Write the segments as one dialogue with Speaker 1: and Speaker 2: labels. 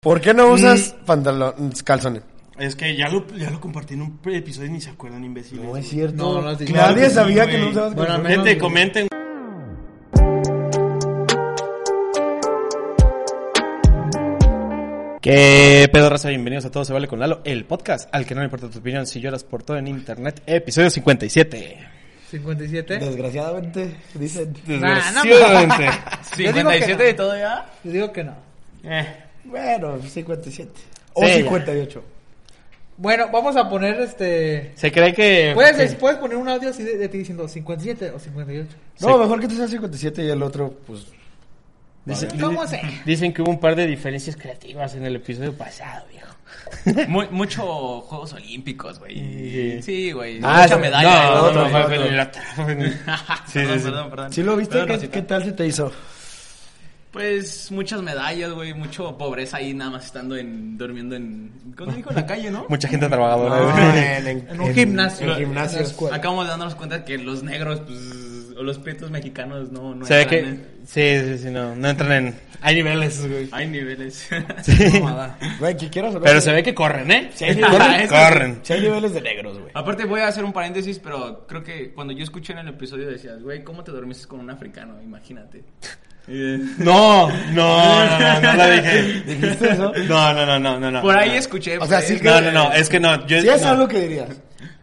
Speaker 1: ¿Por qué no usas pantalón, calzones?
Speaker 2: Es que ya lo, ya lo compartí en un episodio y ni se acuerdan, imbéciles.
Speaker 1: No
Speaker 2: güey.
Speaker 1: es cierto.
Speaker 3: No, no, sí,
Speaker 2: claro
Speaker 1: Nadie
Speaker 2: que sí,
Speaker 1: sabía
Speaker 2: güey.
Speaker 1: que no usabas
Speaker 3: Bueno,
Speaker 1: calzones.
Speaker 3: al menos-
Speaker 2: Gente, comenten.
Speaker 4: ¿Qué pedo, raza? Bienvenidos a Todo Se Vale con Lalo, el podcast al que no le importa tu opinión si lloras por todo en internet, episodio 57.
Speaker 3: 57.
Speaker 1: Desgraciadamente, dicen.
Speaker 3: Nah, no.
Speaker 4: Desgraciadamente.
Speaker 3: Yo digo que
Speaker 5: 57
Speaker 3: no.
Speaker 5: de todo ya.
Speaker 3: Yo digo que no.
Speaker 2: Eh,
Speaker 1: Bueno, 57. O
Speaker 4: Sí, ya.
Speaker 1: 58.
Speaker 3: Bueno, vamos a poner este.
Speaker 4: Se cree que...
Speaker 3: Puedes, puedes poner un audio así de, de ti diciendo 57 o 58.
Speaker 1: No,
Speaker 4: Sí.
Speaker 1: mejor que tú seas 57 y el otro, pues.
Speaker 4: Dicen,
Speaker 3: ¿Cómo sé?
Speaker 4: dicen que hubo un par de diferencias creativas en el episodio pasado, viejo.
Speaker 5: Mu- mucho Juegos Olímpicos, güey.
Speaker 4: Sí.
Speaker 5: Sí, güey.
Speaker 4: Ah,
Speaker 5: Mucha
Speaker 4: sí.
Speaker 5: medalla.
Speaker 4: No,
Speaker 5: el otro,
Speaker 4: no,
Speaker 5: güey.
Speaker 4: fue el otro. Sí,
Speaker 5: Perdón,
Speaker 4: sí, sí.
Speaker 5: perdón, perdón.
Speaker 1: ¿Sí lo viste?
Speaker 5: Perdón,
Speaker 1: ¿Qué,
Speaker 5: Rosita.
Speaker 1: qué tal se te hizo?
Speaker 5: Pues muchas medallas, güey. Mucho pobreza ahí nada más estando en... Durmiendo en... ¿Cómo se dijo? En la calle, ¿no?
Speaker 4: Mucha gente trabajadora. güey.
Speaker 1: Ah, en,
Speaker 3: En un gimnasio.
Speaker 1: En gimnasios.
Speaker 5: Acabamos de darnos cuenta que los negros, pues... O los prietos mexicanos no... no
Speaker 4: O sea
Speaker 5: entran
Speaker 4: que...
Speaker 5: ¿eh? en-
Speaker 4: Sí, sí, sí, no, no entran en... Hay niveles, güey.
Speaker 5: Hay niveles.
Speaker 4: Sí.
Speaker 1: Güey, que quieras hablar
Speaker 4: Pero
Speaker 1: de-
Speaker 4: se ve que corren, ¿eh?
Speaker 1: Sí, sí,
Speaker 4: corren.
Speaker 5: eso-
Speaker 4: corren.
Speaker 1: Si hay niveles de negros, güey.
Speaker 5: Aparte voy a hacer un paréntesis, pero creo que cuando yo escuché en el episodio decías, güey, ¿cómo te dormiste con un africano? Imagínate. Eh,
Speaker 4: No, no, no, no, no lo dije.
Speaker 1: ¿Dijiste eso?
Speaker 4: No, no, no, no, no, no.
Speaker 5: Por ahí
Speaker 4: No.
Speaker 5: escuché.
Speaker 1: O sea,
Speaker 5: pues,
Speaker 1: sí
Speaker 4: No, no, no, es que no. Yo,
Speaker 1: Si es
Speaker 4: no.
Speaker 1: algo que dirías.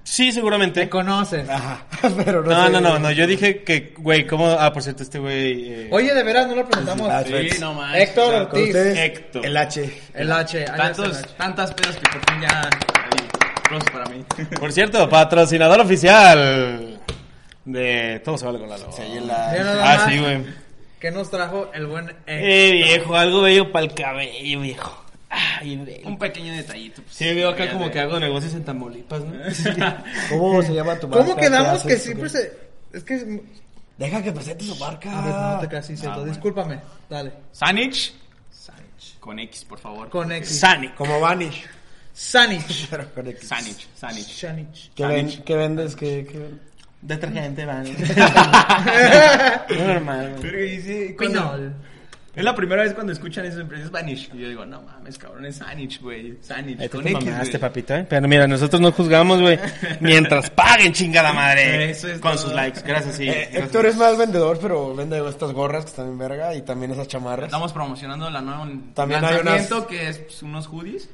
Speaker 4: Sí,
Speaker 3: Te
Speaker 4: seguramente.
Speaker 3: conoces.
Speaker 5: Ah.
Speaker 1: Ajá. Pero no
Speaker 4: No,
Speaker 1: sé.
Speaker 4: no, no, no, yo dije que, güey, ¿cómo? Ah, por cierto, este güey... eh,
Speaker 3: Oye, de veras no lo presentamos.
Speaker 1: Ah,
Speaker 5: Sí, no más.
Speaker 3: Héctor
Speaker 1: Con
Speaker 3: Ortiz.
Speaker 1: ustedes,
Speaker 4: Héctor.
Speaker 1: el H.
Speaker 3: El H. alias el H.
Speaker 5: Tantos, tantas pedas que por fin ya... ahí, aplausos para mí.
Speaker 4: Por cierto, patrocinador oficial de... Todo se vale con la loba.
Speaker 3: Mira nada
Speaker 4: Ah, sí,
Speaker 3: más
Speaker 4: güey.
Speaker 3: Que nos trajo el buen Héctor.
Speaker 4: Eh, viejo, algo bello para el cabello, viejo. Ay,
Speaker 5: Un
Speaker 4: bello.
Speaker 5: pequeño detallito. pues,
Speaker 4: Sí, veo acá
Speaker 5: ya
Speaker 4: como
Speaker 5: de-
Speaker 4: que hago negocios en Tamaulipas, ¿no?
Speaker 1: ¿Cómo se llama tu marca?
Speaker 3: ¿Cómo quedamos
Speaker 1: ¿Qué
Speaker 3: que
Speaker 1: haces?
Speaker 3: siempre se.? Es que. es-
Speaker 1: Deja que presente su marca.
Speaker 3: A ver, no te casi cierto.
Speaker 5: Ah, bueno.
Speaker 3: Discúlpame. Dale.
Speaker 5: Sanich. Sanich. Con X, por favor.
Speaker 3: Con X.
Speaker 4: Sanic.
Speaker 1: Como Vanish.
Speaker 3: Sanich.
Speaker 1: Pero con X.
Speaker 5: Sanich. Sanich.
Speaker 3: Sanich.
Speaker 1: ¿Qué, ven- qué vendes? ¿Qué, qué... ven-
Speaker 3: Mm.
Speaker 4: Detergente, van. normal, güey.
Speaker 3: Pinol.
Speaker 5: Es la primera vez cuando escuchan eso en es Vanish. Y yo digo, no mames, cabrón, es Sanich, güey. Sanich.
Speaker 4: Ahí tú
Speaker 5: Con
Speaker 4: te
Speaker 5: X,
Speaker 4: mamaste,
Speaker 5: güey.
Speaker 4: papito, ¿eh? Pero mira, nosotros no juzgamos, güey. Mientras paguen, chingada madre.
Speaker 5: Eso es
Speaker 4: con
Speaker 5: todo.
Speaker 4: sus likes. Gracias, sí.
Speaker 1: Eh,
Speaker 4: gracias.
Speaker 1: Héctor es más vendedor, pero vende estas gorras que están en verga y también esas chamarras.
Speaker 5: Estamos promocionando la nueva
Speaker 1: También hay
Speaker 5: lanzamiento
Speaker 1: unas-
Speaker 5: que es pues, unos hoodies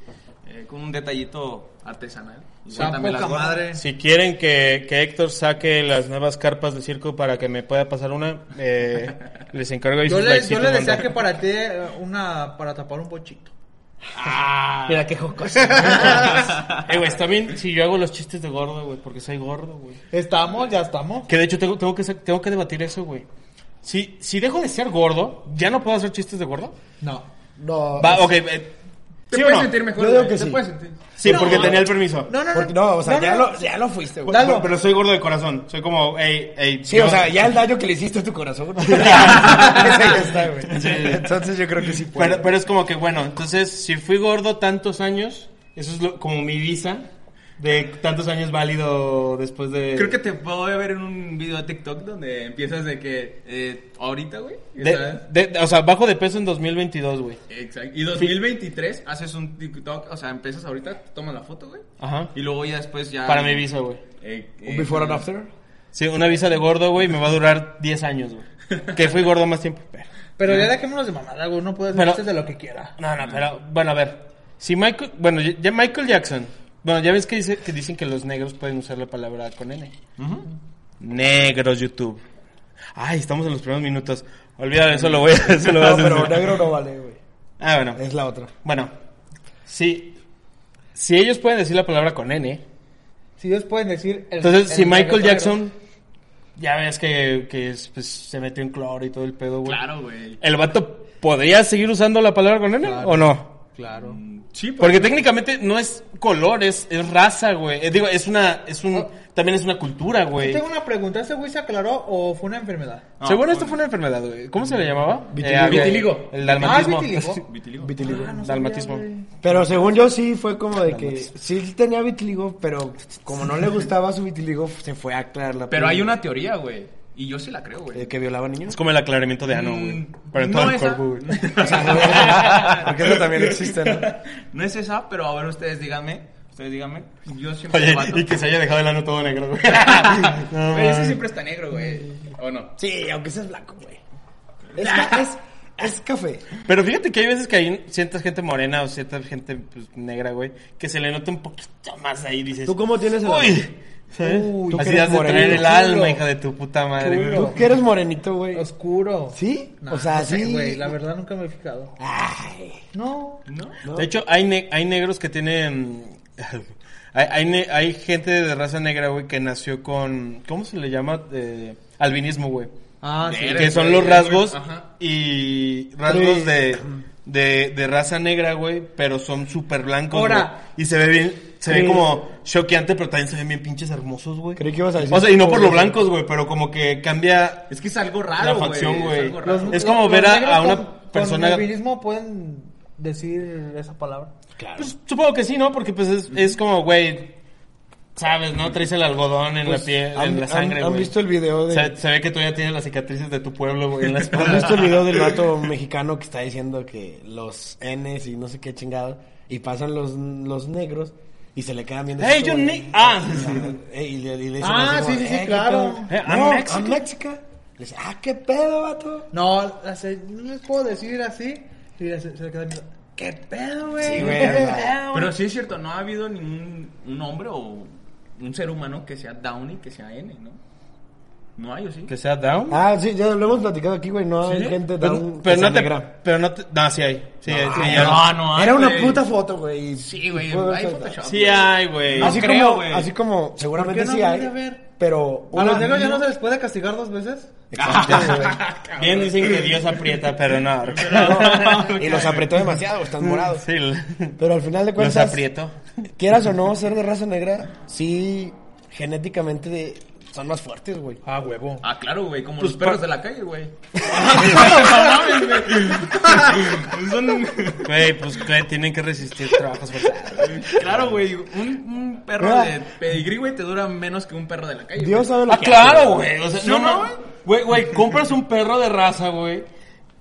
Speaker 5: eh, con un detallito artesanal. Igual
Speaker 3: Está
Speaker 5: también las
Speaker 3: poca
Speaker 5: gorras.
Speaker 3: madre.
Speaker 4: Si quieren que, que Héctor saque las nuevas carpas de circo para que me pueda pasar una, eh, les encargo y
Speaker 3: Yo
Speaker 4: sus
Speaker 3: le, yo
Speaker 4: likesitos
Speaker 3: le decía
Speaker 4: mando.
Speaker 3: que para ti eh, una para tapar un bochito.
Speaker 5: Ah,
Speaker 3: Mira qué jocoso.
Speaker 4: Eh, güey, está bien si yo hago los chistes de gordo, güey, porque soy gordo, güey.
Speaker 3: estamos, ya estamos.
Speaker 4: Que de hecho tengo, tengo, que, sa- tengo que debatir eso, güey. Si, si dejo de ser gordo, ¿ya no puedo hacer chistes de gordo?
Speaker 3: No.
Speaker 1: No,
Speaker 4: Va,
Speaker 1: es-
Speaker 4: ok. eh,
Speaker 5: te
Speaker 4: ¿sí o
Speaker 5: puedes
Speaker 4: no?
Speaker 5: sentir mejor.
Speaker 1: Yo digo
Speaker 5: güey,
Speaker 1: que
Speaker 5: te
Speaker 1: sí.
Speaker 5: puedes sentir.
Speaker 4: Sí,
Speaker 3: No.
Speaker 4: porque tenía el permiso.
Speaker 3: No, no, no.
Speaker 1: porque- no, o sea,
Speaker 3: No,
Speaker 1: ya,
Speaker 3: no.
Speaker 1: Lo, ya lo fuiste, güey.
Speaker 3: Lalo.
Speaker 4: Pero, pero soy gordo de corazón. Soy como, ey, ey.
Speaker 1: Sí,
Speaker 4: yo-
Speaker 1: o sea, ya el daño que le hiciste a tu corazón. Ese ya está, güey. Entonces yo creo que sí puede.
Speaker 4: Pero, pero es como que, bueno, entonces, si fui gordo tantos años, eso es lo- como mi visa de tantos años válido después de...
Speaker 5: Creo que te puedo ver en un video de TikTok donde empiezas de que eh, ahorita, güey.
Speaker 4: De-
Speaker 5: ¿sabes?
Speaker 4: de- o sea, bajo de peso en 2022, güey.
Speaker 5: Exacto. Y 2023 haces un TikTok, o sea, empiezas ahorita, te tomas la foto, güey.
Speaker 4: Ajá.
Speaker 5: Y luego ya después ya...
Speaker 4: Para mi visa, güey.
Speaker 5: Eh, eh,
Speaker 1: ¿Un before and after?
Speaker 4: Sí, una visa de gordo, güey, me va a durar 10 años, güey. Que fui gordo más tiempo. Pero-
Speaker 3: Pero
Speaker 1: Mm.
Speaker 3: ya dejémonos de mamada, güey. Uno puede hacer
Speaker 4: Pero-
Speaker 3: chistes de lo que quiera.
Speaker 4: No, no, pero, bueno, a ver. Si Michael, bueno, ya- ya Michael Jackson. Bueno, ya ves que, dice, que dicen que los negros pueden usar la palabra con N. Negros YouTube. Ay, estamos en los primeros minutos. Olvídalo, eso lo voy a, eso lo voy a
Speaker 1: No, pero
Speaker 4: censurar.
Speaker 1: negro no vale, güey.
Speaker 4: Ah, bueno.
Speaker 1: Es la otra.
Speaker 4: Bueno, si, si ellos pueden decir la palabra con N,
Speaker 3: Si ellos pueden decir. el-
Speaker 4: entonces
Speaker 3: el
Speaker 4: si Michael
Speaker 3: reggaetonero-
Speaker 4: Jackson, ya ves que, que es, pues, se metió en cloro y todo el pedo, güey.
Speaker 5: Claro, güey.
Speaker 4: ¿El vato podría seguir usando la palabra con N o no?
Speaker 3: Claro.
Speaker 4: Sí, porque técnicamente no es color, es, es raza, güey. Eh, digo, es una, es un,
Speaker 3: Oh.
Speaker 4: también es una cultura, güey.
Speaker 3: Tengo una pregunta, ¿ese güey se aclaró o fue una enfermedad?
Speaker 5: No,
Speaker 4: Según
Speaker 5: bueno.
Speaker 4: esto fue una enfermedad, güey. ¿Cómo se le llamaba?
Speaker 1: Ah, Vitiligo.
Speaker 4: Eh, había-
Speaker 1: Vitiligo.
Speaker 4: El dalmatismo.
Speaker 3: Ah, ¿es vitiligo?
Speaker 5: Vitiligo.
Speaker 1: Vitiligo.
Speaker 3: Ah, no
Speaker 4: Dalmatismo.
Speaker 3: sabía, güey.
Speaker 1: Pero según yo sí fue como de que sí tenía vitiligo, pero como no le gustaba su vitiligo, se fue a aclarar la
Speaker 5: Pero
Speaker 1: piel.
Speaker 5: hay una teoría, güey. Y yo sí la creo, güey.
Speaker 1: ¿De que violaba niños?
Speaker 4: Es como el aclaramiento de ano, güey.
Speaker 1: Mm,
Speaker 4: Pero en
Speaker 5: no
Speaker 4: todo el
Speaker 5: esa.
Speaker 4: cuerpo, güey.
Speaker 1: Porque eso también existe, ¿no?
Speaker 5: No es esa, pero a ver, ustedes díganme. Ustedes díganme. Yo siempre
Speaker 4: Oye,
Speaker 5: lo bato.
Speaker 4: y que se haya dejado el ano todo negro, güey. No,
Speaker 5: Güey, ese
Speaker 4: mames.
Speaker 5: siempre está negro, güey. ¿O no?
Speaker 1: Sí, aunque seas blanco, güey. Es, ca- es, es café.
Speaker 4: Pero fíjate que hay veces que hay cierta gente morena o cierta gente pues, negra, güey, que se le nota un poquito más ahí, dices.
Speaker 1: ¿Tú cómo tienes el ano?
Speaker 4: Uy, ¿sabes?
Speaker 1: Uy, tú
Speaker 4: Así
Speaker 1: que eres
Speaker 4: has de traer
Speaker 1: moreno,
Speaker 4: el
Speaker 1: chulo.
Speaker 4: alma, hija de tu puta madre, güey.
Speaker 1: Tú que eres morenito, güey.
Speaker 3: Oscuro.
Speaker 1: ¿Sí?
Speaker 3: Nah,
Speaker 1: o sea,
Speaker 3: no sé,
Speaker 1: sí.
Speaker 3: güey, la verdad nunca me he fijado.
Speaker 1: Ay.
Speaker 3: No.
Speaker 5: ¿No?
Speaker 1: ¿no?
Speaker 4: De hecho, hay, ne- hay negros que tienen. hay, hay, ne- hay gente de raza negra, güey, que nació con. ¿Cómo se le llama? Eh, albinismo, güey.
Speaker 3: Ah, sí.
Speaker 5: Verga.
Speaker 4: Que son
Speaker 5: güey,
Speaker 4: los
Speaker 5: güey,
Speaker 4: rasgos
Speaker 5: ajá.
Speaker 4: y rasgos
Speaker 1: Sí.
Speaker 4: de, de, de raza negra, güey, pero son súper blancos.
Speaker 3: Ahora.
Speaker 4: güey. Y se ve bien, se ve
Speaker 1: Sí.
Speaker 4: como choqueante, pero también se ven bien pinches hermosos, güey.
Speaker 1: Creí que ibas a decir.
Speaker 4: O sea, y no por lo
Speaker 1: pobre.
Speaker 4: blancos, güey, pero como que cambia
Speaker 5: Es que es algo
Speaker 4: la
Speaker 5: raro, güey.
Speaker 4: facción,
Speaker 5: Es
Speaker 4: güey.
Speaker 5: algo raro.
Speaker 4: Es como ver a-
Speaker 3: negros
Speaker 4: a una
Speaker 3: con-
Speaker 4: persona-
Speaker 3: Con albinismo pueden decir esa palabra.
Speaker 4: Pues supongo que sí, ¿no? Porque pues es, es como, güey, sabes, ¿no? Traes el algodón en la piel,
Speaker 1: Pues, ¿Han-
Speaker 4: en la sangre,
Speaker 1: ¿Han, han
Speaker 4: güey.
Speaker 1: visto el video de.?
Speaker 4: Se, se ve que tú ya tienes las cicatrices de tu pueblo, güey, en la
Speaker 1: ¿Han
Speaker 4: espalda.
Speaker 1: visto el video del vato mexicano que está diciendo que los Ns y no sé qué chingado y pasan los, los negros y se le quedan viendo?
Speaker 4: ¡Hey,
Speaker 1: yo
Speaker 4: you ne- ah.
Speaker 1: y le, y le dicen
Speaker 3: Ah,
Speaker 1: así como,
Speaker 3: sí, sí, sí,
Speaker 1: "Eh, ¿qué
Speaker 3: claro.
Speaker 1: pedo?"
Speaker 4: Eh, I'm
Speaker 1: no,
Speaker 4: Mexican.
Speaker 1: I'm Mexican. Le dice, ah, qué pedo, vato.
Speaker 3: No, la se- no les puedo decir así. Y se, se le quedan viendo, ¿Qué pedo, güey?
Speaker 1: Sí, güey,
Speaker 3: ¿Qué
Speaker 1: o sea,
Speaker 3: pedo?"
Speaker 5: Pero sí es cierto, no ha habido ningún un hombre o un ser humano que sea Down y que sea N, ¿no? No hay, ¿o sí?
Speaker 4: Que sea down.
Speaker 1: Ah, sí, ya lo hemos platicado aquí, güey. No hay gente
Speaker 4: pero,
Speaker 1: tan.
Speaker 4: pero
Speaker 1: que
Speaker 4: no
Speaker 1: sea
Speaker 4: te,
Speaker 1: negra. Ah,
Speaker 4: pero no te, no, sí hay. Sí, hay, sí,
Speaker 5: Ay,
Speaker 4: hay.
Speaker 5: no, no hay,
Speaker 1: Era una
Speaker 5: güey.
Speaker 1: puta foto, güey.
Speaker 5: Sí, güey,
Speaker 1: Puedo
Speaker 5: hay
Speaker 1: saltar.
Speaker 5: Photoshop.
Speaker 4: Sí hay, güey.
Speaker 5: No
Speaker 1: así,
Speaker 5: creo,
Speaker 1: como,
Speaker 5: güey.
Speaker 1: así como, seguramente
Speaker 3: ¿Por qué no
Speaker 1: sí
Speaker 3: han
Speaker 1: hay.
Speaker 3: de ver?
Speaker 1: Pero.
Speaker 3: ¿A los
Speaker 1: una-
Speaker 3: negros ya no se les puede castigar dos veces?
Speaker 1: Exacto, güey.
Speaker 4: Bien dicen que Dios aprieta, pero no.
Speaker 1: y los apretó demasiado, están morados.
Speaker 4: Sí, l-
Speaker 1: Pero al final de
Speaker 4: los
Speaker 1: cuentas,
Speaker 4: aprieto.
Speaker 1: quieras o no ser de raza negra, sí, genéticamente de- son más fuertes, güey.
Speaker 3: Ah, huevo.
Speaker 5: Ah, claro, güey, como
Speaker 4: Pues
Speaker 5: los perros
Speaker 4: pa-
Speaker 5: de la calle, güey. No mames, güey. Son-
Speaker 4: Güey, pues que tienen que resistir trabajos forzados.
Speaker 5: Claro, güey, un, un perro
Speaker 1: Ah.
Speaker 5: de pedigrí, güey, te dura menos que un perro de la calle.
Speaker 1: Dios
Speaker 5: güey.
Speaker 1: sabe lo
Speaker 4: Ah,
Speaker 1: que
Speaker 4: claro, güey. O sea,
Speaker 5: ¿Sí
Speaker 4: no,
Speaker 5: o no,
Speaker 4: no. Güey, güey, compras un perro de raza, güey.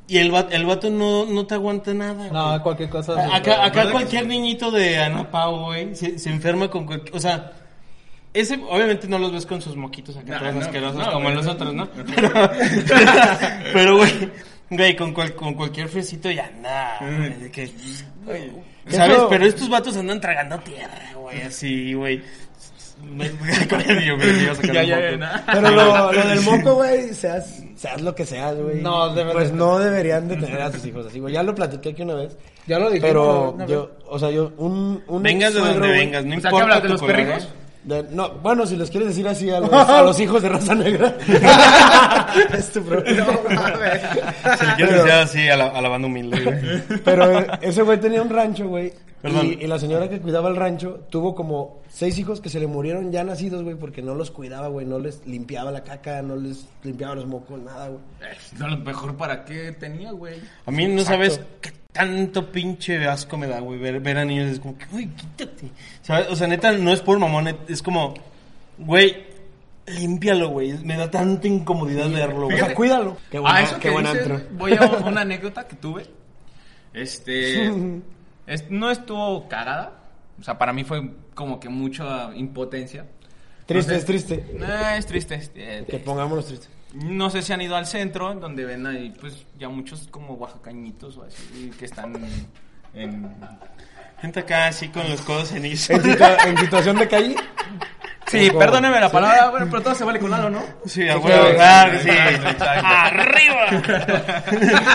Speaker 4: Y el, va- el vato no, no te aguanta nada. güey.
Speaker 3: No, cualquier cosa.
Speaker 4: A- acá acá
Speaker 5: ¿Verdad que
Speaker 4: cualquier niñito de Ana Pau, güey, se, se enferma con cualquier... O sea, ese obviamente no los ves con sus moquitos acá
Speaker 5: No,
Speaker 4: todos
Speaker 5: no,
Speaker 4: asquerosos
Speaker 5: no,
Speaker 4: como
Speaker 5: güey.
Speaker 4: los otros, ¿no? Pero, pero, güey, güey, con, cual- con cualquier fresito ya nada.
Speaker 5: Mm.
Speaker 4: ¿Sabes?
Speaker 1: Eso-
Speaker 4: Pero estos vatos andan tragando tierra, güey, así, güey. Con el- yo creo que iba a sacar
Speaker 5: Ya,
Speaker 4: un
Speaker 5: ya,
Speaker 4: moco.
Speaker 5: ya, na-
Speaker 1: Pero lo, lo del moco, güey, seas, seas lo que seas, güey.
Speaker 3: No, de verdad.
Speaker 1: Pues no deberían de tener a sus hijos así, güey. Ya lo platiqué aquí una vez.
Speaker 3: Ya lo dijimos
Speaker 1: Pero
Speaker 3: una vez.
Speaker 1: yo, o sea, yo, un. un
Speaker 4: Vengas de
Speaker 1: suegro,
Speaker 4: donde
Speaker 1: güey,
Speaker 4: vengas, no
Speaker 5: O sea,
Speaker 4: importa
Speaker 5: ¿qué hablas de
Speaker 4: tu
Speaker 5: los
Speaker 4: color,
Speaker 5: perrijos?
Speaker 4: ¿eh?
Speaker 1: de- no, bueno, si les quieres decir así a los, a los hijos de raza negra. es tu problema.
Speaker 4: Si le quieres
Speaker 1: Pero-
Speaker 4: decir así a la, a la banda humilde, güey.
Speaker 1: Pero eh, ese güey tenía un rancho, güey.
Speaker 4: Perdón.
Speaker 1: Y, y la señora que cuidaba el rancho tuvo como seis hijos que se le murieron ya nacidos, güey, porque no los cuidaba, güey. No les limpiaba la caca, no les limpiaba los mocos, nada, güey.
Speaker 5: Eh, No, lo mejor para qué tenía, güey.
Speaker 4: A mí no sabes qué tanto pinche asco me da, güey, ver, ver a niños. Es como, que, güey, quítate. ¿Sabes? O sea, neta, no es por mamón, net- es como, güey, límpialo, güey. Me da tanta incomodidad verlo,
Speaker 1: O
Speaker 4: güey.
Speaker 1: sea, cuídalo. Qué bueno,
Speaker 5: a Ah, eso
Speaker 1: qué
Speaker 5: que
Speaker 1: buen
Speaker 5: dices,
Speaker 1: antro.
Speaker 5: voy a una anécdota que tuve. Este, es- no estuvo cagada. O sea, para mí fue como que mucha impotencia.
Speaker 1: Triste,
Speaker 5: No sé.
Speaker 1: es triste.
Speaker 5: Eh, es triste. es- eh,
Speaker 1: Que pongámonos tristes.
Speaker 5: no sé si han ido al centro, donde ven ahí, pues, ya muchos como oaxacañitos o así, que están en...
Speaker 4: Gente acá así con los codos cenizos.
Speaker 1: En, situa- en situación de calle.
Speaker 5: Sí, perdóneme la palabra, güey, pero todo se vale con algo, ¿no?
Speaker 4: Sí, a
Speaker 1: claro,
Speaker 4: huevo, claro que sí.
Speaker 5: exacto, exacto.
Speaker 4: ¡Arriba!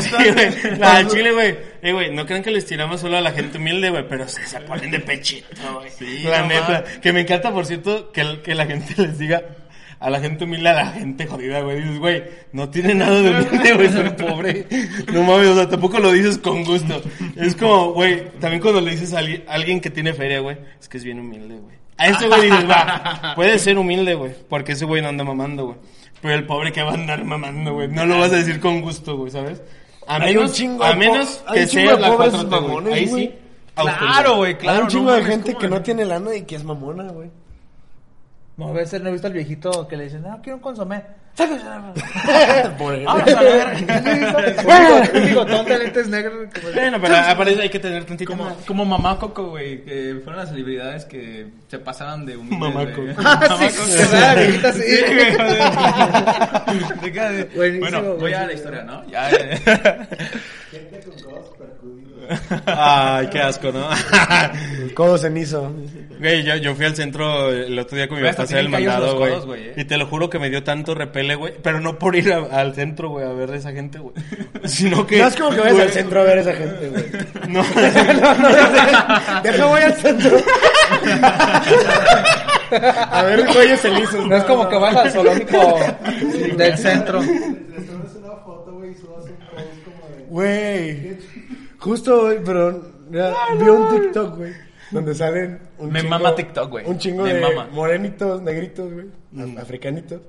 Speaker 4: Sí, güey. No, al chile, güey. Eh, güey, no crean que les tiramos solo a la gente humilde, güey, pero se, se ponen de pechito, güey.
Speaker 5: Sí,
Speaker 4: la
Speaker 5: no
Speaker 4: neta.
Speaker 5: mames.
Speaker 4: Que me encanta, por cierto, que, el- que la gente les diga. a la gente humilde, a la gente jodida, güey. Dices, güey, no tiene nada de humilde, güey, ser pobre. No mames, o sea, tampoco lo dices con gusto. Es como, güey, también cuando le dices a alguien, a alguien que tiene feria, güey, es que es bien humilde, güey. A ese güey dices, va, puede ser humilde, güey, porque ese güey no anda mamando, güey. Pero el pobre que va a andar mamando, güey, no lo vas a decir con gusto, güey, ¿sabes? A
Speaker 1: Hay
Speaker 4: menos,
Speaker 1: un chingo
Speaker 4: a
Speaker 1: de
Speaker 4: menos
Speaker 1: po- hay
Speaker 4: que
Speaker 1: un chingo
Speaker 4: sea
Speaker 1: de
Speaker 4: la
Speaker 1: pobres
Speaker 4: 4T, güey.
Speaker 1: mamones,
Speaker 4: Ahí sí.
Speaker 1: güey.
Speaker 5: Claro, güey, claro.
Speaker 1: Hay un chingo
Speaker 5: no
Speaker 1: de
Speaker 5: mames,
Speaker 1: gente
Speaker 5: ¿cómo
Speaker 1: que
Speaker 5: la-
Speaker 1: no tiene lana y que es mamona, güey.
Speaker 3: No, a veces no he visto al viejito que le dicen, no, quiero un consomé.
Speaker 1: Por ejemplo.
Speaker 5: Ah.
Speaker 3: Vamos a ver. Un bigotón de lentes negros. como de-
Speaker 4: Bueno, pero aparece hay que tener tantito
Speaker 5: Como,
Speaker 4: más.
Speaker 5: como Mamá Coco, güey, que fueron las celebridades que se pasaron de humildes.
Speaker 4: Mamá
Speaker 5: güey.
Speaker 4: Coco.
Speaker 3: Ah, sí,
Speaker 5: Coco.
Speaker 3: se va, viejita, sí.
Speaker 5: Sí, güey, joder. De cara de-
Speaker 3: Buenísimo,
Speaker 5: Bueno, voy a
Speaker 3: buenísimo.
Speaker 5: la historia, ¿no? Ya. eh.
Speaker 4: Ay, qué asco, ¿no?
Speaker 1: El codo cenizo.
Speaker 4: Güey, yo, yo fui al centro el otro día con mi
Speaker 5: Güey,
Speaker 4: papá a
Speaker 5: hasta
Speaker 4: hacer el
Speaker 5: tienen callos
Speaker 4: mandado,
Speaker 5: los
Speaker 4: güey.
Speaker 5: codos, güey, eh.
Speaker 4: Y te lo juro que me dio tanto repele, güey. Pero no por ir a- al centro, güey, a ver a esa gente, güey. Sino que.
Speaker 1: No es como que vayas
Speaker 4: güey,
Speaker 1: al centro a ver a esa gente, güey.
Speaker 4: No,
Speaker 1: No, no, no, Deja, voy al centro. A ver, güeyes celizos.
Speaker 3: No es como que vas al zoológico del centro.
Speaker 6: Les tomas una foto, güey, y subas un post como de.
Speaker 1: Güey. Justo, güey, pero ya, vi un TikTok, güey. Donde salen un
Speaker 5: Me mama TikTok, güey.
Speaker 1: Un chingo
Speaker 5: Me
Speaker 1: de
Speaker 5: mama.
Speaker 1: morenitos, negritos, güey. af- Africanitos.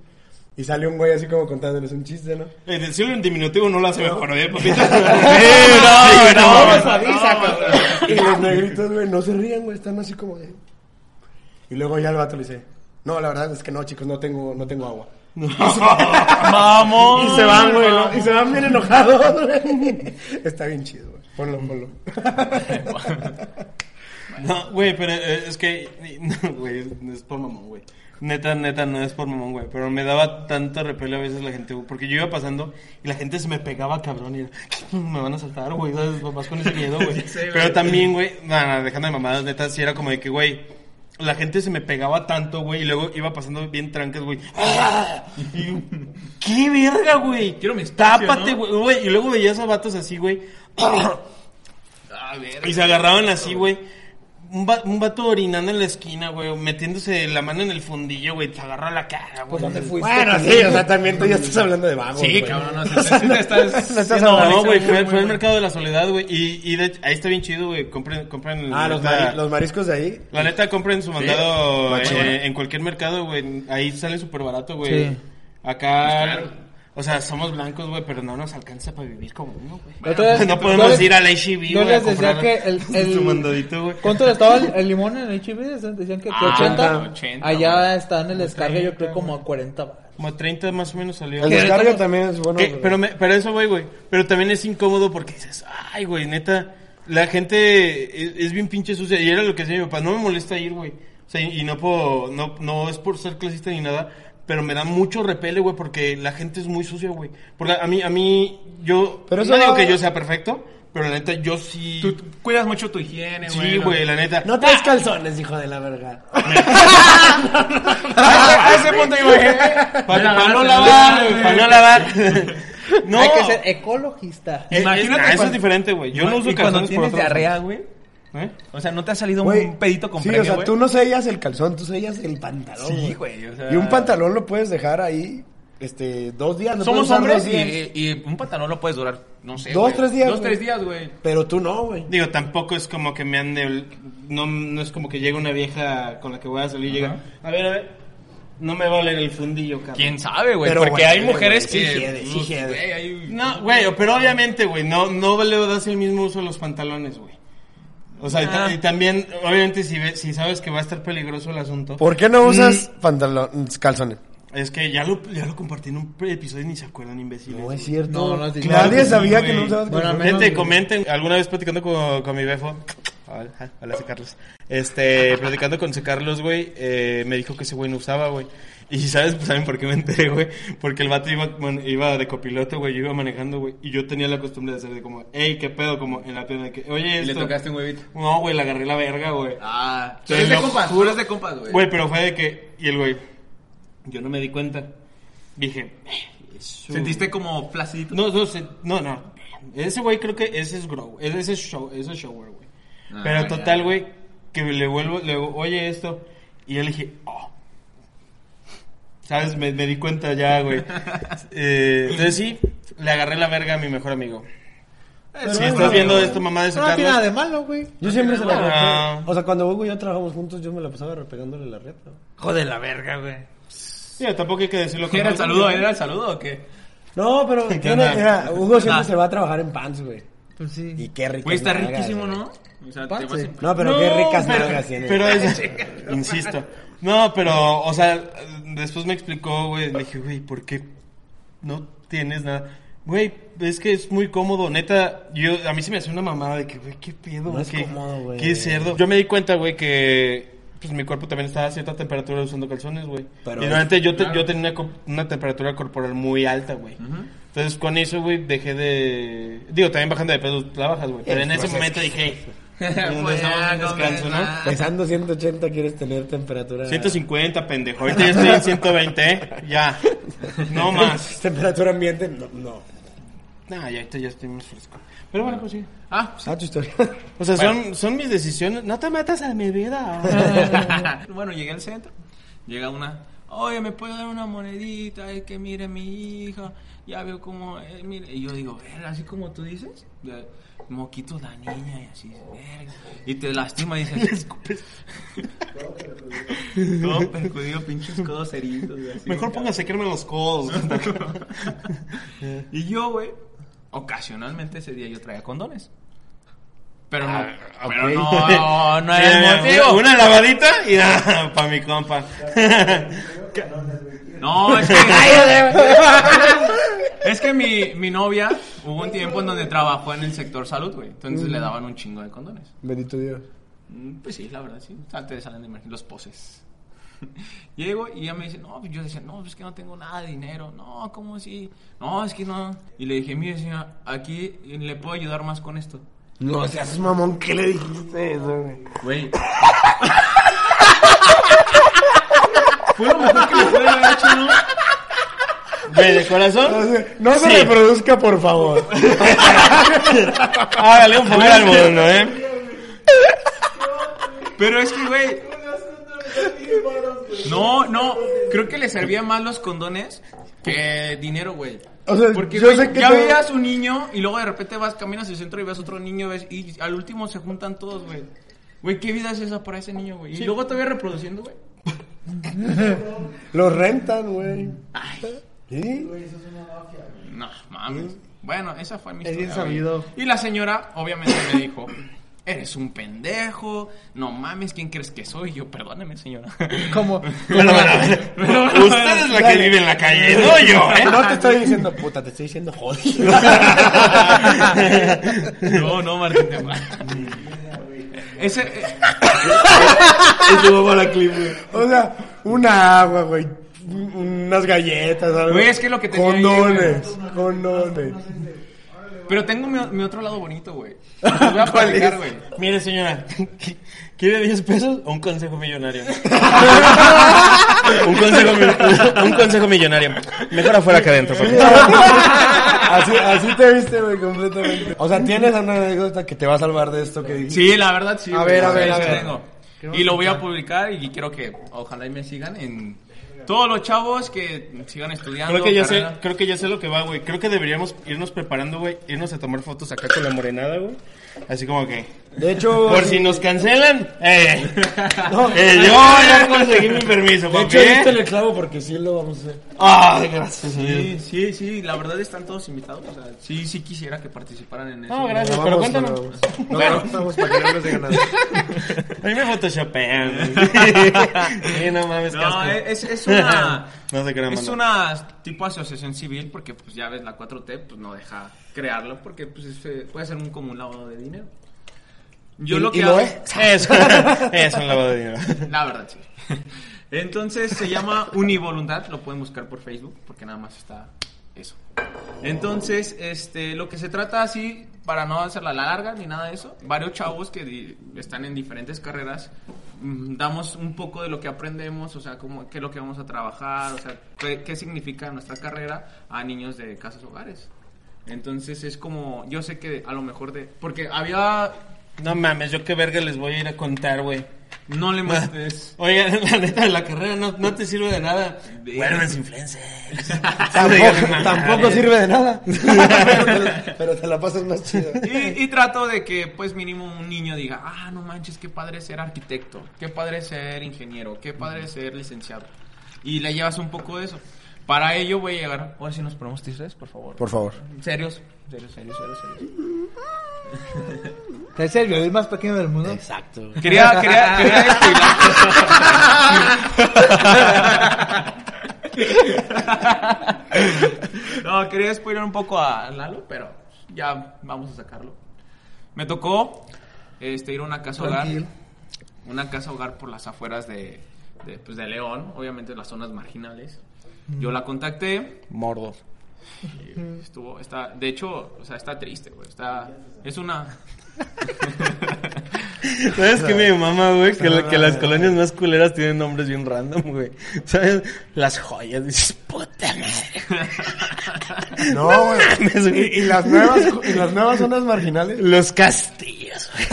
Speaker 1: Y sale un güey así como contándoles un chiste, ¿no?
Speaker 4: eh, decirlo en diminutivo no lo hace mejor, ¿eh, papito? Sí,
Speaker 5: no, no,
Speaker 4: mames.
Speaker 3: Avisa, cabrón.
Speaker 1: Y los negritos, güey, no se rían, güey. Están así como de... Y luego ya el vato le dice... No, la verdad es que no, chicos, no tengo, no tengo agua.
Speaker 5: Mamón.
Speaker 1: Y se van, güey, ¿no? Y se van bien enojados, güey. Está bien chido, güey. Ponlo, ponlo.
Speaker 4: No, güey, pero eh, es que. No, güey, es- no es por mamón, güey. Neta, neta, no es por mamón, güey. Pero me daba tanto repele a veces la gente, güey. Porque yo iba pasando y la gente se me pegaba, cabrón. Y era, me van a saltar, güey. ¿Sabes? Nomás con ese miedo, güey. pero también, güey, nada, dejando de mamadas, neta, sí era como de que, güey. La gente se me pegaba tanto, güey, y luego iba pasando bien trancas, güey. ¡Ah! Y yo, ¡Qué verga, güey!
Speaker 5: Quiero mi espacio,
Speaker 4: Tápate,
Speaker 5: ¿no?
Speaker 4: güey. güey. Y luego veías a vatos así, güey.
Speaker 5: A ver.
Speaker 4: Y se agarraban así, güey. Un, va- un vato orinando en la esquina, güey. o Metiéndose la mano en el fundillo, güey. Se agarró la cara, güey.
Speaker 3: Pues dónde fuiste.
Speaker 1: Bueno, sí, o sea, también tú ya estás hablando de vagos,
Speaker 5: Sí,
Speaker 1: güey.
Speaker 5: cabrón, no sé. sí te estás-
Speaker 1: No estás
Speaker 5: sí, no,
Speaker 4: No,
Speaker 1: hablando-
Speaker 4: güey.
Speaker 5: muy,
Speaker 4: Fue,
Speaker 5: muy,
Speaker 4: fue el
Speaker 5: muy.
Speaker 4: mercado de la soledad, güey. Y, y de hecho, ahí está bien chido, güey. Compren, compren
Speaker 1: Ah, los,
Speaker 4: neta-
Speaker 1: mari- los mariscos de ahí.
Speaker 4: La neta, compren su mandado
Speaker 5: Machín.
Speaker 4: eh, en cualquier mercado, güey. Ahí sale súper barato, güey.
Speaker 3: Sí.
Speaker 4: Acá... O sea, somos blancos, güey, pero no nos alcanza para vivir como uno, güey.
Speaker 3: La otra vez-
Speaker 4: no podemos
Speaker 3: yo-
Speaker 4: ir al HIV,
Speaker 3: Yo
Speaker 4: güey, a
Speaker 3: les decía
Speaker 4: comprar
Speaker 3: que el,
Speaker 4: su
Speaker 3: el
Speaker 4: mandadito, güey.
Speaker 3: ¿Cuánto le estaba el, el limón en el HIV? Decían que
Speaker 5: Ah,
Speaker 3: 80.
Speaker 5: 80,
Speaker 3: Allá
Speaker 5: güey.
Speaker 3: está en el descarga, yo creo como a 40 bar.
Speaker 4: Como 30 más o menos salió.
Speaker 1: El
Speaker 3: ¿Qué?
Speaker 1: descarga también es bueno.
Speaker 4: Que-
Speaker 1: güey.
Speaker 4: Eh, pero, me- pero eso, güey, güey. Pero también es incómodo porque dices, ay, güey, neta, la gente e-, es, es bien pinche sucia. Y era lo que decía mi papá, no me molesta ir, güey. O sea, y, y no, puedo, no, no es por ser clasista ni nada, pero me da mucho repele, güey, porque la gente es muy sucia, güey. Porque a mí, a mí, yo,
Speaker 1: Pero
Speaker 4: no
Speaker 1: eso-
Speaker 4: digo que yo sea perfecto, pero la neta, yo sí...
Speaker 5: Tú tú cuidas mucho tu higiene, güey.
Speaker 4: sí,
Speaker 5: ¿no?
Speaker 4: güey, la neta.
Speaker 1: No traes calzones, hijo de la verga.
Speaker 4: A ese punto iba a Para no lavar, güey, para no lavar. No.
Speaker 3: Hay que ser ecologista.
Speaker 4: Eh,
Speaker 5: Imagínate
Speaker 4: ah, eso
Speaker 5: cuando-
Speaker 4: es diferente, güey. Yo no
Speaker 5: Y
Speaker 4: uso
Speaker 5: cuando
Speaker 4: calzones por
Speaker 5: tienes
Speaker 4: otra razón.
Speaker 5: diarrea, güey.
Speaker 4: ¿Eh?
Speaker 5: O sea, ¿no te ha salido
Speaker 1: Güey,
Speaker 5: un pedito con
Speaker 1: Sí,
Speaker 5: premio,
Speaker 1: o sea,
Speaker 5: güey?
Speaker 1: tú no sellas el calzón, tú sellas el pantalón.
Speaker 5: Sí, güey, o sea...
Speaker 1: Y un pantalón lo puedes dejar ahí, este, dos días. lo puedes
Speaker 5: Somos
Speaker 1: usar
Speaker 5: hombres
Speaker 1: dos días.
Speaker 5: y, y un pantalón lo puedes durar, no sé,
Speaker 1: Dos,
Speaker 5: güey.
Speaker 1: tres días,
Speaker 5: Dos,
Speaker 1: güey.
Speaker 5: tres días, güey.
Speaker 1: Pero tú no, güey.
Speaker 4: Digo, tampoco es como que me ande. No, no es como que llega una vieja con la que voy a salir y llega. A ver, a ver. No me va a oler el fundillo, cabrón.
Speaker 5: ¿Quién sabe, güey?
Speaker 1: Pero,
Speaker 5: Porque
Speaker 1: güey,
Speaker 5: hay
Speaker 1: güey,
Speaker 5: mujeres
Speaker 1: sí
Speaker 5: que...
Speaker 1: jede, sí
Speaker 5: pues,
Speaker 1: jede.
Speaker 5: güey, hay-
Speaker 4: No, güey, pero obviamente, güey, no, no le das el mismo uso a los pantalones, güey. O sea, y, ta- y también, obviamente, si, ve- si sabes que va a estar peligroso el asunto,
Speaker 1: ¿Por qué no usas pantalón, calzones?
Speaker 4: es que ya lo, ya lo compartí en un pre- episodio y ni se acuerdan, imbéciles.
Speaker 1: No
Speaker 4: güey.
Speaker 1: es cierto.
Speaker 3: No, no es cierto.
Speaker 1: Nadie
Speaker 3: Claro que
Speaker 1: sabía
Speaker 5: sí,
Speaker 1: que no
Speaker 5: güey.
Speaker 1: usabas
Speaker 3: Bueno,
Speaker 1: calzones.
Speaker 3: menos-
Speaker 4: Gente, comenten. Alguna vez platicando con, con mi befo. Hola, hola, soy Carlos. Este, platicando con ese Carlos, güey, eh, me dijo que ese güey no usaba, güey. Y sabes, pues, saben por qué me enteré, güey. Porque el vato iba, man- iba de copiloto, güey, yo iba manejando, güey. Y yo tenía la costumbre de hacer de como, hey, qué pedo, como en la pierna de que, oye,
Speaker 5: Y
Speaker 4: esto.
Speaker 5: le tocaste un huevito.
Speaker 4: No, güey, le agarré la verga, güey.
Speaker 5: Ah,
Speaker 4: Te
Speaker 5: es de
Speaker 4: lo
Speaker 5: compas,
Speaker 4: juro.
Speaker 5: es de compas, güey.
Speaker 4: Güey, pero fue de que, y el güey, yo no me di cuenta. Dije, "Eh, es su-
Speaker 5: ¿Sentiste como flacidito?
Speaker 4: no, no, se- no, no. Ese güey creo que ese es grow, ese ese es show, ese es shower, güey.
Speaker 5: Ah,
Speaker 4: Pero
Speaker 5: ya.
Speaker 4: total, güey, que le vuelvo, le digo, oye esto, y yo le dije, oh. ¿Sabes? Me, me di cuenta ya, güey. Eh, entonces sí, le agarré la verga a mi mejor amigo. si
Speaker 3: bueno,
Speaker 4: estás viendo
Speaker 5: Eh, güey.
Speaker 4: esto, mamá de su
Speaker 3: No tiene
Speaker 4: Carlos,
Speaker 3: nada de malo, güey.
Speaker 1: Yo siempre se la
Speaker 4: Ah.
Speaker 1: repego. O sea, cuando Hugo y yo trabajamos juntos, yo me la pasaba repegándole la reta.
Speaker 3: Joder, la verga, güey.
Speaker 4: mira, tampoco hay que decirlo
Speaker 5: ¿Qué era el
Speaker 4: orgullo,
Speaker 5: saludo? eh,
Speaker 4: güey.
Speaker 5: ¿Era el saludo o qué?
Speaker 1: No, pero
Speaker 4: ¿Qué
Speaker 1: yo no-
Speaker 4: onda?
Speaker 1: mira, Hugo siempre
Speaker 5: Nada.
Speaker 1: se va a trabajar en pants, güey.
Speaker 3: Pues sí.
Speaker 1: Y qué rico.
Speaker 5: Ah. Güey, está riquísimo, ¿no? O sea, te
Speaker 3: Pase.
Speaker 5: vas a-
Speaker 1: No, pero
Speaker 4: No,
Speaker 1: qué ricas
Speaker 4: pero-
Speaker 1: nalgas tiene.
Speaker 4: Pero es, insisto. No, pero, o sea, después me explicó, güey, le dije, güey, ¿por qué no tienes nada? Güey, es que es muy cómodo, neta, yo, a mí se me hace una mamada de que, güey, qué pedo,
Speaker 1: No es
Speaker 4: qué,
Speaker 1: cómodo, güey.
Speaker 4: qué cerdo. Yo me di cuenta, güey, que pues mi cuerpo también estaba a cierta temperatura usando calzones, güey.
Speaker 1: Pero-
Speaker 4: y realmente yo, te- yo tenía una, co- una temperatura corporal muy alta, güey. Entonces con eso, güey, dejé de... Digo, también bajando de peso, la bajas, güey. Pero en ese momento dije, "Hey,
Speaker 5: Pues,
Speaker 4: estamos en
Speaker 5: no
Speaker 4: descanso,
Speaker 5: mames.
Speaker 4: ¿no?
Speaker 1: Pesando 180 quieres tener temperatura.
Speaker 4: 150, pendejo. Ahorita ya estoy en 120, ¿eh? Ya. No más.
Speaker 1: Temperatura ambiente, no. no.
Speaker 4: No, ya ahorita ya estoy más fresco. Pero bueno, pues sí.
Speaker 5: Ah,
Speaker 1: Ah, tu historia.
Speaker 4: O sea, son, son mis decisiones. No te metas a mi vida.
Speaker 5: bueno, llegué al centro, llega una, oye, ¿me puede dar una monedita? Es que mire mi hija, ya veo como, eh, mire. Y yo digo, "Verga, así como tú dices, de- moquitos la niña y así, verga. Y te lastima y dices, escupes. Todo percudido, pinches codos heridos y así.
Speaker 4: Mejor póngase a quemarme los codos.
Speaker 5: Y yo, güey, ocasionalmente ese día yo traía condones. Pero no, pero no, no
Speaker 4: Mira,
Speaker 5: era el
Speaker 4: mira,
Speaker 5: motivo.
Speaker 4: Ah, Una lavadita y nada, para mi compa.
Speaker 5: No, es que. es que mi, mi novia hubo un tiempo en donde trabajó en el sector salud, güey. Entonces le daban un chingo de condones.
Speaker 1: Bendito Dios.
Speaker 5: Mm, Pues sí, la verdad, sí. O sea, te salen de imagen los poses. Llego y ella me dice, no, pues yo decía, no, pues que no tengo nada de dinero. No, ¿cómo así? No, es que no. Y le dije, mire, señora, aquí le puedo ayudar más con esto.
Speaker 1: No seas mamón, ¿qué le dijiste eso, güey?
Speaker 5: Güey. Fue lo mejor que le pude haber hecho, ¿no?
Speaker 4: Güey, de corazón.
Speaker 1: Entonces, no se reproduzca, por favor.
Speaker 4: Hágale un favor al mundo, ¿eh?
Speaker 5: Pero es que, güey. No, no. Creo que le servía más los condones que dinero, güey.
Speaker 1: O sea,
Speaker 5: Porque
Speaker 1: yo
Speaker 5: güey,
Speaker 1: sé que
Speaker 5: ya
Speaker 1: no-
Speaker 5: veías un niño y luego de repente vas, caminas al centro y ves otro niño ves, y al último se juntan todos, güey. Güey, ¿qué vida es esa para ese niño, güey? Y luego todavía reproduciendo, güey.
Speaker 1: Los rentan, güey.
Speaker 5: Ay,
Speaker 1: ¿Sí?
Speaker 5: no, mames. Bueno, esa fue mi
Speaker 3: Es
Speaker 5: historia.
Speaker 3: bien
Speaker 5: güey.
Speaker 3: sabido.
Speaker 5: Y la señora obviamente me dijo, eres un pendejo, no mames, ¿quién crees que soy? Y yo, perdóneme, señora.
Speaker 3: Como.
Speaker 4: Bueno, bueno, bueno. Usted es la que vive en la calle, no yo, ¿eh?
Speaker 1: No te estoy diciendo puta, te estoy diciendo jodido.
Speaker 5: No, no, Martín te Ese. eh,
Speaker 1: O sea, una agua, güey. un- Unas galletas, algo.
Speaker 5: Güey, es que lo que tenía ahí,
Speaker 1: Condones, condones.
Speaker 5: pero tengo mi, mi otro lado bonito, güey. Te voy a platicar, güey.
Speaker 4: Mire, señora, ¿quiere 10 pesos o un consejo millonario? un, consejo, mi- un consejo millonario. Mejor afuera que adentro. por favor.
Speaker 1: así, así te viste, güey, completamente. O sea, tienes una anécdota que te va a salvar de esto que dijiste.
Speaker 5: Sí, la verdad sí.
Speaker 3: A
Speaker 5: güey,
Speaker 3: ver, a
Speaker 5: sí,
Speaker 3: ver, a
Speaker 5: sí
Speaker 3: ver.
Speaker 5: tengo. Y lo voy a publicar y quiero que ojalá y me sigan en todos los chavos que sigan estudiando.
Speaker 4: Creo que, ya sé,
Speaker 5: carrera.
Speaker 4: creo que ya sé lo que va, güey. Creo que deberíamos irnos preparando, güey. Irnos a tomar fotos acá con la morenada, güey. Así como que...
Speaker 1: De hecho,
Speaker 4: Por si nos cancelan, eh,
Speaker 1: No.
Speaker 4: eh, yo ya conseguí mi permiso,
Speaker 1: de
Speaker 4: papi.
Speaker 1: hecho, diste
Speaker 4: ¿eh?
Speaker 1: el clavo porque sí lo vamos a hacer.
Speaker 4: Ay, gracias, a Dios.
Speaker 5: Sí, sí, sí, la verdad están todos invitados. O sea, sí, sí quisiera que participaran en eso.
Speaker 4: No, gracias,
Speaker 1: Lo
Speaker 4: pero
Speaker 1: vamos,
Speaker 4: cuéntanos.
Speaker 1: lo vamos. Lo grabamos para que no nos digan nada.
Speaker 4: A mí me photoshopean, güey. Sí, no mames,
Speaker 5: No, eh,
Speaker 4: casco.
Speaker 5: es, es una.
Speaker 4: No se crean,
Speaker 5: Es
Speaker 4: mano.
Speaker 5: una tipo asociación civil porque, pues ya ves, la 4T pues no deja crearlo porque pues es, eh, puede ser un común lavado de dinero. Yo
Speaker 1: ¿Y-
Speaker 5: lo
Speaker 1: y
Speaker 5: que
Speaker 1: lo
Speaker 5: hago-
Speaker 1: es?
Speaker 4: Eso, es un lavado de dinero.
Speaker 5: La verdad, sí. Entonces se llama Univoluntad, lo pueden buscar por Facebook porque nada más está eso. Entonces, este, lo que se trata así, para no hacerla la larga ni nada de eso, varios chavos que di- están en diferentes carreras, mm, damos un poco de lo que aprendemos, o sea, cómo, qué es lo que vamos a trabajar, o sea, qué, qué significa nuestra carrera a niños de casas hogares. Entonces es como, yo sé que a lo mejor de, porque había
Speaker 4: No mames, yo qué verga les voy a ir a contar, güey.
Speaker 5: No le muestres.
Speaker 4: Oiga, la neta, la carrera no, no te sirve de nada. Vuelves influencers.
Speaker 1: Tampoco, tampoco sirve de nada. pero, te la, pero te la pasas más chido.
Speaker 5: Y, y trato de que, pues, mínimo un niño diga, ah, no manches, qué padre ser arquitecto, qué padre ser ingeniero, qué padre ser licenciado. Y le llevas un poco de eso. Para ello voy a llegar. Ahora sí nos ponemos tisres, por favor.
Speaker 1: Por favor.
Speaker 5: Serios, serios, serios, serios, serios.
Speaker 3: Es el bebé más pequeño del mundo.
Speaker 1: Exacto.
Speaker 5: Quería, quería, quería despoilar. no, quería spoiler un poco a Lalo, pero ya vamos a sacarlo. Me tocó este, ir a una casa hogar.
Speaker 3: Tranquilo.
Speaker 5: Una casa hogar por las afueras de, de, pues, de León, obviamente las zonas marginales. Yo la contacté,
Speaker 4: Mordor.
Speaker 5: y estuvo, está, de hecho, o sea, está triste, güey, está, es una,
Speaker 4: ¿Sabes qué me mamá, güey? Que, la- que las colonias más culeras tienen nombres bien random, güey. ¿Sabes? Las joyas, dices, puta madre.
Speaker 1: No, güey.
Speaker 4: mames, güey.
Speaker 1: Y, y las nuevas, y las nuevas zonas marginales.
Speaker 4: Los castillos, güey.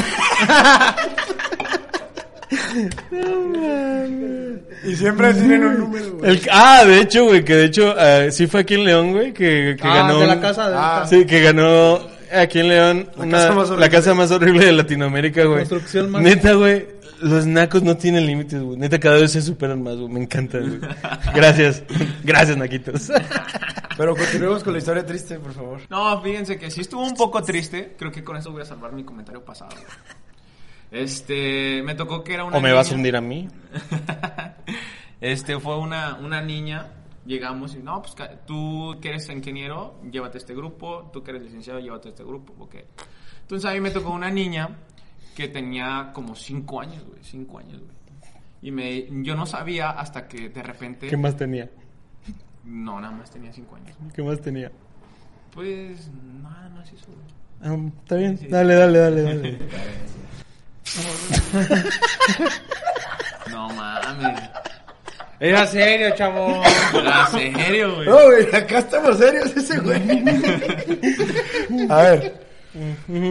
Speaker 1: Y siempre tienen un número, güey.
Speaker 4: El- ah, de hecho, güey, que de hecho eh, sí fue aquí en León, güey, que, que
Speaker 3: Ah,
Speaker 4: ganó.
Speaker 3: de la
Speaker 4: un-
Speaker 3: casa de
Speaker 1: Ah,
Speaker 3: esta
Speaker 4: Sí, que ganó aquí en León
Speaker 1: La
Speaker 4: una-
Speaker 1: casa más horrible.
Speaker 4: la casa más horrible de Latinoamérica, güey.
Speaker 3: Construcción más-
Speaker 4: Neta, güey, los nacos no tienen límites, güey. Neta, cada vez se superan más, güey. Me encanta, güey. Gracias. Gracias, naquitos.
Speaker 1: Pero continuemos con la historia triste, por favor.
Speaker 5: No, fíjense que sí estuvo un poco triste. Creo que con eso voy a salvar mi comentario pasado. Este, me tocó que era una
Speaker 4: ¿O me vas a
Speaker 5: niña.
Speaker 4: hundir a mí?
Speaker 5: Este, fue una, una niña. Llegamos y, no, pues ca- tú que eres ingeniero, llévate este grupo. Tú que eres licenciado, llévate este grupo. Ok. Entonces a mí me tocó una niña que tenía como 5 años, güey. 5 años, güey. Y me, yo no sabía hasta que de repente.
Speaker 4: ¿Qué más tenía?
Speaker 5: No, nada más tenía 5 años.
Speaker 4: ¿Qué más tenía?
Speaker 5: Pues, nada más eso, güey.
Speaker 4: Ah, Está bien. Dale, dale, dale, dale.
Speaker 5: No mames.
Speaker 3: Era serio, chavo.
Speaker 5: ¿En serio, güey?
Speaker 4: Oh,
Speaker 1: No, güey, acá estamos serios ese güey. A ver.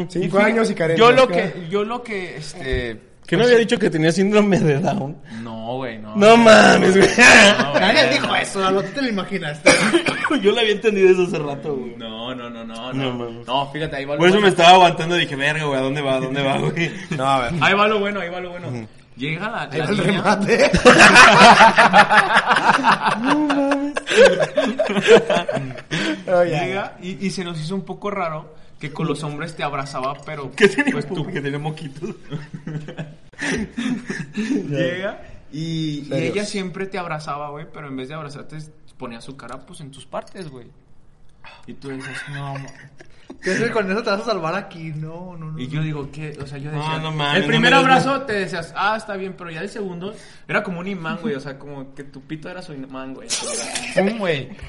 Speaker 1: Cinco años y carencia.
Speaker 5: Yo lo que, yo lo que, este...
Speaker 4: ¿Qué no había dicho que tenía síndrome de Down?
Speaker 5: No, güey, no.
Speaker 4: No mames, güey.
Speaker 5: No, güey,
Speaker 3: Nadie
Speaker 5: no.
Speaker 3: dijo eso, a lo que te lo imaginaste.
Speaker 4: Yo lo había entendido eso hace rato, güey.
Speaker 5: No, no, no, no,
Speaker 4: No
Speaker 5: no.
Speaker 4: mames. Pues
Speaker 5: No, fíjate, ahí va lo
Speaker 4: Por eso me
Speaker 5: bueno.
Speaker 4: estaba aguantando. Dije, verga, güey, ¿a dónde va? ¿A dónde va, güey?
Speaker 1: No, a ver.
Speaker 5: Ahí va lo bueno, ahí va lo bueno. Llega la, la
Speaker 1: El
Speaker 5: niña.
Speaker 1: remate. Oh, ya, ya.
Speaker 5: Llega y, y se nos hizo un poco raro que con los hombres te abrazaba, pero... pues
Speaker 4: ¿Qué tenía? que tenía moquitos.
Speaker 5: Llega y, y
Speaker 1: Serios.
Speaker 5: ella siempre te abrazaba, güey, pero en vez de abrazarte ponía su cara, pues, en tus partes, güey. Y tú dices, no, ma-
Speaker 3: Yo sé que con eso te vas a salvar aquí. No, no, no.
Speaker 5: Y yo digo, ¿qué? O sea, yo decía...
Speaker 4: no mames,
Speaker 5: el
Speaker 4: no
Speaker 5: primer
Speaker 4: me des-
Speaker 5: abrazo te decías, ah, está bien, pero ya el segundo era como un imán, güey. O sea, como que tu pito era su imán, güey. ¡Pum, güey!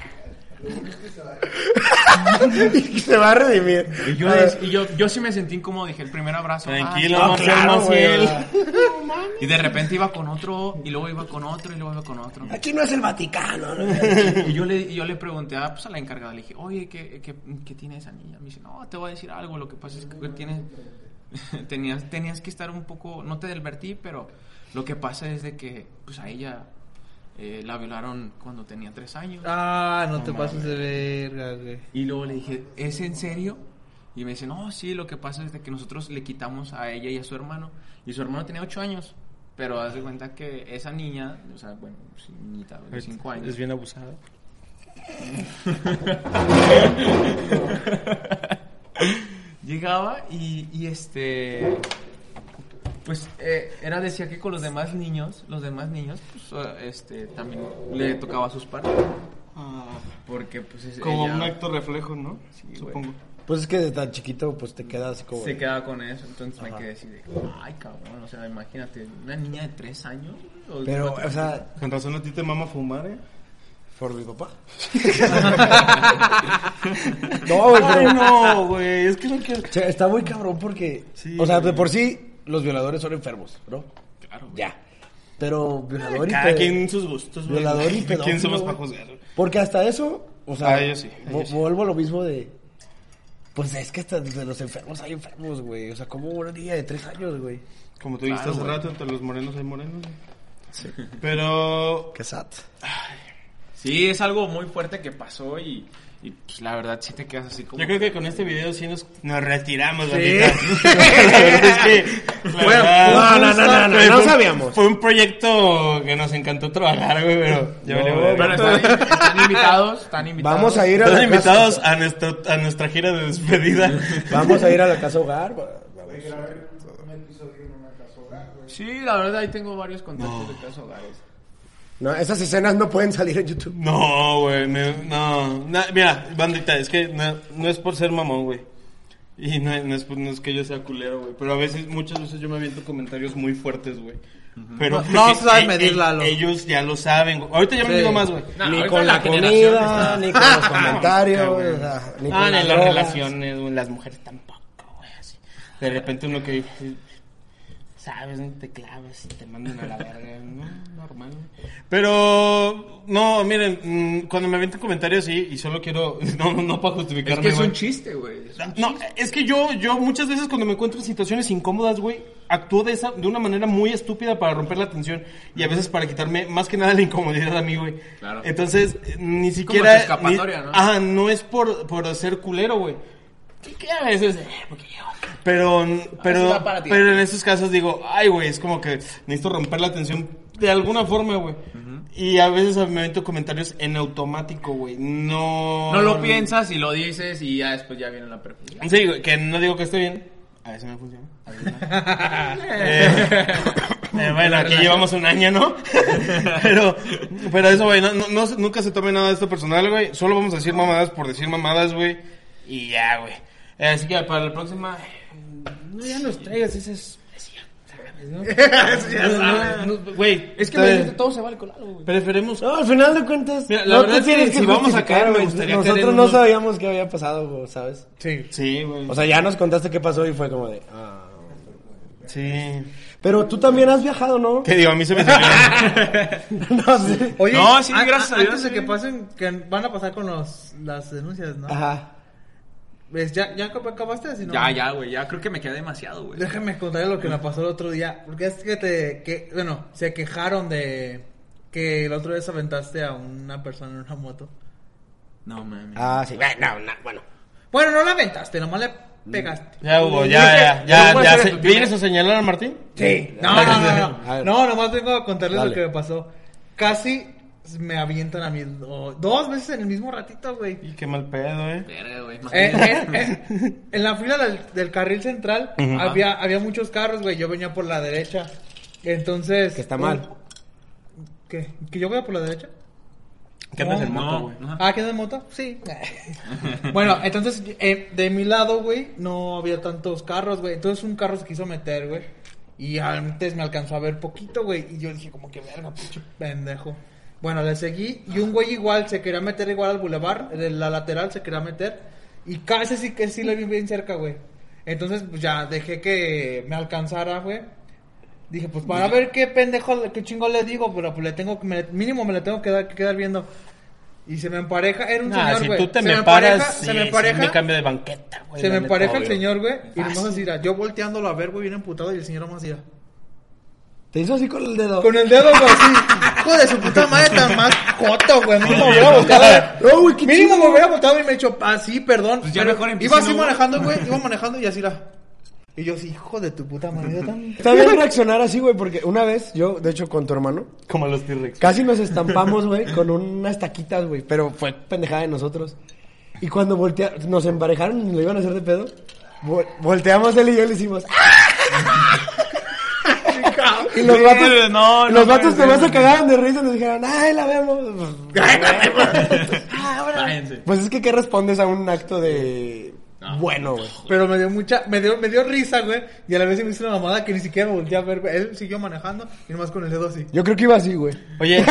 Speaker 1: Se va a redimir.
Speaker 5: Y, yo,
Speaker 1: A ver.
Speaker 5: des- y yo, yo sí me sentí incómodo, dije, el primer abrazo. ah,
Speaker 4: Ah. Tranquilo,
Speaker 5: está-
Speaker 4: Marcel
Speaker 1: claro,
Speaker 4: Maciel.
Speaker 5: y de repente iba con otro, y luego iba con otro, y luego iba con otro.
Speaker 1: Aquí no es el Vaticano. ¿no?
Speaker 5: Y yo le, y yo le pregunté a, pues, a la encargada, le dije, oye, ¿qué, qué, qué tiene esa niña? Me dice, no, te voy a decir algo, lo que pasa es
Speaker 4: Mm.
Speaker 5: que tienes, tenías, tenías que estar un poco, no te advertí, pero lo que pasa es de que, pues a ella eh, la violaron cuando tenía tres años.
Speaker 3: Ah, no, te pases de verga, güey.
Speaker 5: Y luego le dije, ¿es en serio? Y me dice, no, sí, lo que pasa es de que nosotros le quitamos a ella y a su hermano. Y su hermano tenía ocho años. Pero haz de cuenta que esa niña, o sea, bueno, sí, niñita de cinco años.
Speaker 4: Es bien abusada.
Speaker 5: Llegaba y, y, este. Pues eh, era decía que con los demás niños, los demás niños, pues eh, este también le tocaba sus partes. Porque pues es-
Speaker 2: Ah. Como
Speaker 5: ella
Speaker 2: un acto reflejo, ¿no?
Speaker 5: güey.
Speaker 2: Supongo.
Speaker 1: Pues es que de tan chiquito, pues te quedas así como.
Speaker 5: se quedaba con eso, entonces me quedé así de, ay cabrón, o sea, imagínate, una niña de tres años. o de
Speaker 1: Pero,
Speaker 5: cuatro
Speaker 1: o sea,
Speaker 2: Con razón a ti te mama fumar, ¿eh?
Speaker 1: por mi papá. no, güey, pero.
Speaker 4: Ay, no, güey. Es que no quiero...
Speaker 1: Che, está muy cabrón porque.
Speaker 2: Sí,
Speaker 1: o sea, de
Speaker 2: güey.
Speaker 1: por sí, los violadores son enfermos, ¿no? Claro. Ya. Pero violador y.
Speaker 4: Cada
Speaker 1: pe-
Speaker 4: quien sus gustos, güey.
Speaker 1: Violador y pedófilo.
Speaker 4: Pues, ¿Quién somos
Speaker 1: güey.
Speaker 4: para juzgar?
Speaker 1: Porque hasta eso, o sea,
Speaker 4: Ah, ellos sí, ellos
Speaker 1: vo-
Speaker 4: sí.
Speaker 1: vuelvo a lo mismo de Pues es que hasta de los enfermos hay enfermos, güey. O sea, como una niña de tres años, güey.
Speaker 4: Como tú dijiste
Speaker 5: Claro,
Speaker 4: hace
Speaker 5: güey.
Speaker 4: rato, entre los morenos hay morenos. güey. Pero
Speaker 1: Qué sad.
Speaker 5: Sí, es algo muy fuerte que pasó y, y, pues, la verdad sí te quedas así como...
Speaker 4: yo creo que con este video sí nos, nos retiramos, la
Speaker 1: Sí.
Speaker 4: neta. La verdad es que, la
Speaker 5: Bueno,
Speaker 4: verdad,
Speaker 1: no, no, no, no, no,
Speaker 4: fue-
Speaker 1: no
Speaker 4: fue-
Speaker 1: sabíamos.
Speaker 4: Fue un proyecto que nos encantó trabajar, güey, pero ya
Speaker 1: No,
Speaker 4: valió verga.
Speaker 5: Pero están, están invitados, están invitados.
Speaker 1: Vamos a ir a
Speaker 4: Están
Speaker 1: la
Speaker 4: invitados
Speaker 1: casa.
Speaker 4: a, nuestro, a nuestra gira de despedida.
Speaker 1: Vamos a ir a la casa hogar. va- vamos.
Speaker 6: Grabar un episodio en una casa hogar, güey.
Speaker 5: Sí, la verdad ahí tengo varios contactos de casos hogares.
Speaker 1: No, esas escenas no pueden salir en YouTube.
Speaker 4: No, güey, me- no. Na- mira, bandita, es que na- no es por ser mamón, güey. Y no, no es, por- no es que yo sea culero, güey. Pero a veces, muchas veces yo me aviento comentarios muy fuertes, güey. Pero
Speaker 3: No- no
Speaker 4: porque
Speaker 3: se sabe
Speaker 4: e-
Speaker 3: medir,
Speaker 4: e-
Speaker 3: Lalo.
Speaker 4: Ellos ya lo saben, güey. Ahorita ya me
Speaker 3: Sí.
Speaker 4: digo más, güey.
Speaker 5: No,
Speaker 1: ni
Speaker 5: ahorita
Speaker 1: con la,
Speaker 5: generación
Speaker 1: comida,
Speaker 5: está-
Speaker 1: ni con los comentarios, o sea, ni con
Speaker 4: Ah,
Speaker 1: las
Speaker 4: ni en las
Speaker 1: drogas.
Speaker 4: relaciones, güey. Las mujeres tampoco, güey. Así. De repente uno que dice, sabes, no te claves y te mandan a la verga. No, normal. güey. Pero, no, miren, mm, cuando me avientan comentarios, sí, y solo quiero, no, no, no para
Speaker 5: Es
Speaker 4: justificarme,
Speaker 5: que es
Speaker 4: güey.
Speaker 5: un chiste, güey. Es un
Speaker 4: No, es que yo, yo muchas veces cuando me encuentro en situaciones incómodas, güey, actúo de esa, de una manera muy estúpida para romper la tensión y a veces para quitarme más que nada la incomodidad a mí, güey.
Speaker 5: Claro.
Speaker 4: Entonces, eh, ni
Speaker 5: como
Speaker 4: siquiera.
Speaker 5: tu escapatoria,
Speaker 4: ni-
Speaker 5: ¿no?
Speaker 4: Ajá, no es por, por ser culero, güey. Que, que a veces, eh, porque yo- Pero, pero,
Speaker 5: va para ti.
Speaker 4: pero en estos casos digo, ay, güey, es como que necesito romper la tensión de alguna forma, güey. Y a veces me avento comentarios en automático, güey. No.
Speaker 5: No lo piensas y lo dices y ya después ya viene la pregunta.
Speaker 4: Sí, güey, que no digo que esté bien. A veces me funciona. A veces no. Eh, eh, bueno, aquí llevamos un año, ¿no? pero, pero eso, güey, no, no- no se- nunca se tome nada de esto personal, güey. Solo vamos a decir mamadas por decir mamadas, güey. Y ya, güey. Eh, así que para la próxima... eh, No, ya nos traigas esas... ¿sabes, no? No, no, no, Güey,
Speaker 5: Es que
Speaker 4: está
Speaker 5: imagínate,
Speaker 4: bien.
Speaker 5: todo se vale con algo, güey.
Speaker 4: Preferemos...
Speaker 1: No, al final de cuentas,
Speaker 4: Mira, la
Speaker 1: no
Speaker 4: verdad
Speaker 1: te
Speaker 4: es que
Speaker 1: tienes que
Speaker 4: si vamos a
Speaker 1: justificar,
Speaker 4: caer, me
Speaker 1: güey.
Speaker 4: gustaría caer
Speaker 1: Nosotros
Speaker 4: en
Speaker 1: no
Speaker 4: unos-
Speaker 1: sabíamos qué había pasado, güey, ¿sabes?
Speaker 3: Sí.
Speaker 4: Sí, güey.
Speaker 1: O sea, ya nos contaste qué pasó y fue como de... ah.
Speaker 4: sí.
Speaker 1: Pero tú también has viajado, ¿no?
Speaker 4: ¿Qué digo? A mí se me salió...
Speaker 1: no sé.
Speaker 3: Oye,
Speaker 5: No, sí,
Speaker 3: an-
Speaker 5: gracias a
Speaker 3: an-
Speaker 5: Dios,
Speaker 3: Antes de
Speaker 5: sí.
Speaker 3: que pasen, que van a pasar con los, las denuncias, ¿no?
Speaker 1: Ajá.
Speaker 3: ¿Ves? ¿Ya, ya acab- acabaste? Si no-
Speaker 5: Ya, ya, güey, ya creo que me queda demasiado, güey.
Speaker 3: Déjame contarle lo que me pasó el otro día. Porque es que te. Que, bueno, se quejaron de. Que el otro día aventaste a una persona en una moto.
Speaker 5: No, mami.
Speaker 1: Ah, sí. Bueno, no, bueno.
Speaker 3: Bueno, no la aventaste, nomás le pegaste.
Speaker 4: Ya, Hugo,
Speaker 5: Ya,
Speaker 4: ya, ya,
Speaker 5: no
Speaker 4: ya.
Speaker 5: puede
Speaker 4: ya
Speaker 5: ser
Speaker 4: se-
Speaker 5: tu tío.
Speaker 4: ¿Vienes a señalar a Martín?
Speaker 1: Sí.
Speaker 3: No, no, no,
Speaker 1: A
Speaker 3: no.
Speaker 1: ver.
Speaker 3: No, nomás vengo a contarles
Speaker 1: Dale.
Speaker 3: lo que me pasó. Casi me avientan a mí do- dos veces en el mismo ratito, güey.
Speaker 4: Y qué mal pedo, eh.
Speaker 5: Verga, güey.
Speaker 3: Eh, eh,
Speaker 5: imagínate.
Speaker 3: eh, en la fila del, del carril central había, había muchos carros, güey. Yo venía por la derecha. Entonces.
Speaker 1: Que está mal.
Speaker 3: ¿Qué? ¿Que yo voy por la derecha?
Speaker 4: ¿Qué andas en
Speaker 3: No,
Speaker 4: moto, güey?
Speaker 5: no.
Speaker 3: Ah, ¿qué en moto? Sí. bueno, entonces, eh, de mi lado, güey, no había tantos carros, güey. Entonces un carro se quiso meter, güey. Y antes me alcanzó a ver poquito, güey. Y yo dije, como que verga, pinche pendejo. Bueno, le seguí. Y un güey igual se quería meter igual al bulevar. De la lateral se quería meter. Y casi sí que sí le vi bien cerca, güey. Entonces, pues ya dejé que me alcanzara, güey. Dije, pues para ver qué pendejo, qué chingo le digo, pero pues le tengo, que- me- mínimo me le tengo que, dar, que quedar viendo. Y se me empareja, era un
Speaker 4: Nah,
Speaker 3: señor,
Speaker 4: si
Speaker 3: güey.
Speaker 4: tú te
Speaker 3: se
Speaker 4: me,
Speaker 3: empareja,
Speaker 4: paras, sí,
Speaker 3: se me
Speaker 4: sí
Speaker 3: empareja,
Speaker 4: me cambio de banqueta, güey.
Speaker 3: se
Speaker 4: la
Speaker 3: me
Speaker 4: neta,
Speaker 3: empareja el
Speaker 4: obvio.
Speaker 3: señor, güey. Y
Speaker 4: Fácil.
Speaker 3: nomás así, irá, yo volteándolo a ver, güey, bien emputado, y el señor nomás irá.
Speaker 1: Te hizo así con el dedo.
Speaker 3: Con el dedo, güey, así. Hijo de su puta madre, tan más coto, güey. Mínimo me hubiera volteado. a ver.
Speaker 1: No, güey, qué
Speaker 3: Mínimo
Speaker 1: chido.
Speaker 3: me hubiera volteado y me he hecho, ah, sí, perdón.
Speaker 5: Pues ya
Speaker 3: pero
Speaker 5: mejor empieza,
Speaker 3: Iba así
Speaker 5: ¿no?
Speaker 3: manejando, güey, iba manejando y así la. Y yo así, hijo de tu puta madre, yo tan...
Speaker 1: Está bien reaccionar así, güey, porque una vez yo, de hecho, con tu hermano,
Speaker 4: Como los T-Rex.
Speaker 1: Casi nos estampamos, güey, con unas taquitas, güey. Pero fue pendejada de nosotros. Y cuando voltearon, nos emparejaron y lo iban a hacer de pedo. vol- volteamos él y yo y le hicimos. ¡ah! y los vatos,
Speaker 5: no, no
Speaker 1: los
Speaker 5: puede
Speaker 1: vatos
Speaker 5: ser,
Speaker 1: nomás se
Speaker 5: man.
Speaker 1: cagaron de risa y nos dijeron, ¡ay, la vemos! Ah, bueno.
Speaker 5: Váyanse.
Speaker 1: Pues es que, ¿qué respondes a un acto de. Bueno, güey.
Speaker 3: Pero me dio mucha, me dio, me dio risa, güey. Y a la vez se me hizo una mamada que ni siquiera me volteé a ver, güey. Él siguió manejando y nomás con el dedo así.
Speaker 1: Yo creo que iba así, güey.
Speaker 4: Oye,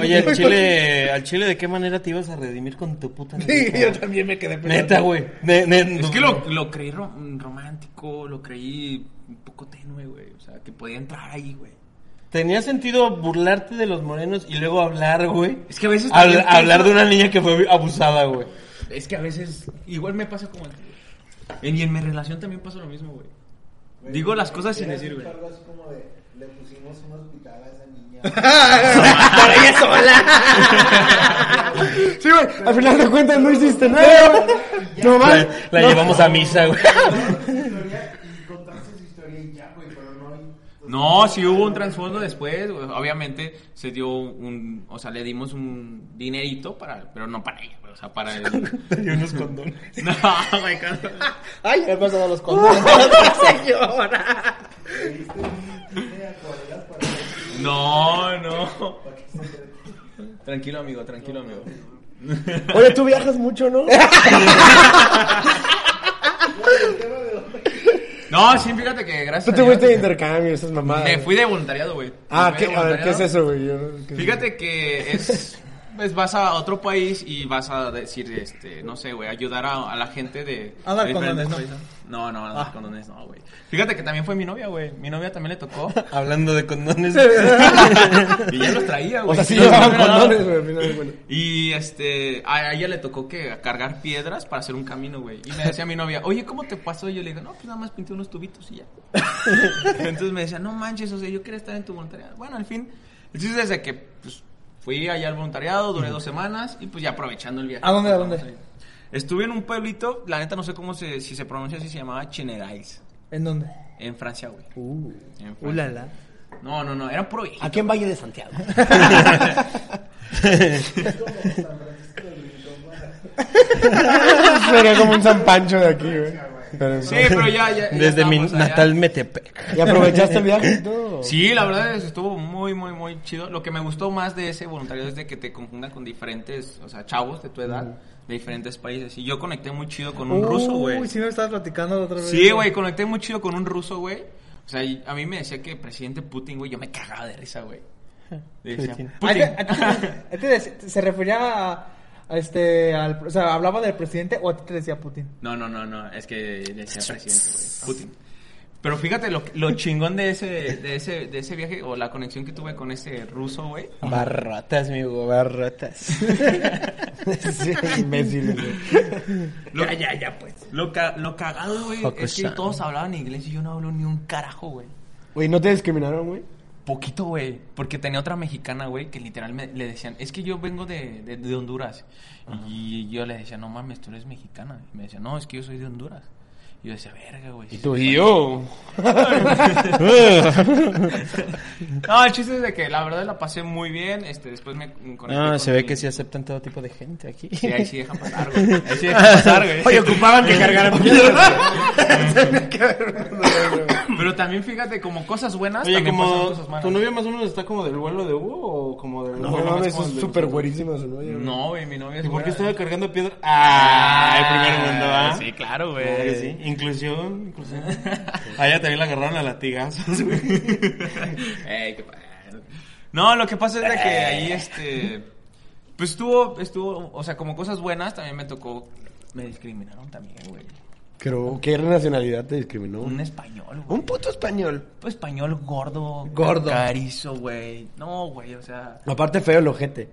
Speaker 4: oye, al chile, al chile, ¿de qué manera te ibas a redimir con tu puta
Speaker 3: Sí,
Speaker 4: neta,
Speaker 3: yo
Speaker 4: güey?
Speaker 3: también me quedé pensando.
Speaker 4: Neta, güey. Ne- ne-
Speaker 5: Es que lo, lo creí rom- romántico, lo creí un poco tenue, güey. O sea, que podía entrar ahí, güey.
Speaker 4: Tenía sentido burlarte de los morenos y luego hablar, güey.
Speaker 5: Es que a veces
Speaker 4: Habl-
Speaker 5: también
Speaker 4: hablar de
Speaker 5: pienso-
Speaker 4: una niña que fue abusada, güey.
Speaker 5: Es que a veces igual me pasa como a ti, güey. En- y en mi relación también pasa lo mismo, güey.
Speaker 6: Güey,
Speaker 5: Digo las cosas sin
Speaker 6: era
Speaker 5: decir, güey.
Speaker 6: algo así como de, le pusimos un hospital a esa niña.
Speaker 3: Para ella sola.
Speaker 1: Sí, güey. Al final de cuentas no hiciste nada. No más.
Speaker 4: La, la
Speaker 1: no.
Speaker 4: llevamos a misa, güey.
Speaker 6: Su historia y contaste su historia y ya, güey, pero no... hay-
Speaker 5: No, sí hubo un trasfondo después, güey. obviamente se dio un, o sea, le dimos un dinerito para, pero no para ella, güey, o sea, para el...
Speaker 4: Y unos condones.
Speaker 5: No, güey, Uh, cabrón.
Speaker 3: Ay, me he pasado los condones a la otra señora.
Speaker 5: no, no. Tranquilo, amigo, tranquilo, amigo.
Speaker 1: Oye, tú viajas mucho, ¿no?
Speaker 5: No, sí, fíjate que gracias
Speaker 1: Tú
Speaker 5: a
Speaker 1: te
Speaker 5: Dios-
Speaker 1: fuiste de intercambio, esas mamadas.
Speaker 5: Me fui de voluntariado, güey. Me
Speaker 1: Ah,
Speaker 5: fui
Speaker 1: ¿qué,
Speaker 5: de
Speaker 1: a ver, ¿qué es
Speaker 5: voluntariado.
Speaker 1: eso, güey? Yo no- ¿qué-
Speaker 5: Fíjate que es, pues, vas a otro país y vas a decir, este, no sé, güey, ayudar a, a la gente de...
Speaker 3: A dar
Speaker 5: de
Speaker 3: condones,
Speaker 5: diferentes
Speaker 3: ¿no? Ah.
Speaker 5: países. No, no, a dar condones, no, güey. Fíjate que también fue mi novia, güey. Mi novia también le tocó
Speaker 1: Ah.
Speaker 4: Hablando de condones.
Speaker 5: y ya los traía, güey.
Speaker 1: O sea, sí
Speaker 5: No,
Speaker 1: llevaban
Speaker 5: no, no.
Speaker 1: condones, güey, al final de cuentas.
Speaker 5: Y este, a a ella le tocó que cargar piedras para hacer un camino, güey. Y me decía mi novia, oye, ¿cómo te pasó? Y yo le digo, no, pues nada más pinté unos tubitos y ya. Entonces me decía, no manches, o sea, yo quería estar en tu voluntariado. Bueno, al fin. Entonces, desde que pues, fui allá al voluntariado, duré dos semanas y pues ya aprovechando el viaje.
Speaker 3: ¿A dónde, a
Speaker 5: Pues,
Speaker 3: dónde?
Speaker 5: vamos ir. Estuve en un pueblito, la neta no sé cómo se, si se pronuncia, si se llamaba Chenerais,
Speaker 3: ¿En dónde?
Speaker 5: en Francia, güey.
Speaker 1: Uh,
Speaker 5: En Francia.
Speaker 3: Ulala. Ah,
Speaker 5: No, no, no, era puro viejito.
Speaker 1: Aquí en Valle de Santiago. Sería como un San Pancho de aquí, güey. Pero-
Speaker 5: Sí, pero ya, ya. ya
Speaker 4: Desde mi
Speaker 5: estábamos allá.
Speaker 4: natal Metepec.
Speaker 1: ¿Y aprovechaste el viaje y todo?
Speaker 5: Sí, la verdad es, estuvo muy, muy, muy chido. Lo que me gustó más de ese voluntariado es de que te confundan con diferentes, o sea, chavos de tu edad, de diferentes países. Y yo conecté muy chido con un ruso, güey.
Speaker 3: Uy, sí me estabas platicando la otra vez.
Speaker 5: Sí, güey, conecté muy chido con un ruso, güey. O sea, y a mí me decía que presidente Putin, güey, yo me cagaba de risa, güey. Le decía,
Speaker 4: Putin.
Speaker 3: Ah,
Speaker 5: Putin.
Speaker 3: este- ah, este de- se refería a, a este al, o sea, hablaba del presidente o a ti te decía Putin.
Speaker 5: No, no, no, no, es que le decía presidente, güey, Putin. Pero fíjate lo, lo chingón de ese, de, ese, de ese viaje, o la conexión que tuve con ese ruso, güey.
Speaker 4: Barrotas, amigo, barrotas.
Speaker 1: Sí, imbéciles, güey.
Speaker 5: Lo, ya, ya, ya, pues. Lo, ca- lo cagado, güey, es que
Speaker 4: Hokusai.
Speaker 5: todos hablaban inglés y yo no hablo ni un carajo, güey.
Speaker 1: Güey, ¿no te discriminaron, güey?
Speaker 5: Poquito, güey. Porque tenía otra mexicana, güey, que literal me- le decían, es que yo vengo de, de- de Honduras. Y yo le decía, no mames, tú eres mexicana. Y me decía, no, es que yo soy de Honduras. Y yo decía, verga, güey. sí
Speaker 4: Tú y yo.
Speaker 5: No, el chiste es de que la verdad la pasé muy bien. Este, después me conecté
Speaker 4: No,
Speaker 5: con
Speaker 4: Ah, se ve
Speaker 5: mi-
Speaker 4: que sí aceptan todo tipo de gente aquí. Ah,
Speaker 5: Sí, ahí sí dejan pasar, güey. Ahí sí dejan pasar, güey.
Speaker 4: Oye, ocupaban que cargaran
Speaker 5: Pero también fíjate, como cosas buenas,
Speaker 4: Oye,
Speaker 5: también pasan
Speaker 4: como
Speaker 5: cosas malas.
Speaker 4: tu novia más o menos está como del vuelo de Hugo o como del
Speaker 1: No,
Speaker 4: vuelo
Speaker 1: mames,
Speaker 4: más
Speaker 1: eso
Speaker 4: como
Speaker 1: es
Speaker 4: del-
Speaker 1: súper güerísimo su novia, güey.
Speaker 5: No, güey, mi novia es
Speaker 4: ¿Y por qué
Speaker 5: güera.
Speaker 4: estaba cargando piedra? Ah, el primer mundo, ¿ah?
Speaker 5: Sí, claro, güey.
Speaker 4: Claro que sí. Inclusión, inclusión. Allá también la agarraron a latigazos, güey.
Speaker 5: Ey, qué pa- No, lo que pasa es de que
Speaker 3: Eh.
Speaker 5: ahí este pues estuvo estuvo, o sea, como cosas buenas también me tocó me discriminaron también, güey.
Speaker 1: Pero, ¿qué nacionalidad te discriminó?
Speaker 5: Un español, güey.
Speaker 1: Un puto español.
Speaker 5: Un español gordo,
Speaker 3: Gordo.
Speaker 5: carizo, güey. No, güey, o sea,
Speaker 1: Aparte feo el ojete.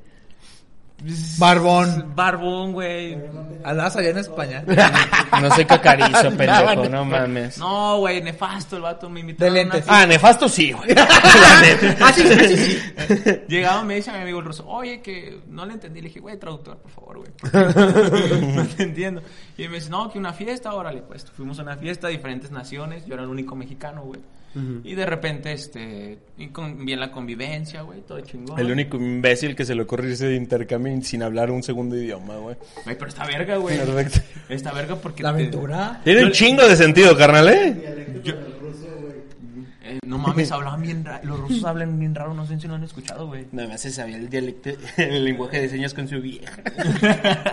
Speaker 3: Barbón.
Speaker 5: barbón, güey.
Speaker 3: Alás allá en España.
Speaker 4: No soy cacarizo, pendejo, no mames.
Speaker 5: No, güey, nefasto el vato me invitó.
Speaker 3: De lentes.
Speaker 4: Ah, nefasto sí, güey. La neta.
Speaker 3: Ah, sí, sí, sí, sí.
Speaker 5: Llegaba, me dice mi amigo el ruso, oye, que no le entendí. Le dije, güey, traductor, por favor, güey. no te entiendo. Y me dice, no, que una fiesta, órale, pues. Fuimos a una fiesta, diferentes naciones. Yo era el único mexicano, güey. Y de repente, este, y con, bien la convivencia, güey, todo chingón.
Speaker 4: El único imbécil que se le ocurre irse de intercambio sin hablar un segundo idioma, güey.
Speaker 5: Güey, pero esta verga, güey.
Speaker 4: Perfecto.
Speaker 5: Esta verga porque...
Speaker 3: La
Speaker 5: te-
Speaker 3: aventura.
Speaker 4: Tiene un chingo de sentido, carnal, ¿eh?
Speaker 5: eh, no mames, hablaban bien raro. Los rusos hablan bien raro, no sé si lo han escuchado, güey.
Speaker 4: Nada más se sabía el dialecto, el lenguaje de señas con su vieja.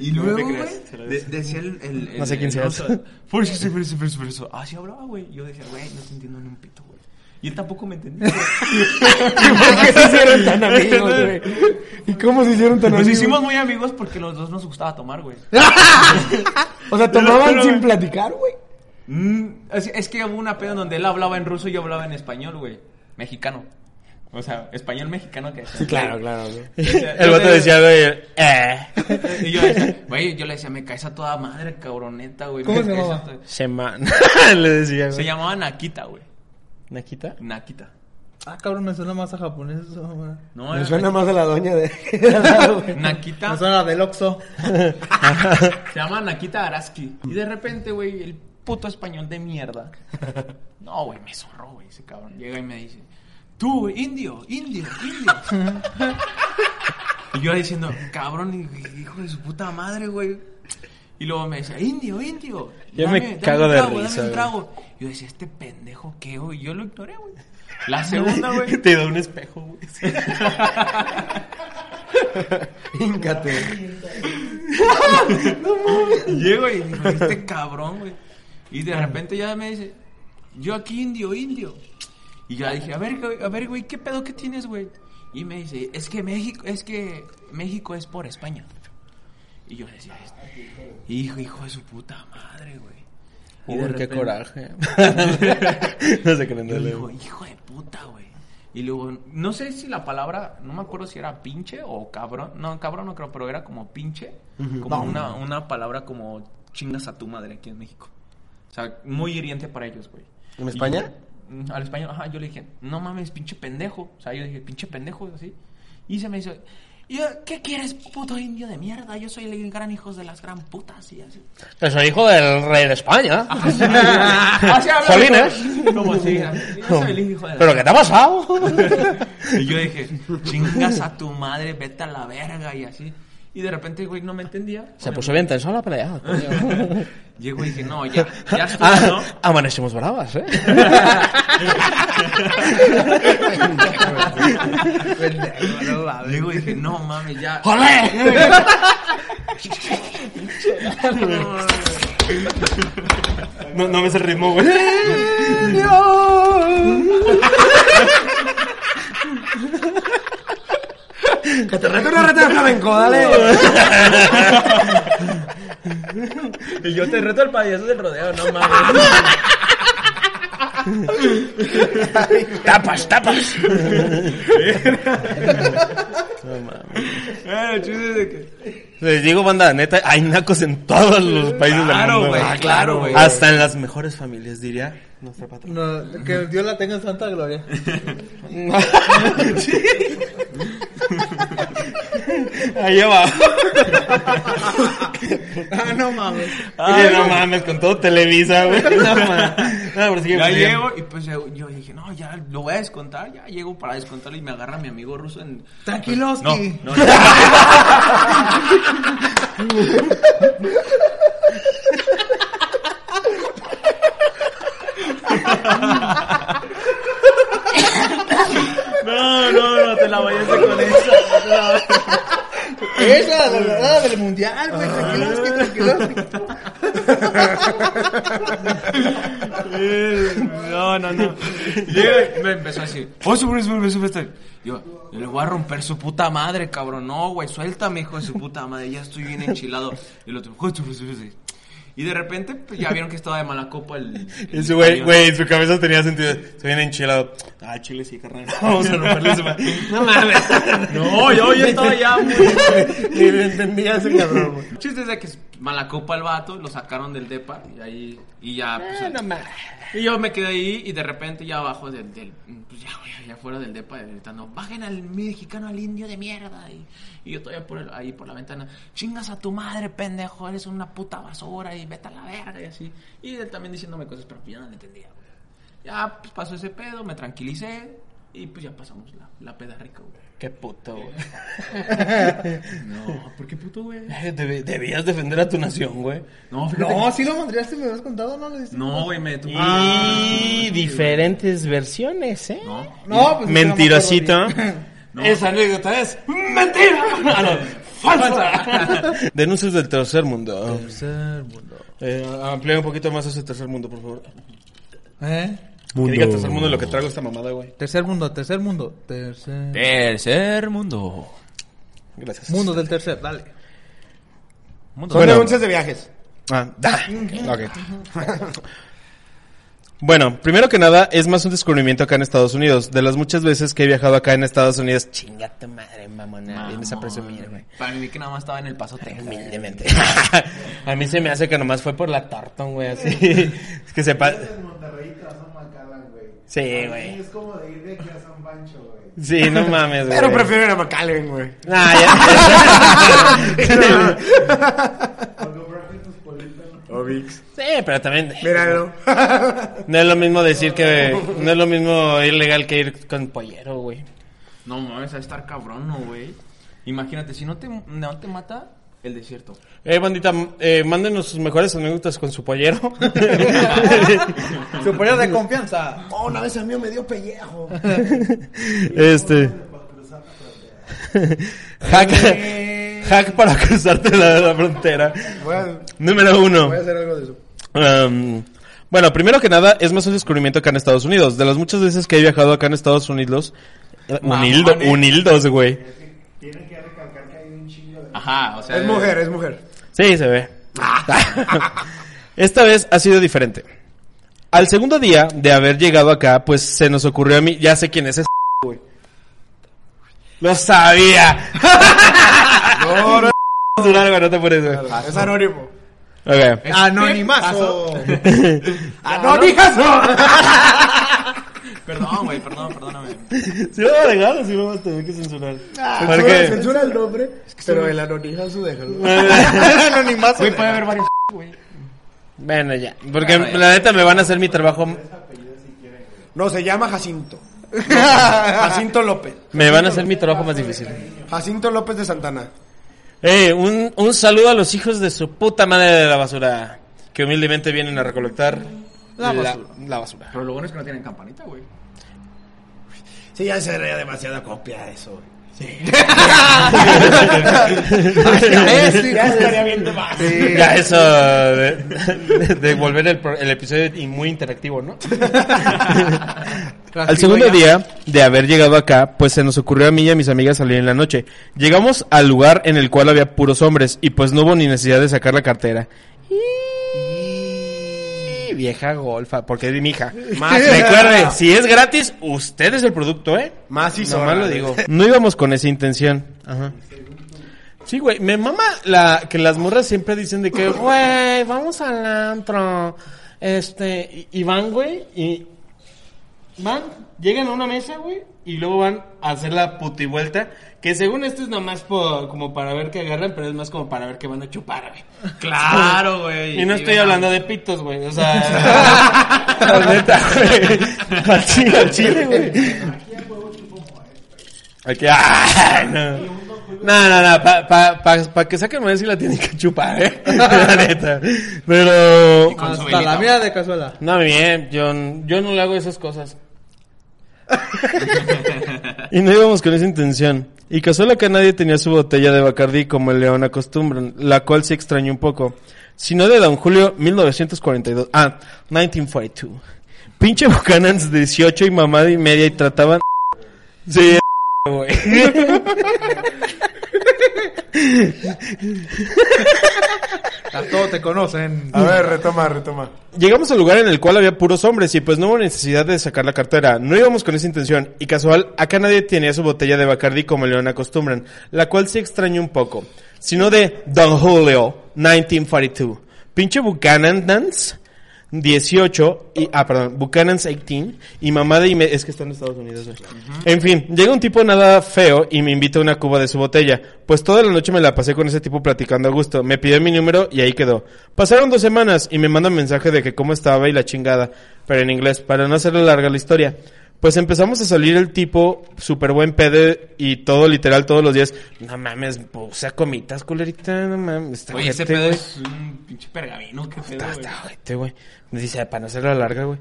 Speaker 5: y
Speaker 4: luego,
Speaker 5: luego,
Speaker 4: güey,
Speaker 5: güey, decía el, el, el-
Speaker 4: No sé quién
Speaker 5: el
Speaker 4: sea.
Speaker 5: ruso, Por eso, por eso, por eso, por eso. Así Ah, hablaba, güey. Yo decía, güey, no te entiendo ni un pito, güey. Y él tampoco me entendía.
Speaker 1: ¿Y por qué se hicieron tan amigos, güey? ¿Y cómo se hicieron tan
Speaker 5: Nos
Speaker 1: amigos?
Speaker 5: hicimos muy amigos porque los dos nos gustaba tomar, güey.
Speaker 1: O sea, tomaban sin platicar, güey.
Speaker 5: Mm, es, es que hubo una peda en donde él hablaba en ruso y yo hablaba en español, güey. Mexicano. O sea, español mexicano que decía.
Speaker 1: Claro, claro. güey.
Speaker 4: El vato decía, güey, eh,
Speaker 5: Y yo, decía, güey, yo le decía, me caes a toda madre, cabroneta, güey.
Speaker 3: ¿Cómo
Speaker 5: me
Speaker 3: se
Speaker 5: caes a
Speaker 3: llamaba?
Speaker 5: toda-".
Speaker 4: semana. Le decía,
Speaker 5: Se
Speaker 4: güey.
Speaker 5: llamaba Nakita, güey.
Speaker 4: ¿Nakita?
Speaker 5: Nakita.
Speaker 3: Ah, cabrón, me suena más a japonés eso, güey.
Speaker 5: No,
Speaker 1: Me
Speaker 5: era
Speaker 1: suena más a la doña de...
Speaker 5: Nakita.
Speaker 3: Me suena a del Oxxo.
Speaker 5: Se llama Nakita Araski. Y de repente, güey, el puto español de mierda. No, güey, me zorró, güey, ese cabrón. Llega y me dice, tú, güey, indio, indio, indio. y yo diciendo, cabrón, hijo de su puta madre, güey. Y luego me decía, indio, indio.
Speaker 4: Yo me cago
Speaker 5: un
Speaker 4: de risa,
Speaker 5: trago, Dame un
Speaker 4: güey.
Speaker 5: trago. Y yo decía, este pendejo, ¿qué, güey? Yo lo ignoré, güey. La segunda, güey.
Speaker 4: Te da un espejo, güey.
Speaker 1: Híncate.
Speaker 5: Llego y digo, este cabrón, güey. Y de repente ya me dice, yo aquí indio, indio. Y ya dije, a ver, güey, a ver, güey, ¿qué pedo que tienes, güey? Y me dice, es que México, es que México es por España. Y yo decía, "Este-". hijo, hijo de su puta madre, güey. Y de
Speaker 4: Uy, qué
Speaker 5: repente-
Speaker 4: coraje. no sé qué
Speaker 5: y
Speaker 4: le
Speaker 5: luego, hijo de puta, güey. Y luego, no sé si la palabra, no me acuerdo si era pinche o cabrón. No, cabrón no creo, pero era como pinche. Como una, una palabra como chingas a tu madre aquí en México. O sea, muy hiriente para ellos, güey.
Speaker 1: ¿En España?
Speaker 5: Y- mm, al español, ajá, yo le dije, no mames, pinche pendejo. O sea, yo dije, pinche pendejo, así. Y se me hizo, "Yo, ¿qué quieres, puto indio de mierda? Yo soy el gran hijo de las gran putas y así.
Speaker 4: Que Pues soy hijo del rey de España.
Speaker 1: Ah,
Speaker 5: Así habla,
Speaker 4: Solines.
Speaker 5: Como así, así, yo soy el hijo de las
Speaker 4: ¿Pero qué te ha pasado?
Speaker 5: Y yo dije, chingas a tu madre, vete a la verga y así. Y de repente, güey, no me entendía.
Speaker 4: Se puso bien tenso la pelea. coño.
Speaker 5: Llego y dije, no, ya, ya estuvo, ¿no?
Speaker 4: Ah, amanecimos bravas, ¿eh?
Speaker 5: Llego y dije, no mames, ya.
Speaker 4: ¡Olé! No, no me se ritmo, güey.
Speaker 1: Que te rete una reta de flamenco, dale.
Speaker 5: Y yo te reto al payaso del rodeo, no mames.
Speaker 4: ¡Tapas, tapas!
Speaker 5: Eh, El chiste es de que.
Speaker 4: Les digo, banda, neta, hay nacos en todos los países del
Speaker 5: Claro,
Speaker 4: mundo.
Speaker 5: güey, ah,
Speaker 4: güey.
Speaker 5: claro, güey.
Speaker 4: Hasta en las mejores familias, diría nuestra patrona.
Speaker 3: No, que Dios la tenga en santa gloria.
Speaker 4: Ahí abajo.
Speaker 3: ah, no mames.
Speaker 4: Oye, no mames, con todo Televisa, güey. Ah, No mames. No, pero sigue,
Speaker 5: Ya
Speaker 4: sigue.
Speaker 5: llego y pues yo yo dije, no, ya lo voy a descontar, ya llego para descontarlo y me agarra mi amigo ruso en.
Speaker 3: Tranquilos,
Speaker 5: No,
Speaker 3: y-
Speaker 5: no, no, no, no te la vayas con eso.
Speaker 3: Esa, la verdad, del mundial, güey. Tranquiloski, tranquiloski.
Speaker 5: No, no, no. Llega y me empezó así. Oh, sube, sube, sube, sube. Yo, yo le voy a romper su puta madre, cabrón. No, güey, suéltame, hijo de su puta madre. Ya estoy bien enchilado. Y el otro, oh, sube, sube, sube. Y de repente, pues, ya vieron que estaba de mala copa el. el
Speaker 4: Y su güey,
Speaker 5: español.
Speaker 4: güey, en su cabeza tenía sentido. Se viene enchilado. Ah, chile sí, carnal. Vamos a romperle su madre. No mames.
Speaker 5: No, yo, yo estaba ya, güey.
Speaker 1: Ni le entendía ese cabrón, güey.
Speaker 5: El chiste es de que es mala copa el vato, lo sacaron del depa y ahí y ya pues, ahí- Y yo me quedé ahí y de repente ya abajo del, del pues ya, güey, ya fuera del depa gritando, "Bajen al mexicano al indio de mierda." Y, y yo todavía por el- ahí por la ventana, "Chingas a tu madre, pendejo, eres una puta basura y vete a la verga" y así. Y él también diciéndome cosas, pero pues, yo no le entendía. güey. Ya pues pasó ese pedo, me tranquilicé y pues ya pasamos la, la peda rica, güey.
Speaker 4: Qué puto, güey.
Speaker 5: No, ¿por qué puto, güey?
Speaker 4: Eh, debe- debías defender a tu nación, güey.
Speaker 5: No, fíjate
Speaker 3: No,
Speaker 5: que-
Speaker 3: sí lo pondrías, si me habías contado, ¿no? Lo hiciste.
Speaker 5: No, güey, me tuvo-
Speaker 4: Y diferentes versiones, ¿eh?
Speaker 5: No.
Speaker 3: No, pues.
Speaker 4: Mentirosito.
Speaker 5: No.
Speaker 4: Esa anécdota es mentira. Ah, no, falsa. Denuncias del tercer mundo.
Speaker 3: Tercer mundo.
Speaker 4: Eh, amplía un poquito más ese tercer mundo, por favor.
Speaker 3: ¿Eh?
Speaker 4: Que diga tercer mundo lo que traigo esta mamada, güey.
Speaker 3: Tercer mundo, tercer mundo. Tercer.
Speaker 5: Tercer mundo.
Speaker 4: Gracias.
Speaker 3: Mundo del tercer, dale.
Speaker 1: Son
Speaker 4: Bueno.
Speaker 1: denuncias de viajes.
Speaker 4: Ah, da. Ok. Bueno, primero que nada, es más un descubrimiento acá en Estados Unidos. De las muchas veces que he viajado acá en Estados Unidos, chinga tu madre,
Speaker 5: Ah,
Speaker 4: mamona. Vienes a presumir, güey.
Speaker 5: Para mí que nada más estaba en el paso Texas.
Speaker 4: Humildemente. a mí se me hace que nomás fue por la Tartan, güey, así. es que sepa.
Speaker 6: En Monterrey te vas a Macallan, güey.
Speaker 4: Sí,
Speaker 6: Sí,
Speaker 4: güey.
Speaker 6: Es como de ir de aquí a San Pancho, güey.
Speaker 4: Sí, no mames, güey.
Speaker 1: Pero prefiero ir a McAllen, güey.
Speaker 4: Ah, ya.
Speaker 6: O comprarte tus politas.
Speaker 1: O Vix.
Speaker 4: sí, pero también.
Speaker 1: Míralo.
Speaker 4: No es lo mismo decir que. No es lo mismo ir legal que ir con pollero, güey.
Speaker 5: No mames, a estar cabrón, no, güey. Imagínate, si no te, no te mata, el desierto.
Speaker 4: Eh, bandita, eh, mándenos sus mejores anécdotas con su pollero.
Speaker 3: Superior de confianza.
Speaker 1: Oh, una vez a mí me dio pellejo.
Speaker 4: este. hack, hack para cruzarte la, la frontera.
Speaker 1: Voy a,
Speaker 4: Número uno.
Speaker 1: voy a hacer algo de eso.
Speaker 4: Um, bueno, primero que nada, es más un descubrimiento acá en Estados Unidos. De las muchas veces que he viajado acá en Estados Unidos, eh, unildo,
Speaker 5: Mamones.
Speaker 4: unildos, güey.
Speaker 6: Tienen que recalcar que hay un chingo de.
Speaker 5: Ajá, o sea.
Speaker 1: Es
Speaker 4: Eh.
Speaker 1: mujer, es mujer.
Speaker 4: Sí, se ve. Esta vez ha sido diferente. Al segundo día de haber llegado acá, pues se nos ocurrió a mí, ya sé quién es ese güey. Lo sabía. Ah,
Speaker 1: No, no,
Speaker 4: Durar, güey, no te apures, güey.
Speaker 1: no, es anónimo.
Speaker 4: Ok.
Speaker 3: Anonimazo.
Speaker 5: Perdón, güey, perdón, perdóname.
Speaker 4: Si lo voy a dejar o si lo vas a tener que censurar. ¿Por
Speaker 1: Censura-
Speaker 4: qué?
Speaker 1: Ah, Censura el nombre, pero el anonimazo déjalo.
Speaker 4: Anonimazo. Güey, puede haber varios, güey. Bueno, ya. Porque
Speaker 5: Bueno, ya.
Speaker 4: la neta me van a hacer mi trabajo.
Speaker 1: No, se llama Jacinto. Jacinto López.
Speaker 4: Me van a hacer mi trabajo más difícil.
Speaker 1: Jacinto López de Santana.
Speaker 4: Eh, un, un saludo a los hijos de su puta madre de la basura. Que humildemente vienen a recolectar
Speaker 3: La
Speaker 4: La,
Speaker 3: basura.
Speaker 4: basura.
Speaker 5: Pero lo bueno es que no tienen campanita, güey.
Speaker 1: Sí, ya sería demasiada copia eso, güey.
Speaker 3: Ya estaría viendo más.
Speaker 4: Ya eso de, de- de volver el, pro- el episodio y muy interactivo, ¿no? Al segundo día de haber llegado acá, pues se nos ocurrió a mí y a mis amigas salir en la noche. Llegamos al lugar en el cual había puros hombres y pues no hubo ni necesidad de sacar la cartera. Y- Vieja golfa, porque es mi hija. Más, recuerde, si es gratis, usted es el producto, ¿eh?
Speaker 1: Más y
Speaker 4: Nomás lo digo.
Speaker 1: ¿eh?
Speaker 4: No íbamos con esa intención. Ajá. Sí, güey, me mama la, que las morras siempre dicen de que, güey, vamos al antro. Este, y- y van, güey, y van, llegan a una mesa, güey, y luego van a hacer la putivuelta, que según esto es nomás por, como para ver que agarran, pero es más como para ver que van a chupar, güey.
Speaker 5: Claro, güey.
Speaker 4: Y no estoy
Speaker 5: ven a-
Speaker 4: hablando de pitos, güey. O sea. la neta, güey. Al chile, al chile, güey. Aquí, ay, no. No, no, no. Para pa, pa, pa que saquen más si la tienen que chupar, eh. La neta. Pero.
Speaker 5: Con su
Speaker 3: Hasta
Speaker 5: velita.
Speaker 3: la mía de cazuela.
Speaker 4: No, bien. Yo, yo no le hago esas cosas. y no íbamos con esa intención. Y casual que nadie tenía su botella de Bacardí como el león acostumbran, la cual se extrañó un poco. Sino de Don Julio 1942. Ah, 1942. Pinche Buchanan's 18 y mamada y media y trataban... Sí, güey.
Speaker 3: A todos te conocen.
Speaker 1: A ver, retoma, retoma.
Speaker 4: Llegamos al lugar en el cual había puros hombres y pues no hubo necesidad de sacar la cartera. No íbamos con esa intención y casual, acá nadie tenía su botella de Bacardi como león acostumbran, la cual se extrañó un poco, sino de Don Julio 1942. Pinche Buchanan Dance 18 y ah perdón, Buchanan's 18 y mamada y me, es que está en Estados Unidos. güey. En fin, llega un tipo nada feo y me invita a una cuba de su botella. Pues toda la noche me la pasé con ese tipo platicando a gusto. Me pidió mi número y ahí quedó. Pasaron dos semanas y me manda un mensaje de que cómo estaba y la chingada, pero en inglés, para no hacerle larga la historia. Pues empezamos a salir el tipo, súper buen pedo y todo literal todos los días. No mames, o sea, comitas, culerita, no mames. está
Speaker 5: Oye, ese
Speaker 4: ojete,
Speaker 5: pedo
Speaker 4: güey".
Speaker 5: es un pinche pergamino, qué pedo,
Speaker 4: Está,
Speaker 5: güey.
Speaker 4: está ojete, güey. Me dice, para no hacerla larga, güey.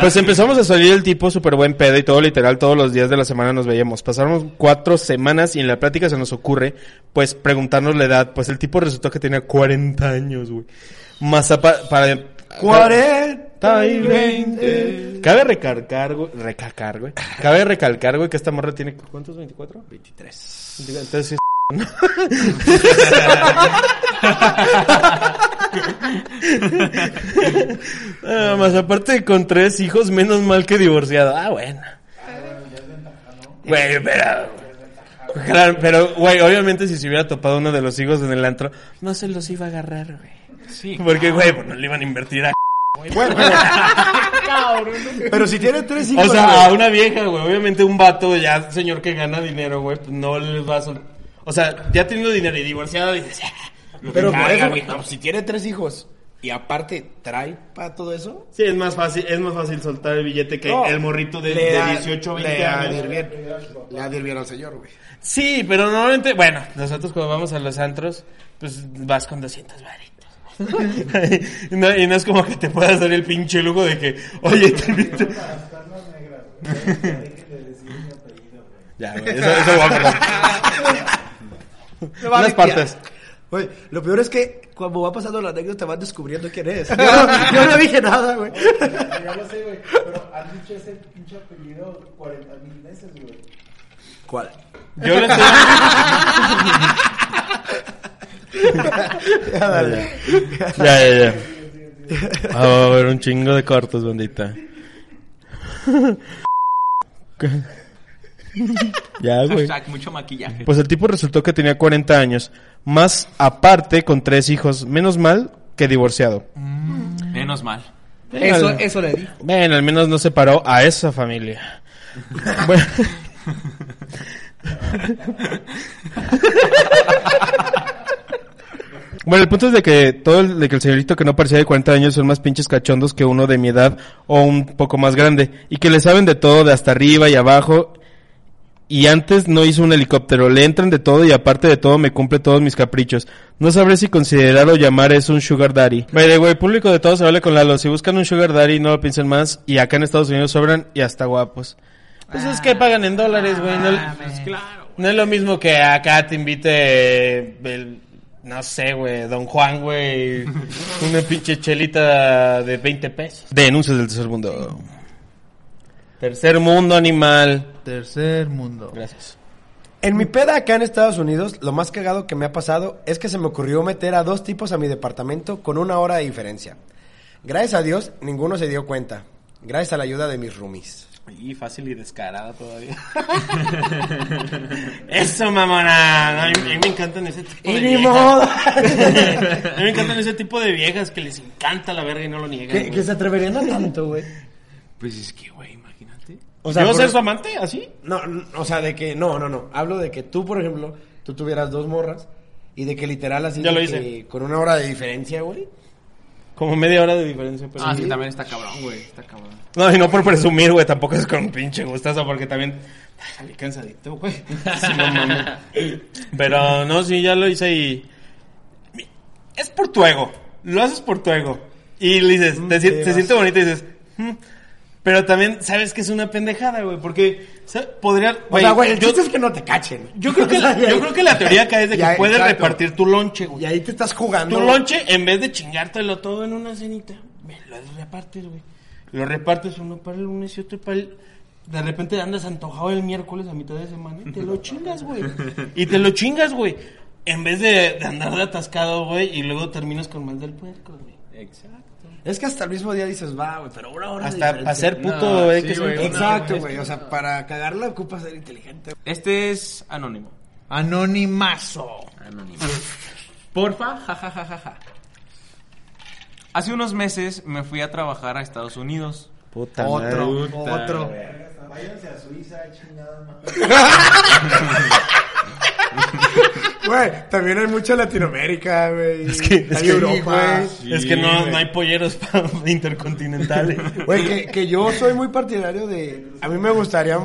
Speaker 4: pues empezamos a salir el tipo súper buen pedo y todo literal todos los días de la semana nos veíamos. Pasaron cuatro semanas y en la plática se nos ocurre, pues, preguntarnos la edad. Pues el tipo resultó que tenía 40 años, güey. Más apa- para... 40 y 20. Cabe recargar, güey. Recargar, güey. Cabe recalcar, güey, que esta morra tiene... ¿Cuántos? ¿24? 23. Entonces sí es Ah, más aparte con tres hijos, menos mal que divorciado. Ah, bueno. Güey, pero... Claro, pero, güey, obviamente si se hubiera topado uno de los hijos en el antro, no se los iba a agarrar, güey.
Speaker 5: Sí.
Speaker 4: Porque, güey, pues no le iban a invertir a...
Speaker 1: Bueno, pero, pero si tiene tres hijos.
Speaker 4: O sea,
Speaker 1: güey.
Speaker 4: a una vieja, güey. Obviamente un vato ya, señor que gana dinero, güey, pues no les va a... sol- O sea, ya teniendo dinero y divorciado, dices... "Ah, lo que
Speaker 1: Pero por
Speaker 4: valga,
Speaker 1: eso,
Speaker 4: güey".
Speaker 1: no, si tiene tres hijos y aparte trae para todo eso.
Speaker 4: Sí, es más fácil, es más fácil soltar el billete que
Speaker 1: no,
Speaker 4: el morrito de,
Speaker 1: le
Speaker 4: de
Speaker 1: da-
Speaker 4: 18
Speaker 1: le
Speaker 4: 20
Speaker 1: da
Speaker 4: años.
Speaker 1: dir bien. Le da dir bien al señor, güey.
Speaker 4: Sí, pero normalmente, bueno, nosotros cuando vamos a los antros, pues vas con 200 varitos. No, y no es como que te puedas dar el pinche lujo de que, oye, te invito. ya, güey, eso, eso voy a perder.
Speaker 3: va a
Speaker 4: Unas
Speaker 3: limpiar.
Speaker 4: partes.
Speaker 1: Güey, lo peor es que cuando va pasando la anécdota van descubriendo quién es. Yo no, yo no dije nada, güey.
Speaker 6: Ya lo sé, güey. Pero han dicho ese pinche apellido 40 mil veces, güey.
Speaker 1: ¿Cuál?
Speaker 4: Yo lo estoy.
Speaker 1: Ya, dale.
Speaker 4: Ya, ya, ya. Ah, va a haber un chingo de cortos, bandita. ya, güey.
Speaker 5: Hashtag mucho maquillaje.
Speaker 4: Pues el tipo resultó que tenía 40 años, más aparte con tres hijos, menos mal que divorciado.
Speaker 5: Menos mal.
Speaker 3: Eso,
Speaker 4: Bueno,
Speaker 3: eso le di.
Speaker 4: Bueno, al menos no separó a esa familia. Bueno. Bueno, el punto es de que todo el, de que el señorito que no parecía de 40 años son más pinches cachondos que uno de mi edad o un poco más grande y que le saben de todo, de hasta arriba y abajo. Y antes no hizo un helicóptero, le entran de todo y aparte de todo me cumple todos mis caprichos. No sabré si considerar o llamar es un sugar daddy. Vale, güey, público de todos se vale con Lalo. Si buscan un sugar daddy no lo piensen más y acá en Estados Unidos sobran y hasta guapos. Pues es que pagan en dólares, güey. no-
Speaker 5: Pues claro.
Speaker 4: no es lo mismo que acá te invite el, no sé, güey, Don Juan, güey, una pinche chelita de 20 pesos. Denuncias del tercer mundo. Tercer mundo animal.
Speaker 3: Tercer mundo.
Speaker 4: Gracias.
Speaker 1: En mi peda acá en Estados Unidos, lo más cagado que me ha pasado es que se me ocurrió meter a dos tipos a mi departamento con una hora de diferencia. Gracias a Dios, ninguno se dio cuenta. Gracias a la ayuda de mis roomies.
Speaker 4: Y fácil y descarada todavía. Eso, mamona. A mí, a mí me encantan ese tipo de viejas. a mí me encantan ese tipo de viejas que les encanta la verga y no lo niegan.
Speaker 1: ¿Qué,
Speaker 4: güey.
Speaker 1: se atreverían a tanto, güey?
Speaker 5: Pues es que, güey, imagínate.
Speaker 1: O sea,
Speaker 4: ¿Yo
Speaker 1: por- e-
Speaker 4: ser su amante? ¿Así?
Speaker 1: No, n- o sea, de que, no, no, no. Hablo de que tú, por ejemplo, tú tuvieras dos morras y de que literal así.
Speaker 4: Ya lo
Speaker 1: de
Speaker 4: hice.
Speaker 1: que Con una hora de diferencia, güey.
Speaker 4: Como media hora de diferencia. pues. Pero
Speaker 5: Ah, sí, también está cabrón, güey. Está cabrón.
Speaker 4: No, y no por presumir, güey, tampoco es con pinche gustazo, porque también ay, salí cansadito, güey. Sí, no mames. Pero no, sí, ya lo hice y. Es por tu ego. Lo haces por tu ego. Y le dices, te,
Speaker 1: sí,
Speaker 4: si- se
Speaker 1: vas.
Speaker 4: siente bonito y dices. "Mm". Pero también sabes que es una pendejada, güey, porque ¿sabes? podría.
Speaker 1: O sea, güey, el
Speaker 4: yo,
Speaker 1: chiste es que no te cachen.
Speaker 4: yo creo que la, yo creo que la teoría acá es de que
Speaker 1: Ya,
Speaker 4: puedes
Speaker 1: exacto.
Speaker 4: repartir tu lonche, güey.
Speaker 1: Y ahí te estás jugando.
Speaker 4: Tu lonche, en vez de chingártelo todo en una cenita, ve, lo repartes, güey. Lo repartes uno para el lunes y otro para el... De repente andas antojado el miércoles a mitad de semana y te lo chingas, güey. Y te lo chingas, güey. En vez de, de andar de atascado, güey, y luego terminas con mal del puerco, güey.
Speaker 5: Exacto.
Speaker 1: Es que hasta el mismo día dices, va, güey, pero una hora de
Speaker 4: Hasta para
Speaker 1: diferencia.
Speaker 4: ser puto,
Speaker 5: No,
Speaker 4: güey.
Speaker 5: sí,
Speaker 4: que es
Speaker 5: güey,
Speaker 4: un-
Speaker 5: no,
Speaker 1: Exacto, güey. O sea, para cagarla ocupa ser inteligente.
Speaker 5: Este es anónimo.
Speaker 3: Anonimazo.
Speaker 5: Anónimo. Porfa, jajajajaja. Hace unos meses me fui a trabajar a Estados Unidos.
Speaker 4: Puta
Speaker 3: Otro,
Speaker 4: madre.
Speaker 3: otro.
Speaker 6: Váyanse a Suiza, chingada madre.
Speaker 1: Güey, también hay mucho Latinoamérica, güey. Es
Speaker 4: que- es
Speaker 1: hay
Speaker 4: que-
Speaker 1: Europa.
Speaker 4: es que no, no hay polleros para intercontinentales.
Speaker 1: Güey, que, que yo soy muy partidario de. A mí me gustaría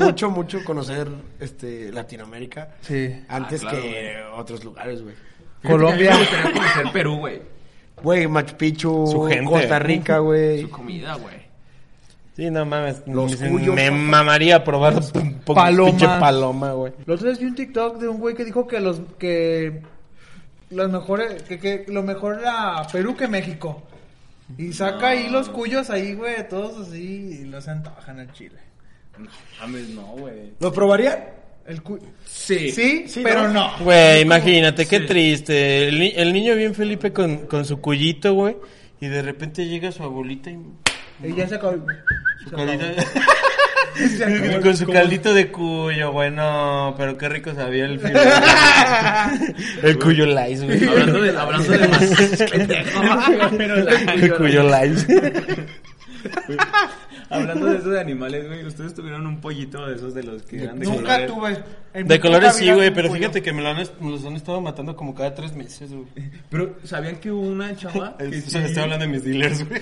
Speaker 1: mucho, mucho conocer este Latinoamérica
Speaker 3: Sí.
Speaker 1: antes
Speaker 5: Ah, claro,
Speaker 1: que otros lugares, güey.
Speaker 3: Colombia.
Speaker 5: Me gustaría conocer Perú, güey.
Speaker 1: Güey, Machu Picchu,
Speaker 4: Su gente.
Speaker 1: Costa Rica, güey.
Speaker 5: Su comida, güey.
Speaker 4: Sí, no mames.
Speaker 1: Los
Speaker 4: me,
Speaker 1: cuyos,
Speaker 4: me
Speaker 1: papá.
Speaker 4: mamaría probar un poco
Speaker 3: Paloma.
Speaker 4: pinche paloma, güey.
Speaker 3: Los otros vi un TikTok de un güey que dijo que los que los mejores que, que lo mejor era Perú que México. Y saca ahí los cuyos ahí, güey, todos así y los antojan al chile.
Speaker 5: No mames, no, güey.
Speaker 1: ¿Lo probaría?
Speaker 3: El cu-
Speaker 5: Sí.
Speaker 3: Sí,
Speaker 1: Sí,
Speaker 3: pero
Speaker 1: ¿no?
Speaker 3: no.
Speaker 4: Güey, imagínate, qué
Speaker 5: Sí.
Speaker 4: triste. El, ni- el niño bien Felipe con, con su cuyito, güey. Y de repente llega su abuelita y
Speaker 3: Y ya se acabó.
Speaker 4: su
Speaker 3: Se
Speaker 4: caldita-
Speaker 3: Se acabó.
Speaker 4: con su caldito de cuyo, güey. No, pero qué rico sabía el filo. el cuyo lice, güey.
Speaker 5: Hablando de, hablando de más pendejo.
Speaker 4: El cuyo lice.
Speaker 5: Hablando de esos de animales, güey. Ustedes tuvieron un pollito de esos de los que eran de
Speaker 3: Nunca
Speaker 5: colores?
Speaker 3: tuve. en mi
Speaker 4: De colores
Speaker 3: puta
Speaker 4: sí,
Speaker 3: vida
Speaker 4: güey,
Speaker 3: un
Speaker 4: pero
Speaker 3: pollo.
Speaker 4: fíjate que me, lo han est- me los han estado matando como cada tres meses, güey.
Speaker 5: Pero, ¿sabían que hubo una chava? que
Speaker 4: O
Speaker 5: sí-
Speaker 4: sea, estoy hablando de mis dealers, güey.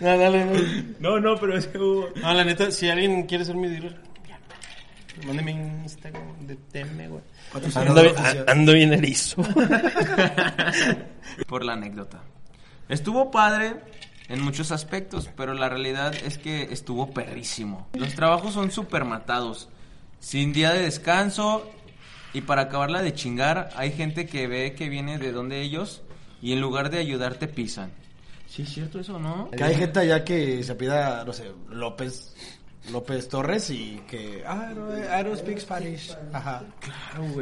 Speaker 4: No, dale, no.
Speaker 5: No, no, pero es que hubo.
Speaker 4: No, la neta, si alguien quiere ser mi dealer, pues, mándeme un Instagram, DTM, güey. Ando, bien- a- ando bien erizo.
Speaker 5: Por la anécdota. Estuvo padre en muchos aspectos, pero la realidad es que estuvo perrísimo. Los trabajos son súper matados, sin día de descanso. Y para acabarla de chingar, hay gente que ve que viene de donde ellos y en lugar de ayudarte pisan. Sí, es cierto eso, ¿no?
Speaker 1: Que hay gente allá que se pida, no sé, López, López Torres y que... Ah, no, I don't speak Spanish. Ajá.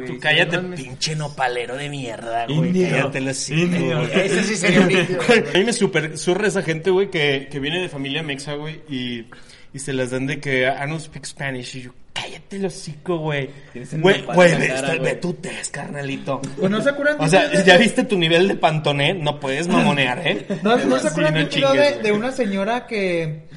Speaker 4: Tú cállate, pinche nopalero de mierda, güey. Cállate los cinco, güey.
Speaker 1: Ese sí sería un indio.
Speaker 4: A mí me super surre esa gente, güey, que, que viene de familia mexa, güey, y, y se las dan de que I don't speak Spanish. Y yo, cállate el hocico, güey.
Speaker 5: Tienes el
Speaker 4: Güey,
Speaker 5: nopal
Speaker 4: güey,
Speaker 5: en la
Speaker 4: ve,
Speaker 5: cara,
Speaker 4: está-
Speaker 5: güey.
Speaker 4: ve tu test, carnalito.
Speaker 3: Pues no se acuerdan.
Speaker 4: O sea, ya viste tu nivel de pantoné, no puedes mamonear, ¿eh?
Speaker 3: No, no se
Speaker 4: Sí,
Speaker 3: acuerdan de un video
Speaker 4: chingues,
Speaker 3: de,
Speaker 4: güey.
Speaker 3: de una señora que.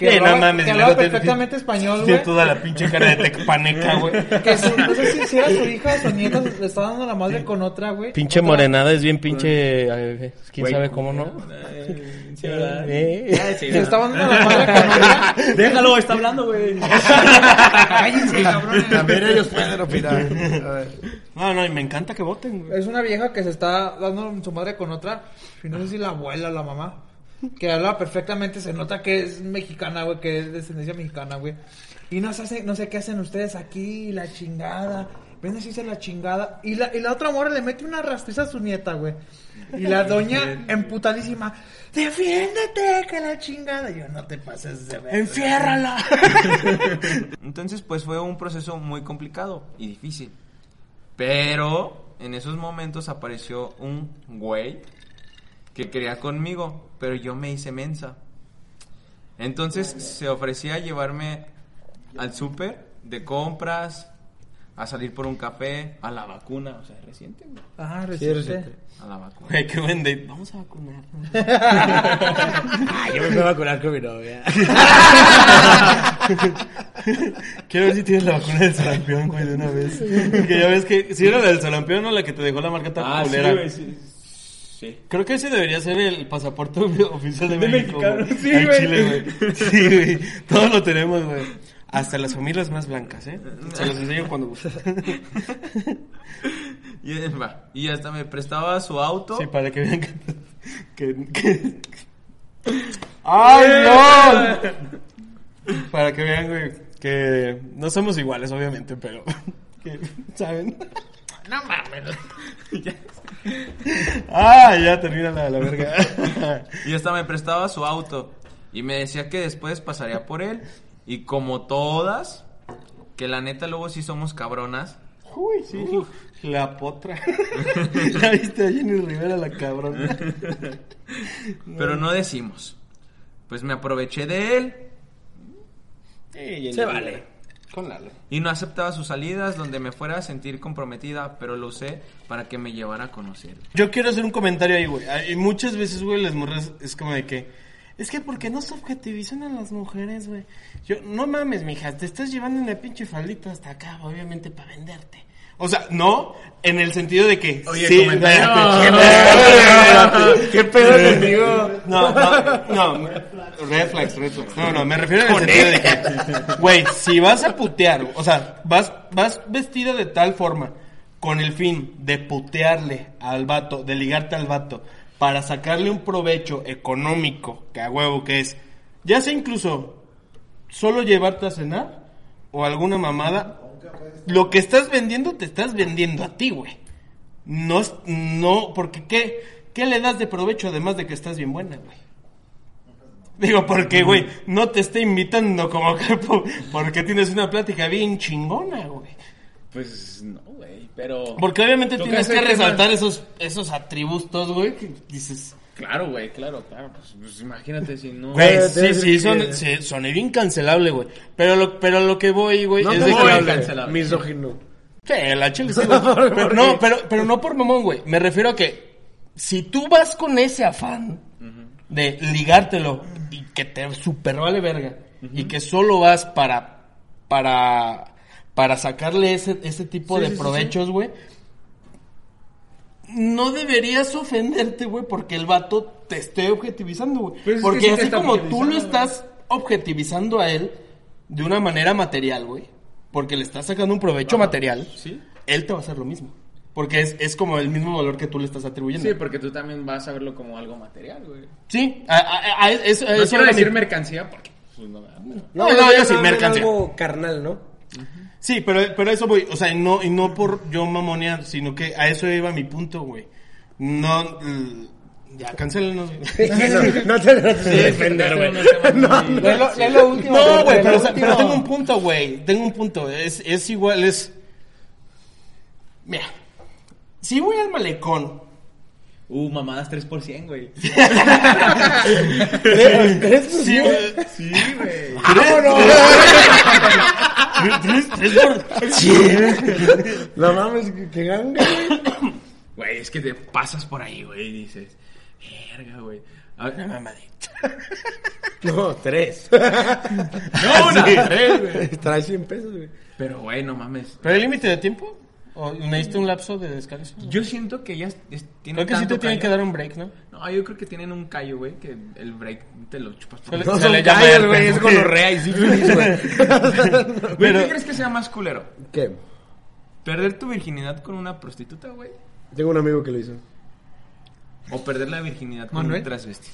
Speaker 4: Sí,
Speaker 3: hablaba,
Speaker 4: no mames,
Speaker 3: que hablaba
Speaker 4: luego te-
Speaker 3: perfectamente español,
Speaker 4: Tiene
Speaker 3: güey.
Speaker 4: toda la pinche cara de tecpaneca, güey.
Speaker 3: Que su- no sé si, si era su hija o su nieta, le estaba dando la madre con otra, güey.
Speaker 4: Pinche
Speaker 3: Otra-
Speaker 4: morenada es bien pinche. ay, ¿Quién
Speaker 5: Güey,
Speaker 4: sabe cómo no?
Speaker 5: Eh, sí, ¿verdad?
Speaker 4: Eh.
Speaker 5: Eh, sí,
Speaker 3: Se
Speaker 5: ¿verdad?
Speaker 3: estaba dando la madre con otra.
Speaker 5: Déjalo, está hablando, güey.
Speaker 3: Cállense, cabrones.
Speaker 1: También ellos pueden opinar. A ver.
Speaker 4: No, no, y me encanta que voten, güey.
Speaker 3: Es una vieja que se está dando su madre con otra. Y no sé si la abuela o la mamá. Que habla perfectamente. Se nota que es mexicana, güey. Que es descendencia mexicana, güey. Y no se hace, no sé qué hacen ustedes aquí. La chingada. Ven así se la chingada. Y la, y la otra morra le mete una rastriza a su nieta, güey. Y la doña emputadísima. Defiéndete, que la chingada. Y Yo no te pases de ver.
Speaker 4: ¡Enciérrala!
Speaker 5: Entonces, pues fue un proceso muy complicado y difícil. Pero en esos momentos apareció un güey que quería conmigo, pero yo me hice mensa. Entonces se ofrecía a llevarme al súper de compras, a salir por un café, a la vacuna, o sea, reciente, güey,
Speaker 3: Ah, resiste.
Speaker 5: a la vacuna.
Speaker 4: Güey, qué buen date. Vamos a vacunar.
Speaker 1: Yo me voy a vacunar con mi novia.
Speaker 4: Quiero ver si tienes la vacuna del sarampión, güey, de una vez. Porque ya ves que. Si era la del sarampión o la que te dejó la marca tan culera.
Speaker 5: Ah, sí.
Speaker 4: Creo que ese debería ser el pasaporte oficial de,
Speaker 5: De
Speaker 4: México.
Speaker 5: mexicano,
Speaker 4: güey.
Speaker 5: sí,
Speaker 4: Al
Speaker 5: güey.
Speaker 4: Chile, güey. Sí, güey. Todos lo tenemos, güey. Hasta las familias más blancas, ¿eh? Se los enseño cuando guste.
Speaker 5: Y, eh, va, y hasta me prestaba su auto.
Speaker 4: Sí, para que vean que... que- que- ¡Ay, no! Para que vean, güey, que no somos iguales, obviamente, pero... que, ¿Saben?
Speaker 3: No mames.
Speaker 4: ¡Ah, ya termina la, la verga!
Speaker 5: Y hasta me prestaba su auto. Y me decía que después pasaría por él. Y como todas, que la neta luego sí somos cabronas.
Speaker 4: Uy, sí. La potra. ¿Ya viste a Jenny Rivera, la cabrona?
Speaker 5: Pero no decimos. Pues me aproveché de él
Speaker 4: Se vale. Con Lalo.
Speaker 5: y no aceptaba sus salidas donde me fuera a sentir comprometida, pero lo usé para que me llevara a conocer.
Speaker 4: Yo quiero hacer un comentario ahí, güey. Hay- muchas veces, güey, las morras es como de que. Es que porque no se objetivizan a las mujeres, güey. Yo, no mames, mija, te estás llevando una pinche faldita hasta acá, obviamente, para venderte. O sea, no, en el sentido de que.
Speaker 5: Oye,
Speaker 4: sí,
Speaker 5: comentario.
Speaker 4: ¿Qué pedo contigo? No, no, no. Red flags, red flags. No, no, me refiero en el sentido de que. Güey, si vas a putear, o sea, vas, vas vestida de tal forma, con el fin de putearle al vato, de ligarte al vato, para sacarle un provecho económico, que a huevo que es, ya sea incluso solo llevarte a cenar o alguna mamada, lo que estás vendiendo te estás vendiendo a ti, güey. No, es- no, porque ¿qué, ¿qué le das de provecho además de que estás bien buena, güey? Digo, porque, güey, no te está invitando como capo, porque tienes una plática bien chingona, güey.
Speaker 5: Pues no, güey, pero...
Speaker 4: Porque obviamente
Speaker 5: Lo que
Speaker 4: tienes
Speaker 5: hace
Speaker 4: que
Speaker 5: que más-
Speaker 4: resaltar esos, esos atributos, güey, que dices...
Speaker 5: Claro, güey, claro, claro. Pues, pues, imagínate si no...
Speaker 4: Güey,
Speaker 1: Güey,
Speaker 4: sí,
Speaker 1: tienes
Speaker 4: sí,
Speaker 1: que-
Speaker 4: son, sí, soné bien cancelable, güey. Pero lo, pero lo que voy, güey,
Speaker 1: No
Speaker 4: es
Speaker 1: te
Speaker 4: de que-
Speaker 5: voy.
Speaker 1: cancelable,
Speaker 5: cancelable.
Speaker 1: Misógino.
Speaker 4: Sí, la chile sí, güey. Pero no, pero, pero no por mamón, güey. Me refiero a que si tú vas con ese afán de ligártelo y que te super vale verga y que solo vas para para para sacarle ese, ese tipo de provechos, güey. No deberías ofenderte, güey, porque el vato te esté objetivizando, güey.
Speaker 5: Pues es que
Speaker 4: porque
Speaker 5: sí te
Speaker 4: así
Speaker 5: está
Speaker 4: como tú lo
Speaker 5: objetivizando,
Speaker 4: estás objetivizando a él de una manera material, güey, porque le estás sacando un provecho material,
Speaker 5: ¿Sí?
Speaker 4: él te va a hacer lo mismo. Porque es, es como el mismo valor que tú le estás atribuyendo.
Speaker 5: Sí,
Speaker 4: Sí,
Speaker 5: porque tú también vas a verlo como algo material, güey.
Speaker 4: a, a- a- eso,
Speaker 5: No
Speaker 4: eso
Speaker 5: quiero
Speaker 4: era
Speaker 5: decir
Speaker 4: mi-
Speaker 5: mercancía porque... Pues, no, me-
Speaker 4: No, no, yo sí,
Speaker 1: era
Speaker 4: mercancía.
Speaker 1: algo carnal, ¿no?
Speaker 4: Sí, pero, pero eso voy, o sea, no, y no por yo mamonear, sino que a eso iba mi punto, güey. No, l- ya, cancelenos.
Speaker 1: no te trates de defender, güey.
Speaker 5: No,
Speaker 3: Léelo, léelo último.
Speaker 4: No, güey, pero,
Speaker 3: léelo
Speaker 4: o sea,
Speaker 3: último.
Speaker 4: pero tengo un punto, güey. Tengo un punto. Es, es igual, es. Mira. Si voy al malecón.
Speaker 5: Uh, mamadas 3 por 100, güey.
Speaker 4: Sí, güey.
Speaker 5: Sí, güey.
Speaker 4: Tres- tres por-
Speaker 1: No mames, que, que ganga.
Speaker 5: Güey, es que te pasas por ahí, güey, y dices... Verga, güey. A ver, mamadita.
Speaker 1: No, tres.
Speaker 5: No, una, tres, güey.
Speaker 1: Trae 100 pesos, güey.
Speaker 5: Pero, güey, no mames.
Speaker 4: ¿Pero hay límite de tiempo? ¿O necesito un lapso de descanso?
Speaker 5: Yo siento que ya es- es- tienen
Speaker 4: Creo que sí
Speaker 5: tanto
Speaker 4: te tienen
Speaker 5: callo.
Speaker 4: que dar un break, ¿no?
Speaker 5: No, yo creo que tienen un callo, güey, que el break te lo chupas. por-
Speaker 4: ¿Cuál es?
Speaker 1: No
Speaker 4: Se
Speaker 1: son
Speaker 4: le llama
Speaker 1: callos,
Speaker 4: herpes,
Speaker 1: güey, es
Speaker 4: güey.
Speaker 1: gonorrea y sí feliz, güey.
Speaker 5: Güey,
Speaker 4: Pero-
Speaker 5: ¿qué crees que sea más culero?
Speaker 1: ¿Qué?
Speaker 5: ¿Perder tu virginidad con una prostituta, güey?
Speaker 1: Tengo un amigo que lo hizo.
Speaker 5: ¿O perder la virginidad con
Speaker 3: ¿Manuel?
Speaker 5: un transvesti?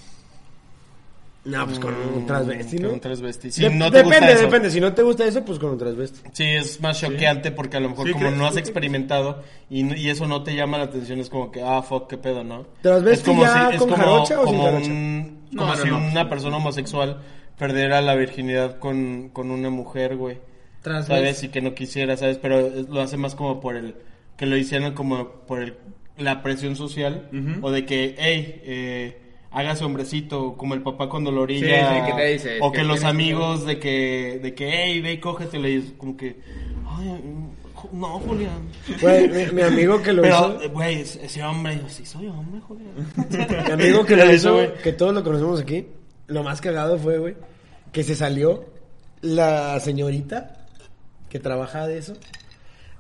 Speaker 1: No, pues con un
Speaker 4: transvesti,
Speaker 1: transvesti, ¿no?
Speaker 4: Un transvesti. Si
Speaker 1: De-
Speaker 4: no te
Speaker 1: depende,
Speaker 4: gusta eso.
Speaker 1: depende. Si no te gusta eso, pues con un transvesti.
Speaker 4: Sí, es más choqueante porque a lo mejor como no has experimentado y, no- y eso no te llama la atención, es como que, ah, fuck, qué pedo, ¿no?
Speaker 1: ¿Transvesti ya con jarocha o sin
Speaker 4: como
Speaker 1: jarocha?
Speaker 4: un-
Speaker 5: No,
Speaker 4: como
Speaker 5: no,
Speaker 4: si
Speaker 5: no.
Speaker 4: una persona homosexual perdiera la virginidad con, con una mujer, güey.
Speaker 3: Transvesti.
Speaker 4: ¿Sabes? Y que no quisiera, ¿sabes? Pero es- lo hace más como por el... Que lo hicieran como por el, la presión social o de que, hey, eh... Hágase hombrecito, como el papá cuando lo orilla.
Speaker 5: sí, que te dice,
Speaker 4: o
Speaker 5: que
Speaker 4: que, los
Speaker 5: tienes-
Speaker 4: amigos de que, de que, hey, ve y cógetelo. Y es como que, ay, mm, no, Julián.
Speaker 1: Güey, mi, mi amigo que lo
Speaker 4: Pero, eh,
Speaker 1: hizo.
Speaker 4: güey, es- ese hombre, yo sí soy hombre, Julián.
Speaker 1: Mi amigo que
Speaker 4: Pero
Speaker 1: lo hizo,
Speaker 4: eso, güey.
Speaker 1: que todos lo conocemos aquí. Lo más cagado fue, güey, que se salió la señorita que trabaja de eso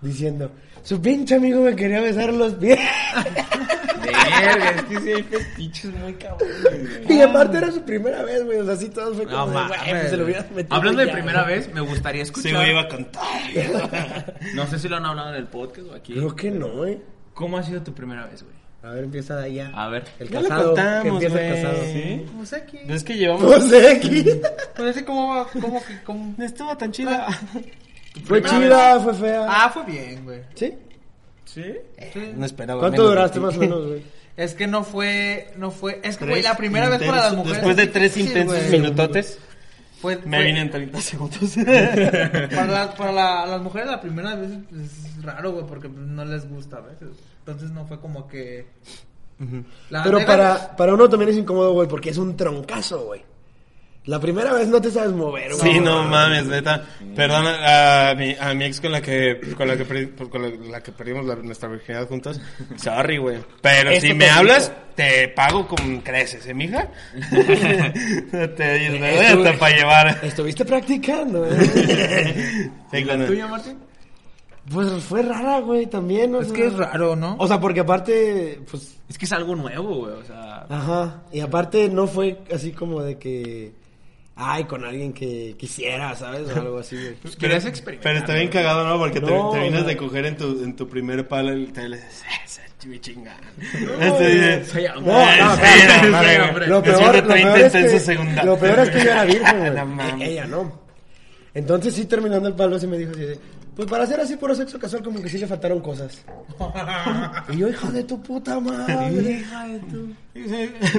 Speaker 1: diciendo: Su pinche amigo me quería besar los pies.
Speaker 5: Verga, es que sí hay fetiches muy cabrones, güey.
Speaker 1: Y aparte era su primera vez, güey. O sea, así todos fue como, de,
Speaker 5: No
Speaker 1: güey,
Speaker 5: mames,
Speaker 1: pues se lo
Speaker 5: güey.
Speaker 1: hubieras metido.
Speaker 5: Hablando de
Speaker 1: ya,
Speaker 5: primera
Speaker 1: güey.
Speaker 5: vez, me gustaría escuchar.
Speaker 4: Se güey iba a cantar.
Speaker 5: No sé si lo han hablado en el podcast o aquí.
Speaker 1: Creo que no, güey.
Speaker 5: ¿Cómo ha sido tu primera vez, güey?
Speaker 1: A ver, empieza de allá.
Speaker 5: A ver.
Speaker 1: El
Speaker 4: Ya lo
Speaker 1: casado. que
Speaker 4: contamos,
Speaker 1: empieza
Speaker 4: güey.
Speaker 1: el casado.
Speaker 4: ¿Sí?
Speaker 3: Pues aquí.
Speaker 4: Es que llevamos...
Speaker 1: Pues X.
Speaker 3: Pues así como va, como que, como...
Speaker 4: No estuvo tan chida.
Speaker 1: Fue chida, fue fea.
Speaker 3: Ah, fue bien, güey.
Speaker 1: ¿Sí?
Speaker 5: ¿Sí?
Speaker 4: No esperaba.
Speaker 1: ¿Cuánto
Speaker 4: menos de
Speaker 1: duraste
Speaker 4: ti.
Speaker 1: más o menos, güey?
Speaker 3: Es que no fue, no fue, es que,
Speaker 4: Tres
Speaker 3: güey, la primera vez para las
Speaker 4: intensos-
Speaker 3: mujeres.
Speaker 4: Después de
Speaker 3: es
Speaker 4: tres
Speaker 3: difícil,
Speaker 4: intensos
Speaker 3: güey.
Speaker 4: minutotes,
Speaker 3: Fue-
Speaker 4: me
Speaker 3: fue-
Speaker 4: vine en 30 segundos.
Speaker 3: Para, la- para la- las mujeres la primera vez es raro, güey, porque no les gusta a veces. Entonces no fue como que... La
Speaker 1: Pero
Speaker 3: neta-
Speaker 1: para, para uno también es incómodo, güey, porque es un troncazo, güey. La primera vez no te sabes mover, güey.
Speaker 4: Sí, no mames, neta. Perdón a, a mi, a mi ex con la que con la que, perdi- con la, la que perdimos la- nuestra virginidad juntas. Sorry, güey. Pero
Speaker 1: Esto
Speaker 4: si
Speaker 1: te
Speaker 4: me
Speaker 1: dijo.
Speaker 4: hablas, te pago con creces, ¿eh, mija? te te doy hasta para llevar.
Speaker 1: Estuviste practicando, ¿eh? güey.
Speaker 4: Sí, con-
Speaker 5: ¿Tuya, Martín?
Speaker 1: Pues fue rara, güey, también. o
Speaker 3: Es
Speaker 1: sea.
Speaker 3: que es raro, ¿no?
Speaker 1: O sea, porque aparte, pues,
Speaker 5: Es que es algo nuevo, güey. O sea.
Speaker 1: ajá. Y aparte no fue así como de que, ay, con alguien que quisiera, ¿sabes? O algo así, güey.
Speaker 5: Pues querías experimentar.
Speaker 4: Pero está bien cagado, ¿no? Porque te-
Speaker 1: No,
Speaker 4: te, vienes
Speaker 1: güey.
Speaker 4: de coger en tu, en tu primer palo y te le dices, "Eh, "Ese chivichinga".
Speaker 1: güey.
Speaker 4: Este,
Speaker 5: Soy
Speaker 1: No,
Speaker 5: hombre.
Speaker 1: no, claro,
Speaker 4: sí,
Speaker 1: claro,
Speaker 4: sí,
Speaker 1: claro.
Speaker 4: hombre.
Speaker 1: Lo
Speaker 4: Después
Speaker 1: peor,
Speaker 4: de
Speaker 1: lo
Speaker 4: 30
Speaker 1: peor es que,
Speaker 4: intensos segundos.
Speaker 1: lo peor es que yo era virgen, güey.
Speaker 4: No mames.
Speaker 1: E- Ella no. Entonces sí, terminando el palo, sí me dijo así de, Pues para ser así puro sexo casual, como que sí le faltaron cosas. y yo, hija de tu puta madre.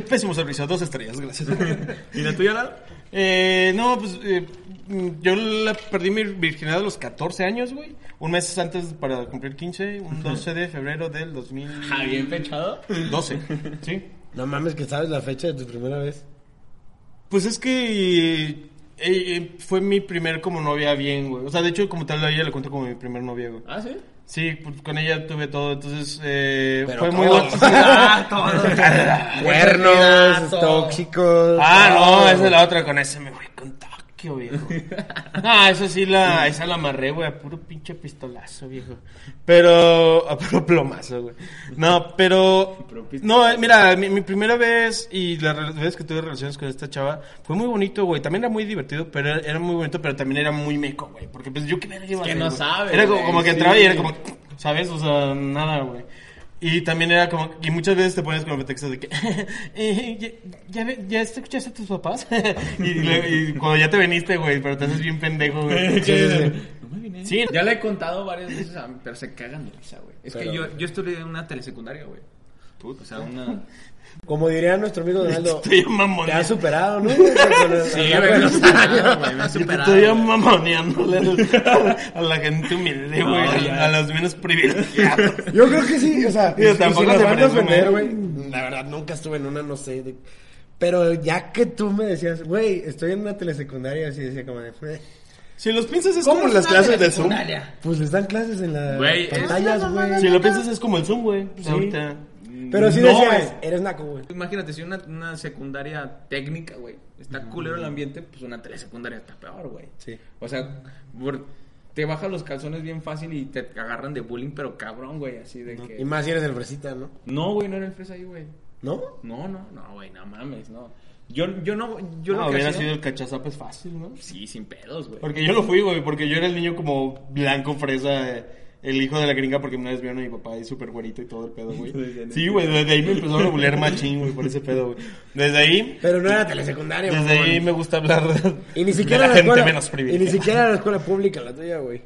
Speaker 4: Pésimo servicio, dos estrellas, gracias.
Speaker 5: ¿Y la tuya, Lalo?
Speaker 4: Eh, no, pues eh, mm, yo la perdí mi virginidad a los 14 años, güey. Un mes antes para cumplir 15, un 12 de febrero del 2012.
Speaker 5: ¿Bien fechado?
Speaker 4: sí.
Speaker 1: No mames, que sabes la fecha de tu primera vez.
Speaker 4: Pues es que eh, eh, fue mi primer como novia bien, güey. O sea, de hecho, como tal, a ella le cuento como mi primer novia, güey.
Speaker 5: ¿Ah, sí?
Speaker 4: Sí, pues con ella tuve todo, entonces eh,
Speaker 1: Pero
Speaker 4: fue muy...
Speaker 1: todo.
Speaker 5: Ah, todo.
Speaker 1: Cuernos, tóxicos.
Speaker 4: Ah, no, esa es la otra, con esa me voy con Tokio, viejo. Ah, esa sí la, esa la amarré, güey, a puro pinche pistolazo, viejo. Pero, a puro plomazo, güey. No, pero,
Speaker 5: Puro pistolazo.
Speaker 4: no, eh, mira, mi, mi primera vez y las re- veces que tuve relaciones con esta chava, fue muy bonito, güey. También era muy divertido, pero era, era muy bonito, pero también era muy meco, güey. Porque pues yo qué verga iba a
Speaker 5: que
Speaker 4: hacer,
Speaker 5: no
Speaker 4: güey?
Speaker 5: sabes,
Speaker 4: Era como,
Speaker 5: güey,
Speaker 4: como que
Speaker 5: sí.
Speaker 4: entraba y era como, ¿sabes? O sea, nada, güey. Y también era como, y muchas veces te pones con el pretexto de que, eh, ya- ¿ya, ve- ya, te escuchaste a tus papás? y, le- y cuando ya te veniste, güey, pero te haces bien pendejo, güey.
Speaker 5: No me vine.
Speaker 4: Sí.
Speaker 5: Ya le he contado varias veces, a, pero se cagan de risa, güey. Es
Speaker 1: Pero-
Speaker 5: que yo, yo estudié en una telesecundaria, güey. O sea, una...
Speaker 1: Como diría nuestro amigo Donaldo,
Speaker 4: Estoy mamón.
Speaker 1: te has superado, ¿no? sí,
Speaker 5: me superado, güey, me he superado,
Speaker 4: Estoy
Speaker 5: güey.
Speaker 4: mamoneándole al- a la gente humilde,
Speaker 5: No,
Speaker 4: güey, a-
Speaker 5: ya.
Speaker 4: a los menos privilegiados.
Speaker 1: Yo creo que sí, o sea,
Speaker 4: Digo,
Speaker 1: y- y
Speaker 4: tampoco
Speaker 1: si
Speaker 4: se
Speaker 1: me van a
Speaker 4: parece,
Speaker 1: ofender,
Speaker 4: ¿no?
Speaker 1: güey. La verdad, nunca estuve en una, no sé. de- Pero ya que tú me decías, güey, estoy en una telesecundaria, así decía como de, "Eh,
Speaker 4: Si los piensas es
Speaker 3: ¿Cómo
Speaker 4: como
Speaker 3: es
Speaker 4: las
Speaker 3: una
Speaker 4: clases de Zoom.
Speaker 3: telesecundaria?
Speaker 1: pues les dan clases en las
Speaker 5: Güey, es-
Speaker 1: pantallas, güey.
Speaker 4: Si lo piensas es como el Zoom, güey.
Speaker 1: Sí.
Speaker 4: Ahorita.
Speaker 1: Pero sí
Speaker 5: No,
Speaker 1: decías,
Speaker 5: güey.
Speaker 1: eres naco, güey.
Speaker 5: Mm. Imagínate, si una, una secundaria técnica, güey, está culero el ambiente, pues una telesecundaria está peor, güey.
Speaker 1: Sí.
Speaker 5: O sea, por- te bajan los calzones bien fácil y te agarran de bullying, pero cabrón, güey, así de
Speaker 1: Y
Speaker 5: que...
Speaker 1: más si eres el fresita, ¿no?
Speaker 5: No, güey, no era el fresa ahí, güey.
Speaker 1: ¿No?
Speaker 5: No, no, no, güey, no mames, no. Yo, yo no, yo
Speaker 4: No,
Speaker 5: lo que
Speaker 4: hubiera
Speaker 5: hacía-
Speaker 4: sido el cachazapes fácil, ¿no?
Speaker 5: Sí, sin pedos, güey.
Speaker 4: Porque yo lo fui, güey, porque yo era el niño como blanco fresa, eh, el hijo de la gringa, porque una vez vieron a mi papá ahí súper güerito y todo el pedo, güey. Sí, güey, desde ahí me empezaron a bulear machín, güey, por ese pedo, güey. Desde ahí,
Speaker 1: Pero no era telesecundaria,
Speaker 4: desde
Speaker 1: mamón.
Speaker 4: ahí me gusta hablar de,
Speaker 1: Y ni siquiera
Speaker 4: de la
Speaker 1: la
Speaker 4: gente
Speaker 1: escuela,
Speaker 4: menos
Speaker 1: Y ni
Speaker 4: privilegiada.
Speaker 1: siquiera era la escuela pública, la tuya, güey.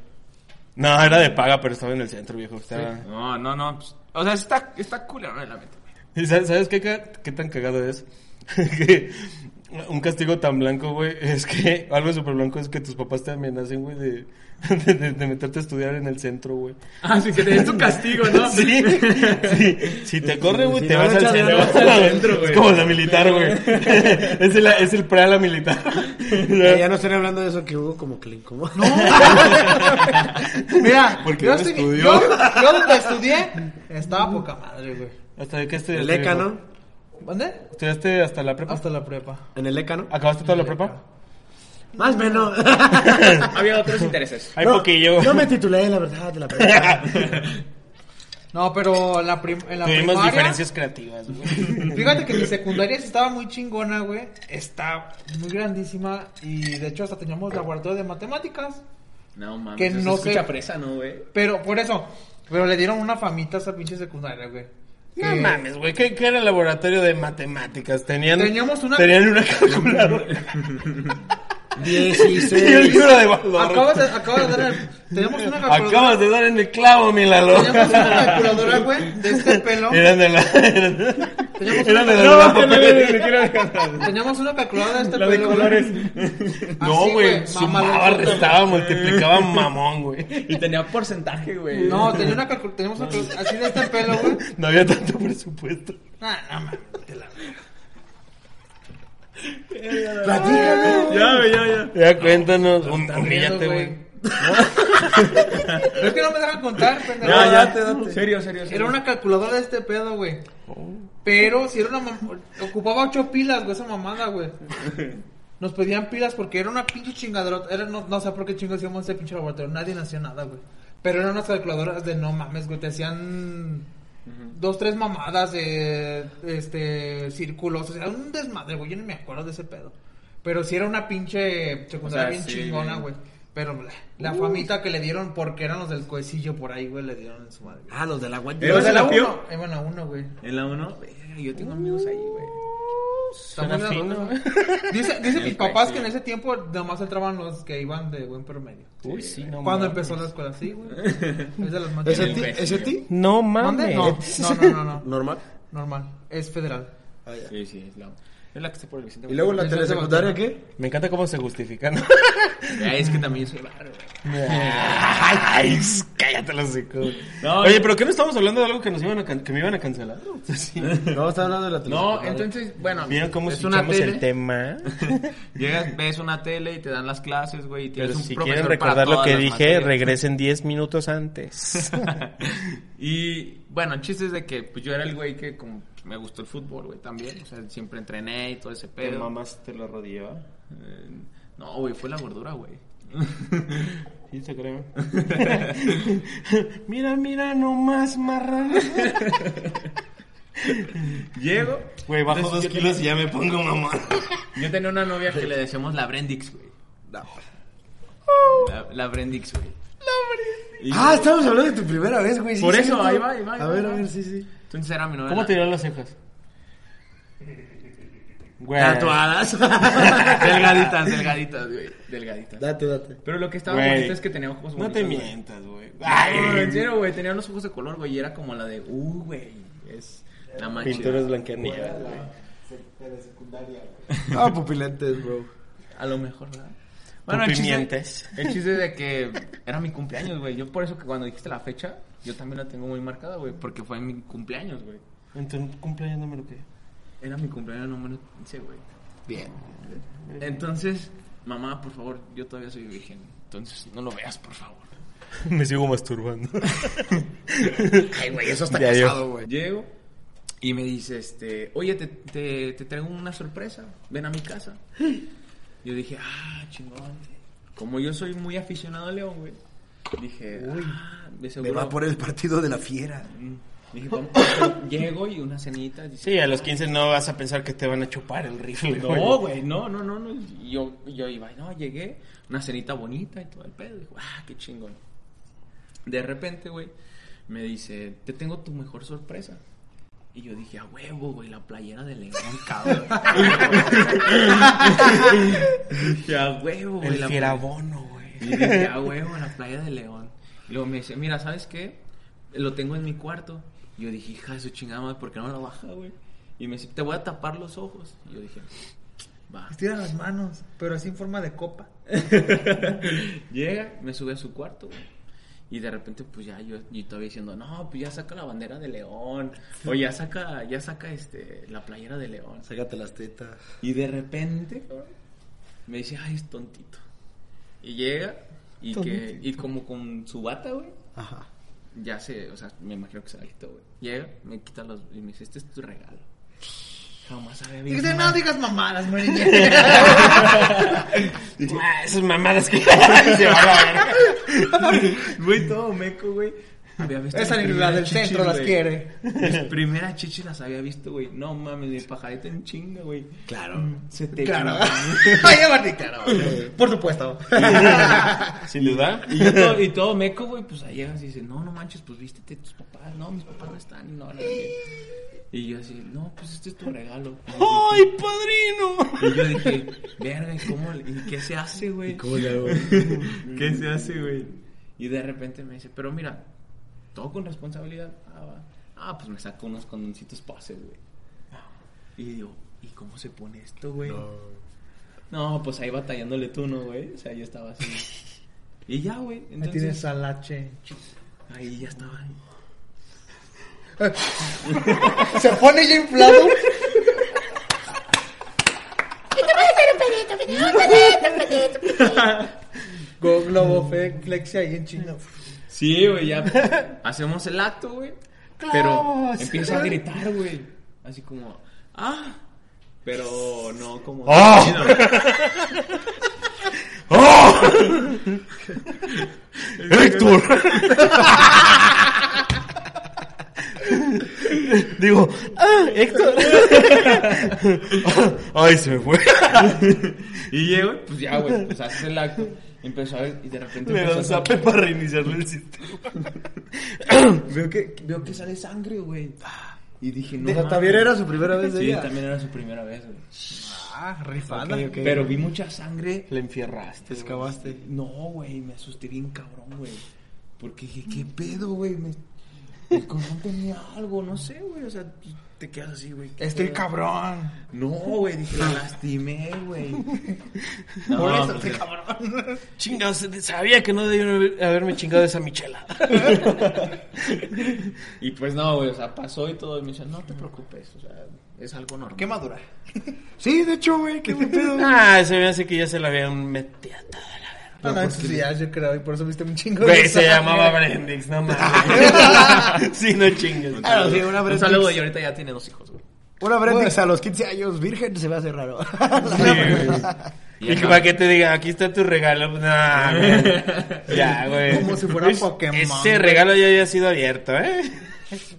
Speaker 4: No, era de paga, pero estaba en el centro, viejo. Estaba...
Speaker 5: No, no, no. pues, o sea, está, está culero el ambiente.
Speaker 4: ¿Y sa- sabes qué, ca- qué tan cagado es? que un castigo tan blanco, güey, es que algo súper blanco es que tus papás te amenacen, güey, de, de, de- de meterte a estudiar en el centro, güey.
Speaker 5: Ah, sí, que te den tu castigo, ¿no?
Speaker 4: Sí, sí. Si te corre, güey,
Speaker 1: Si
Speaker 4: te
Speaker 1: no
Speaker 4: vas
Speaker 1: lo
Speaker 4: al
Speaker 1: echas,
Speaker 4: centro.
Speaker 1: te vas al
Speaker 5: centro, güey.
Speaker 4: Es como la militar, güey. es, el, es el pre a la militar.
Speaker 1: Que ya no estaré hablando de eso que Hugo como que le incomoda. No,
Speaker 3: Mira,
Speaker 4: Porque
Speaker 3: yo,
Speaker 4: no
Speaker 3: estoy-
Speaker 4: estudió.
Speaker 3: yo, yo donde estudié estaba poca madre, güey.
Speaker 4: ¿Hasta de qué estudiaste?
Speaker 1: el ECA,
Speaker 4: viejo?
Speaker 1: ¿no?
Speaker 3: ¿Dónde?
Speaker 4: ¿Estudiaste hasta la prepa?
Speaker 5: Ah.
Speaker 3: Hasta la prepa.
Speaker 1: En el ECA, ¿no?
Speaker 4: ¿Acabaste toda la prepa?
Speaker 1: Más o menos.
Speaker 5: Había otros intereses.
Speaker 4: Hay
Speaker 1: No,
Speaker 4: poquillo.
Speaker 1: No me titulé, la verdad, de la prepa.
Speaker 3: No, pero en la, prim- en la
Speaker 4: Tuvimos
Speaker 3: primaria...
Speaker 4: diferencias creativas, güey.
Speaker 3: Fíjate que mi secundaria sí estaba muy chingona, güey. Está muy grandísima y de hecho hasta teníamos laboratorio de matemáticas.
Speaker 5: No, mames.
Speaker 3: Que
Speaker 5: eso
Speaker 3: no
Speaker 5: Ah, se escucha
Speaker 3: sé.
Speaker 5: presa, ¿no, güey?
Speaker 3: Pero por eso, pero le dieron una famita a esa pinche secundaria, güey.
Speaker 4: No
Speaker 3: Que-
Speaker 4: mames, güey. Eh, ¿Qué, qué era el laboratorio de matemáticas? Tenían,
Speaker 3: Teníamos una-
Speaker 4: Tenían una calculadora. y un
Speaker 1: 16.
Speaker 4: libro de valor.
Speaker 3: Acabas de, acabas de dar el- Tenemos una calculadora.
Speaker 4: Acabas de dar en el clavo, mi Lalo.
Speaker 3: Teníamos una calculadora, güey, de este pelo.
Speaker 4: Eran de la... Eran
Speaker 3: Teníamos
Speaker 4: eran
Speaker 3: una-
Speaker 4: de
Speaker 3: No,
Speaker 4: la...
Speaker 3: no, no,
Speaker 4: No,
Speaker 3: Teníamos una calculadora de este
Speaker 4: La
Speaker 3: pelo.
Speaker 4: de
Speaker 3: güey.
Speaker 4: colores.
Speaker 3: Así,
Speaker 4: Ah, güey. Sumaba,
Speaker 3: mamalota.
Speaker 4: restaba, multiplicaba, mamón, güey.
Speaker 5: Y tenía porcentaje, güey.
Speaker 3: No, tenía una calculadora. Teníamos una calculadora así de este pelo, güey.
Speaker 4: No había tanto presupuesto.
Speaker 3: Nah, no mames.
Speaker 1: Platícame.
Speaker 5: Ya, güey, ya, ya.
Speaker 4: Ya cuéntanos. hum-
Speaker 3: miedo,
Speaker 4: Humíllate,
Speaker 3: güey.
Speaker 4: güey.
Speaker 3: Pero es que no me dejan contar, pendejo.
Speaker 5: No, ya, te Serio, serio, serio.
Speaker 3: Era una calculadora de este pedo, güey. Pero si era una mam- ocupaba ocho pilas, güey, esa mamada, güey. Nos pedían pilas porque era una pinche chingadrota. Era, no, no sé por qué chingados íbamos a ese pinche laboratorio. Nadie nació nada, güey. Pero eran unas calculadoras de no mames, güey. Te hacían dos, tres mamadas de este, círculos. O sea, un desmadre, güey. Yo ni me acuerdo de ese pedo. Pero si era una pinche secundaria
Speaker 5: O sea,
Speaker 3: bien
Speaker 5: sí,
Speaker 3: chingona,
Speaker 5: güey.
Speaker 3: güey. Pero bla, la famita que le dieron porque eran los del cuecillo por ahí, güey, le dieron en su madre.
Speaker 1: Ah, los de la guay.
Speaker 5: ¿Ibas
Speaker 3: Los de
Speaker 5: en Pues la
Speaker 3: la
Speaker 5: pio?
Speaker 3: uno. Eh, bueno, uno, güey.
Speaker 5: En la 1, yo tengo amigos ahí, güey. Está
Speaker 3: Suena
Speaker 5: buena
Speaker 3: fino.
Speaker 5: rola.
Speaker 3: Dice, dice mis
Speaker 5: Sí,
Speaker 3: papás
Speaker 5: sí.
Speaker 3: que en ese tiempo nada más entraban los que iban de buen promedio.
Speaker 4: Uy, sí, no
Speaker 3: Cuando
Speaker 4: mames.
Speaker 3: empezó la escuela, sí, güey. Es de las más
Speaker 1: ¿Ese
Speaker 3: chidas.
Speaker 1: ti?
Speaker 5: imbécil.
Speaker 1: ¿Ese ti?
Speaker 4: No
Speaker 3: ¿Mande?
Speaker 4: mames.
Speaker 3: No, no, no, no, no.
Speaker 1: Normal.
Speaker 3: Normal. Es federal.
Speaker 5: Sí, sí, es la, es la que está por el Vicente.
Speaker 1: ¿Y luego la
Speaker 3: Vicente
Speaker 1: telesecundaria
Speaker 3: Valtierra.
Speaker 1: qué?
Speaker 4: Me encanta cómo se justifican.
Speaker 5: Ay, es que también soy barro.
Speaker 4: Ay, s- cállate los hijos.
Speaker 5: No,
Speaker 4: Oye,
Speaker 5: no.
Speaker 4: pero ¿qué no estamos hablando de algo que nos iban a can- que me iban a cancelar? Sí.
Speaker 1: No, está hablando de la
Speaker 5: pues, No,
Speaker 1: telesecundaria.
Speaker 5: entonces, bueno,
Speaker 4: ¿Vieron cómo
Speaker 5: es una
Speaker 4: escuchamos
Speaker 5: tele.
Speaker 4: el tema?
Speaker 5: Llegas, ves una tele y te dan las clases, güey, y tienes
Speaker 4: Pero
Speaker 5: un
Speaker 4: si
Speaker 5: profesor
Speaker 4: quieren
Speaker 5: para
Speaker 4: recordar lo
Speaker 5: todas
Speaker 4: que
Speaker 5: las
Speaker 4: dije,
Speaker 5: materias.
Speaker 4: regresen 10 minutos antes.
Speaker 5: y bueno, el chiste es de que pues yo era el güey que como me gustó el fútbol, güey, también, o sea, siempre entrené y todo ese pedo.
Speaker 4: te lo rodeaba?
Speaker 5: Eh, no, güey, fue la gordura, güey.
Speaker 4: Sí, se creo. mira, mira, nomás marrano.
Speaker 5: Llego,
Speaker 4: Güey, bajo
Speaker 5: Entonces,
Speaker 4: dos
Speaker 5: yo
Speaker 4: kilos y ya me pongo mamá.
Speaker 5: Yo tenía una novia que le decíamos la Brendix, güey. La, la Brendix, güey. Y-
Speaker 1: Ah, estamos hablando de tu primera vez, güey. sí,
Speaker 5: Por
Speaker 1: es
Speaker 5: eso,
Speaker 1: cierto.
Speaker 5: ahí va, ahí va, ahí
Speaker 1: A
Speaker 5: va,
Speaker 1: ver, a
Speaker 5: ahí va.
Speaker 1: ver, sí, sí.
Speaker 5: Entonces era mi novia.
Speaker 4: ¿Cómo te dieron las cejas? Güey.
Speaker 5: Tatuadas. delgaditas, delgaditas, güey. Delgaditas.
Speaker 1: Date, date.
Speaker 5: Pero lo que estaba
Speaker 4: Güey.
Speaker 5: bonito es que tenía ojos bonitos.
Speaker 4: No te
Speaker 5: güey.
Speaker 4: mientas, güey.
Speaker 5: No,
Speaker 4: Ay,
Speaker 5: en serio, güey. Tenía unos ojos de color, güey. Y era como la de, uh, güey. Es la mancha.
Speaker 4: Pinturas blanqueanieves, güey.
Speaker 6: Telesecundaria, güey.
Speaker 1: Ah, pupilentes, bro.
Speaker 5: A lo mejor, ¿verdad?
Speaker 4: Con
Speaker 5: el chiste-
Speaker 4: pimientes.
Speaker 5: El chiste de que era mi cumpleaños, güey. Yo por eso que cuando dijiste la fecha, yo también la tengo muy marcada, güey. Porque fue mi cumpleaños, güey.
Speaker 4: En tu cumpleaños no me lo quedé.
Speaker 5: Era mi cumpleaños número 15, güey. Bien. Entonces, mamá, por favor, yo todavía soy virgen. Entonces, no lo veas, por favor.
Speaker 4: Me sigo masturbando.
Speaker 5: Ay, güey, eso
Speaker 4: Ya yo.
Speaker 5: güey. Llego y me dice, este, oye, te, te, te traigo una sorpresa, ven a mi casa. Yo dije, ah, chingón. Como yo soy muy aficionado a León, güey, dije, uy, de
Speaker 1: Me
Speaker 5: seguro. Mm.
Speaker 1: va por el partido de la fiera.
Speaker 5: Dije, vamos, llego y una cenita. Dice,
Speaker 4: Sí, a los 15 no vas a pensar que te van a chupar el rifle.
Speaker 5: No, güey, no, no, no, no. Y Yo, yo iba, no, llegué, una cenita bonita y todo el pedo. Dijo, ah, qué chingón. De repente, güey, me dice, te tengo tu mejor sorpresa. Y yo dije, a huevo, güey, la playera de León, cabrón. dije, a huevo, güey.
Speaker 4: El
Speaker 5: la
Speaker 4: fierabono, güey.
Speaker 5: y dije, ah, huevo, a la playa de León. Y luego me dice, mira, ¿sabes qué? Lo tengo en mi cuarto. Y yo dije, hija de su chingada madre, ¿por qué no me lo baja, güey? Y me dice, te voy a tapar los ojos. Y yo dije, va.
Speaker 3: Estira las manos, pero así en forma de copa.
Speaker 5: Llega, me sube a su cuarto, güey. Y de repente, pues ya yo, yo estaba diciendo, no, pues ya saca la bandera de León. O ya saca, ya saca este, la playera de León.
Speaker 1: Sácate las tetas.
Speaker 5: Y de repente cabrón, me dice, ay, es tontito. Y llega y, que, y como con su bata, güey.
Speaker 1: Ajá.
Speaker 5: Ya se, o sea, me imagino que se la quitó, güey. Llega, me quita los. Y me dice, este es tu regalo. Jamás había visto.
Speaker 3: Dice, no
Speaker 5: nada.
Speaker 3: digas mamadas, Mary
Speaker 4: Ah, esas mamadas que se van a ver.
Speaker 5: Güey, todo meco, güey. Había visto
Speaker 3: Esa
Speaker 5: mis
Speaker 3: ni la
Speaker 5: primeras
Speaker 3: del
Speaker 5: chichis,
Speaker 3: centro las
Speaker 5: güey.
Speaker 3: quiere.
Speaker 5: Mis primeras chichis las había visto, güey. No mames, mi pajarita en chinga, güey. Claro. Se te
Speaker 3: Claro.
Speaker 5: clavó.
Speaker 3: Oye, Martín, claro.
Speaker 1: Eh,
Speaker 3: Por supuesto.
Speaker 4: Sin duda.
Speaker 5: Y, yo todo, y todo meco, güey, pues ahí llegas y dices, no, no manches, pues vístete tus papás. No, mis papás no están, no, no. Y yo así, no, pues este es tu regalo.
Speaker 4: ¡Ay, padrino!
Speaker 5: Y yo dije, verga, ¿y cómo, le- y qué se hace, güey?
Speaker 1: ¿Cómo le hago?
Speaker 5: ¿Qué se hace, güey? Y de repente me dice, pero mira, todo con responsabilidad. Ah, va. Ah, pues me saco unos condoncitos pases, güey. Y digo, ¿y cómo se pone esto, güey? No. pues ahí batallándole tú, ¿no, güey? O sea, yo estaba así. Y ya, güey.
Speaker 3: Me
Speaker 5: Entonces,
Speaker 3: tienes al H.
Speaker 5: Ahí ya estaba. ahí.
Speaker 3: Se pone ya inflado. Go Globo Fe- Flexia ahí en China.
Speaker 5: Sí, güey, ya pues, hacemos el acto, güey. Pero empieza a gritar, güey. Así como, ah. Pero no como.
Speaker 4: ¡Ah!
Speaker 5: chido.
Speaker 4: ¡Ah! ¡Héctor! Digo, ¡ah, Héctor! ¡Ay, se me fue!
Speaker 5: Y llego, y, pues ya, güey, pues haces el acto. Empezó a ver, y de repente
Speaker 4: Le
Speaker 5: empezó
Speaker 4: dan
Speaker 5: a-
Speaker 4: zape para reiniciarle el sistema.
Speaker 5: Veo que, veo que sale sangre, güey. Y dije, no.
Speaker 1: O sea,
Speaker 5: mames.
Speaker 1: también era su primera vez de
Speaker 5: Sí,
Speaker 1: ella.
Speaker 5: también era su primera vez, güey.
Speaker 3: Ah, rifada.
Speaker 1: Ok, ok.
Speaker 5: Pero vi mucha sangre.
Speaker 4: Le enfierraste.
Speaker 5: Te excavaste. No, güey, me asusté bien cabrón, güey. Porque dije, ¿qué pedo, güey? Me... El corazón tenía algo, no sé, güey. O sea, te quedas así, güey. ¿qué
Speaker 3: Estoy
Speaker 1: Eh.
Speaker 5: pedo?
Speaker 3: cabrón.
Speaker 5: No, güey, dije, la lastimé, güey.
Speaker 3: Por eso
Speaker 5: pues,
Speaker 3: estoy
Speaker 5: es-
Speaker 3: cabrón.
Speaker 4: Chingados, sabía que no debía haberme chingado esa michela.
Speaker 5: Y pues no, güey, o sea, pasó y todo. Y me dice, no te preocupes, o sea, es algo normal.
Speaker 3: Qué madura.
Speaker 1: Sí, de hecho, güey, qué buen pedo.
Speaker 4: ah, se me hace que ya se la habían metido a toda la verga.
Speaker 3: No, no, entusiasmo, pues yo creo, y por eso viste un chingo
Speaker 4: Güey,
Speaker 3: de
Speaker 4: se
Speaker 3: sangre.
Speaker 4: llamaba Brendix, no mames. sí, no chingues.
Speaker 3: Ah,
Speaker 1: Claro, sí, una
Speaker 5: Un
Speaker 1: Brendix.
Speaker 5: saludo y ahorita ya tiene dos hijos, güey.
Speaker 1: Una Brendix a los 15 años virgen se me hace raro.
Speaker 4: Y que para que te diga, aquí está tu regalo. Pues, nah, güey. ya, güey.
Speaker 3: Como si fuera
Speaker 4: Es-
Speaker 3: Pokémon,
Speaker 4: Ese
Speaker 3: güey.
Speaker 4: regalo ya había sido abierto, ¿eh?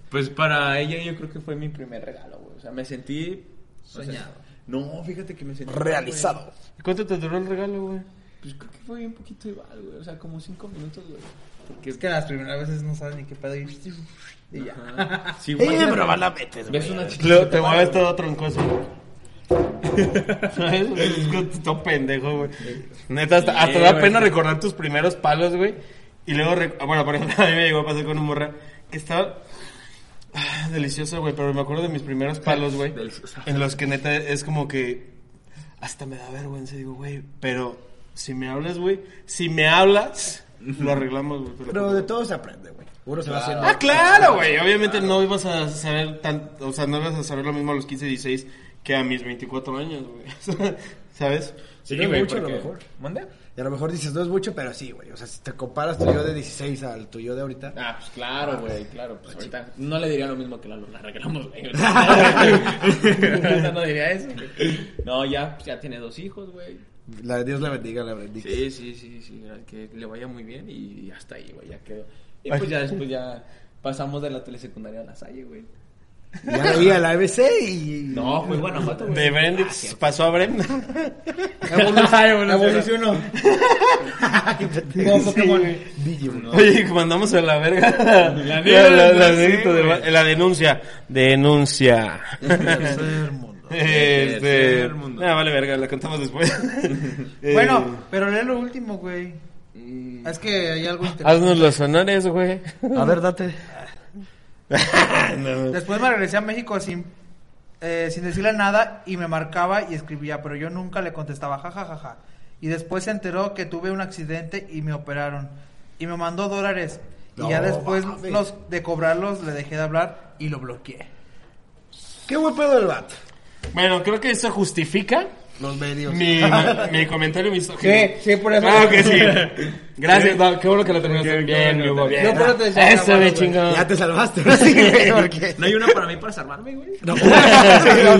Speaker 5: Pues para ella yo creo que fue mi primer regalo, güey. O sea, me sentí... Soñado. no, fíjate que me sentí...
Speaker 1: Realizado.
Speaker 5: güey.
Speaker 4: ¿Cuánto te duró el regalo, güey?
Speaker 5: Pues creo que fue bien poquito igual, güey. O sea, como cinco minutos, güey. Porque
Speaker 3: Es que las primeras veces no sabes ni qué pedo. Y, y ya.
Speaker 5: Ajá. Sí,
Speaker 1: Eh,
Speaker 5: güey.
Speaker 1: pero va la metes,
Speaker 5: Ves
Speaker 1: güey.
Speaker 5: una chica...
Speaker 4: Luego te mueves todo troncoso. ¿Sabes? Es que Todo pendejo, güey. Neta, hasta, hasta
Speaker 5: Sí,
Speaker 4: da
Speaker 5: güey.
Speaker 4: pena recordar tus primeros palos, güey. Y luego, rec- bueno, por ejemplo, a mí me llegó a pasar con un morra que estaba ah, delicioso, güey. Pero me acuerdo de mis primeros palos, güey.
Speaker 5: Delicioso.
Speaker 4: En los que neta es como que hasta me da vergüenza. Digo, güey, pero si me hablas, güey, si me hablas, lo arreglamos, güey. pero-
Speaker 1: Pero de todo se aprende, güey. Uno se va haciendo.
Speaker 4: Ah, claro, güey. Obviamente no ibas a saber tan, o sea, no ibas a saber lo mismo a los 15, 16 que a mis 24 años, güey. ¿Sabes?
Speaker 1: Sí,
Speaker 5: güey,
Speaker 1: mucho a lo
Speaker 5: porque-
Speaker 1: mejor.
Speaker 5: ¿Mande?
Speaker 1: Y a lo mejor dices, no es mucho, pero sí, güey. O sea, si te comparas tu yo de 16 al tu yo de ahorita.
Speaker 5: Ah, pues claro, güey, claro. Pues ahorita no le diría lo mismo que la luna, arreglamos, güey. O sea, no diría eso, güey. No, ya, pues, ya tiene dos hijos, güey.
Speaker 1: La, Dios la bendiga, la bendiga.
Speaker 5: Sí, sí, sí, sí, que le vaya muy bien y hasta ahí, güey, ya quedó. Y pues ya después ya pasamos de la telesecundaria a la Salle, güey.
Speaker 1: Ya ahí a la ABC y.
Speaker 5: No, fue Guanajuato, güey.
Speaker 4: De Brendix pasó a Brenda.
Speaker 3: Evolucionó. Como Pokémon.
Speaker 1: Digimon.
Speaker 4: Oye, que mandamos a la verga. La,
Speaker 5: neta,
Speaker 4: la-
Speaker 5: no
Speaker 4: la-
Speaker 5: sé,
Speaker 4: negrito de-
Speaker 5: güey.
Speaker 4: la denuncia. Denuncia.
Speaker 3: Tercer mundo.
Speaker 4: Este.
Speaker 7: Tercer mundo.
Speaker 4: Ah, vale, verga, la contamos después. Eh,
Speaker 3: Bueno, pero lee lo último, güey.
Speaker 5: Mm,
Speaker 3: Es que hay algo interesante.
Speaker 4: Haznos los honores, güey.
Speaker 1: A ver, date.
Speaker 4: Ah, No.
Speaker 3: Después me regresé a México sin, eh, sin decirle nada y me marcaba y escribía, pero yo nunca le contestaba, jajajaja. Y después se enteró que tuve un accidente y me operaron. Y me mandó dólares. Y
Speaker 1: No,
Speaker 3: ya después
Speaker 1: mames.
Speaker 3: los, de cobrarlos le dejé de hablar y lo bloqueé.
Speaker 1: Qué buen pedo el bat.
Speaker 4: Bueno, creo que eso justifica
Speaker 1: Los medios.
Speaker 4: mi, mi comentario misógino.
Speaker 3: Sí, sí, por eso.
Speaker 4: Claro que sí. Gracias, no, qué bueno que lo terminaste bien, mi Hugo, bien.
Speaker 3: Yo por eso te decía,
Speaker 4: Eso,
Speaker 3: bueno,
Speaker 4: me
Speaker 3: güey.
Speaker 4: chingón.
Speaker 1: Ya te salvaste, ahora sí, güey, porque-
Speaker 5: ¿No hay una para mí para salvarme, güey?
Speaker 1: No, sí, no,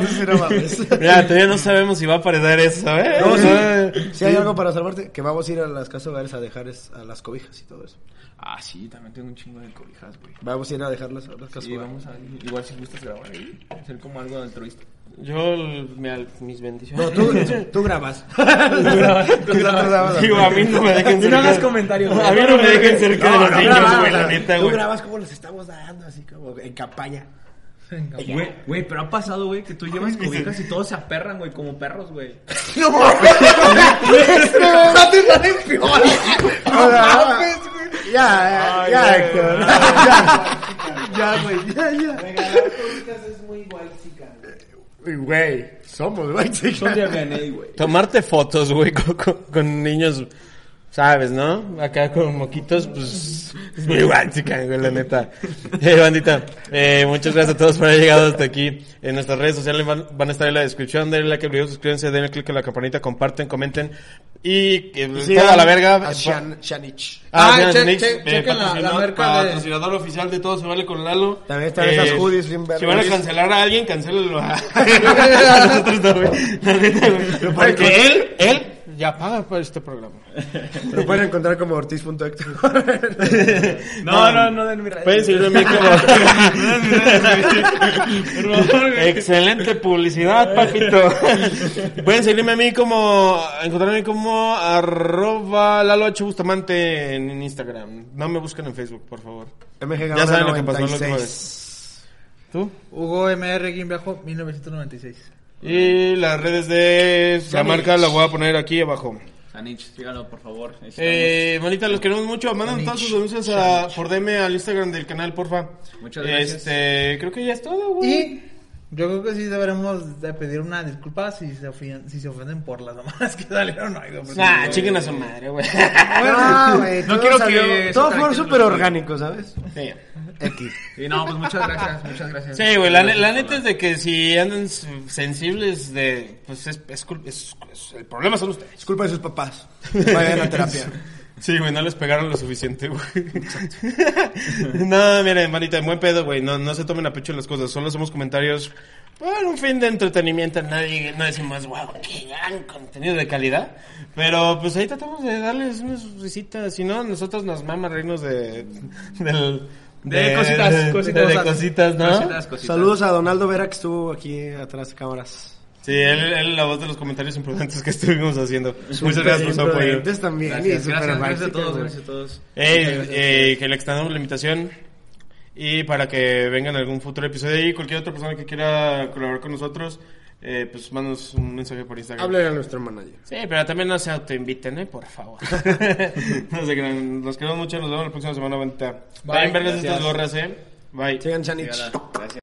Speaker 1: sí, no mames.
Speaker 4: Mira, todavía no sabemos si va a paredar eso, ¿eh?
Speaker 1: No,
Speaker 4: Ah,
Speaker 1: sí. Si hay algo para salvarte, que vamos a ir a las casas hogares a dejar es- a las cobijas y todo eso.
Speaker 5: Ah, sí, también tengo un chingo de cobijas, güey.
Speaker 1: Vamos a ir a dejarlas a las casas
Speaker 5: Sí,
Speaker 1: hogares.
Speaker 5: vamos a igual si gustas grabar ahí, hacer como algo altruista.
Speaker 4: Yo, me, mis bendiciones.
Speaker 1: No, tú, tú grabas. Tú grabas. Tú grabas.
Speaker 4: Digo, a mí no me dejen
Speaker 5: Y no
Speaker 4: cerca.
Speaker 5: hagas comentarios, güey.
Speaker 4: A mí no me dejen cerca de
Speaker 1: No,
Speaker 4: los
Speaker 1: no
Speaker 4: niños,
Speaker 1: grabas,
Speaker 4: güey,
Speaker 1: o sea,
Speaker 4: la neta,
Speaker 1: Tú
Speaker 4: güey.
Speaker 1: grabas como les estamos dando, así como en campaña.
Speaker 5: Güey, güey, pero ha pasado, güey, que tú llevas cobijas y todos se aperran, güey, como perros, güey.
Speaker 1: O sea, Ya, ya, ya, Héctor. Ya, Ya, güey, ya, ya.
Speaker 8: Regalar cobijas es muy guay, chica.
Speaker 1: Güey, somos, güey,
Speaker 5: Son
Speaker 1: chicos.
Speaker 5: de RNA, güey.
Speaker 4: Tomarte fotos, güey, con, con- con niños, ¿sabes, no? Acá con moquitos, pues, es muy guántica, güey, la neta. Eh, bandita, eh, muchas gracias a todos por haber llegado hasta aquí. En nuestras redes sociales van, van a estar en la descripción, denle like al video, suscríbanse, denle click a la campanita, comparten, comenten. Y eh, toda la verga.
Speaker 1: A
Speaker 4: eh,
Speaker 1: Shan- Shanich.
Speaker 4: Ah,
Speaker 3: Ah,
Speaker 4: vean,
Speaker 3: che-
Speaker 4: Nix,
Speaker 3: che-
Speaker 4: eh, Ah,
Speaker 3: chequen la- la
Speaker 4: patrocinador-
Speaker 3: marca de-
Speaker 4: patrocinador oficial de todo se vale con Lalo. Eh,
Speaker 1: También están esas hoodies bien
Speaker 4: Si
Speaker 1: verdes.
Speaker 4: van a cancelar a alguien, cancélenlo a, a nosotros, no, güey. La neta, güey.
Speaker 1: pues,
Speaker 4: Porque él, él ya paga por este programa.
Speaker 1: Lo pueden encontrar como e ortiz.héctor.
Speaker 5: No, no, no den mi radio.
Speaker 4: Pueden seguir también como... Excelente publicidad, papito. Pueden seguirme a mí como... Encontrarme como arroba Lalo H. Bustamante en Instagram. No me busquen en Facebook, por favor.
Speaker 1: MG
Speaker 4: Ya saben lo que pasó la última
Speaker 1: el
Speaker 4: vez. ¿Tú?
Speaker 3: Hugo MR guión bajo 1996.
Speaker 4: Y las redes de la marca la voy a poner aquí abajo.
Speaker 5: Sanich, sígalo, por favor.
Speaker 4: Eh, manita, los queremos mucho. Manden todas sus denuncias a, por DM al Instagram del canal, porfa.
Speaker 5: Muchas gracias.
Speaker 4: Este, creo que ya es todo, güey.
Speaker 3: Y yo creo que sí deberemos de pedir una disculpa si se ofenden, si se ofenden por las mamadas que salieron hoy. güey, porque-
Speaker 4: Ah, chiquen a su madre, güey.
Speaker 1: Ah, güey,
Speaker 5: No
Speaker 1: todo
Speaker 5: quiero
Speaker 1: salió-
Speaker 5: que-
Speaker 1: Todo fue súper orgánico, ¿sabes?
Speaker 4: Sí.
Speaker 1: X.
Speaker 5: Y no, pues muchas gracias, muchas gracias.
Speaker 4: Sí, güey, la, ne- la neta es de que si andan s- sensibles de... Pues es, es cul- es- es- el problema son ustedes.
Speaker 1: Es culpa de sus papás. Vayan a terapia.
Speaker 4: Sí, güey, no les pegaron lo suficiente, güey. no, miren, manita, en buen pedo, güey. No, no se tomen a pecho las cosas. Solo hacemos comentarios por un fin de entretenimiento. Nadie, no decimos, wow, qué gran contenido de calidad. Pero, pues ahí tratamos de darles unas risitas. Si no, nosotros nos mama reírnos de... del-
Speaker 5: De cositas,
Speaker 4: de- de-
Speaker 5: cositas.
Speaker 4: de cositas, ¿no?
Speaker 5: Cositas, cositas.
Speaker 1: Saludos a Donaldo Vera que estuvo aquí atrás de cámaras.
Speaker 4: Sí, él, él la voz de los comentarios imprudentes que estuvimos haciendo. Muchas gracias por su apoyo.
Speaker 1: Imprudentes también. y
Speaker 5: Gracias,
Speaker 1: súper
Speaker 5: gracias, gracias a
Speaker 1: básicas,
Speaker 5: todos,
Speaker 1: güey.
Speaker 5: gracias a todos.
Speaker 4: Ey, eh, que le extendamos la invitación y para que vengan algún futuro episodio y cualquier otra persona que quiera colaborar con nosotros, eh, pues mándanos un mensaje por Instagram.
Speaker 1: Háblale a nuestro manager.
Speaker 4: Sí, pero también no se autoinviten, ¿eh? Por favor. no se crean. Los queremos mucho. Nos vemos la próxima semana, bonita. Vayan verles estas gorras, ¿eh? Bye.
Speaker 1: Sigan Chanich.
Speaker 5: Gracias.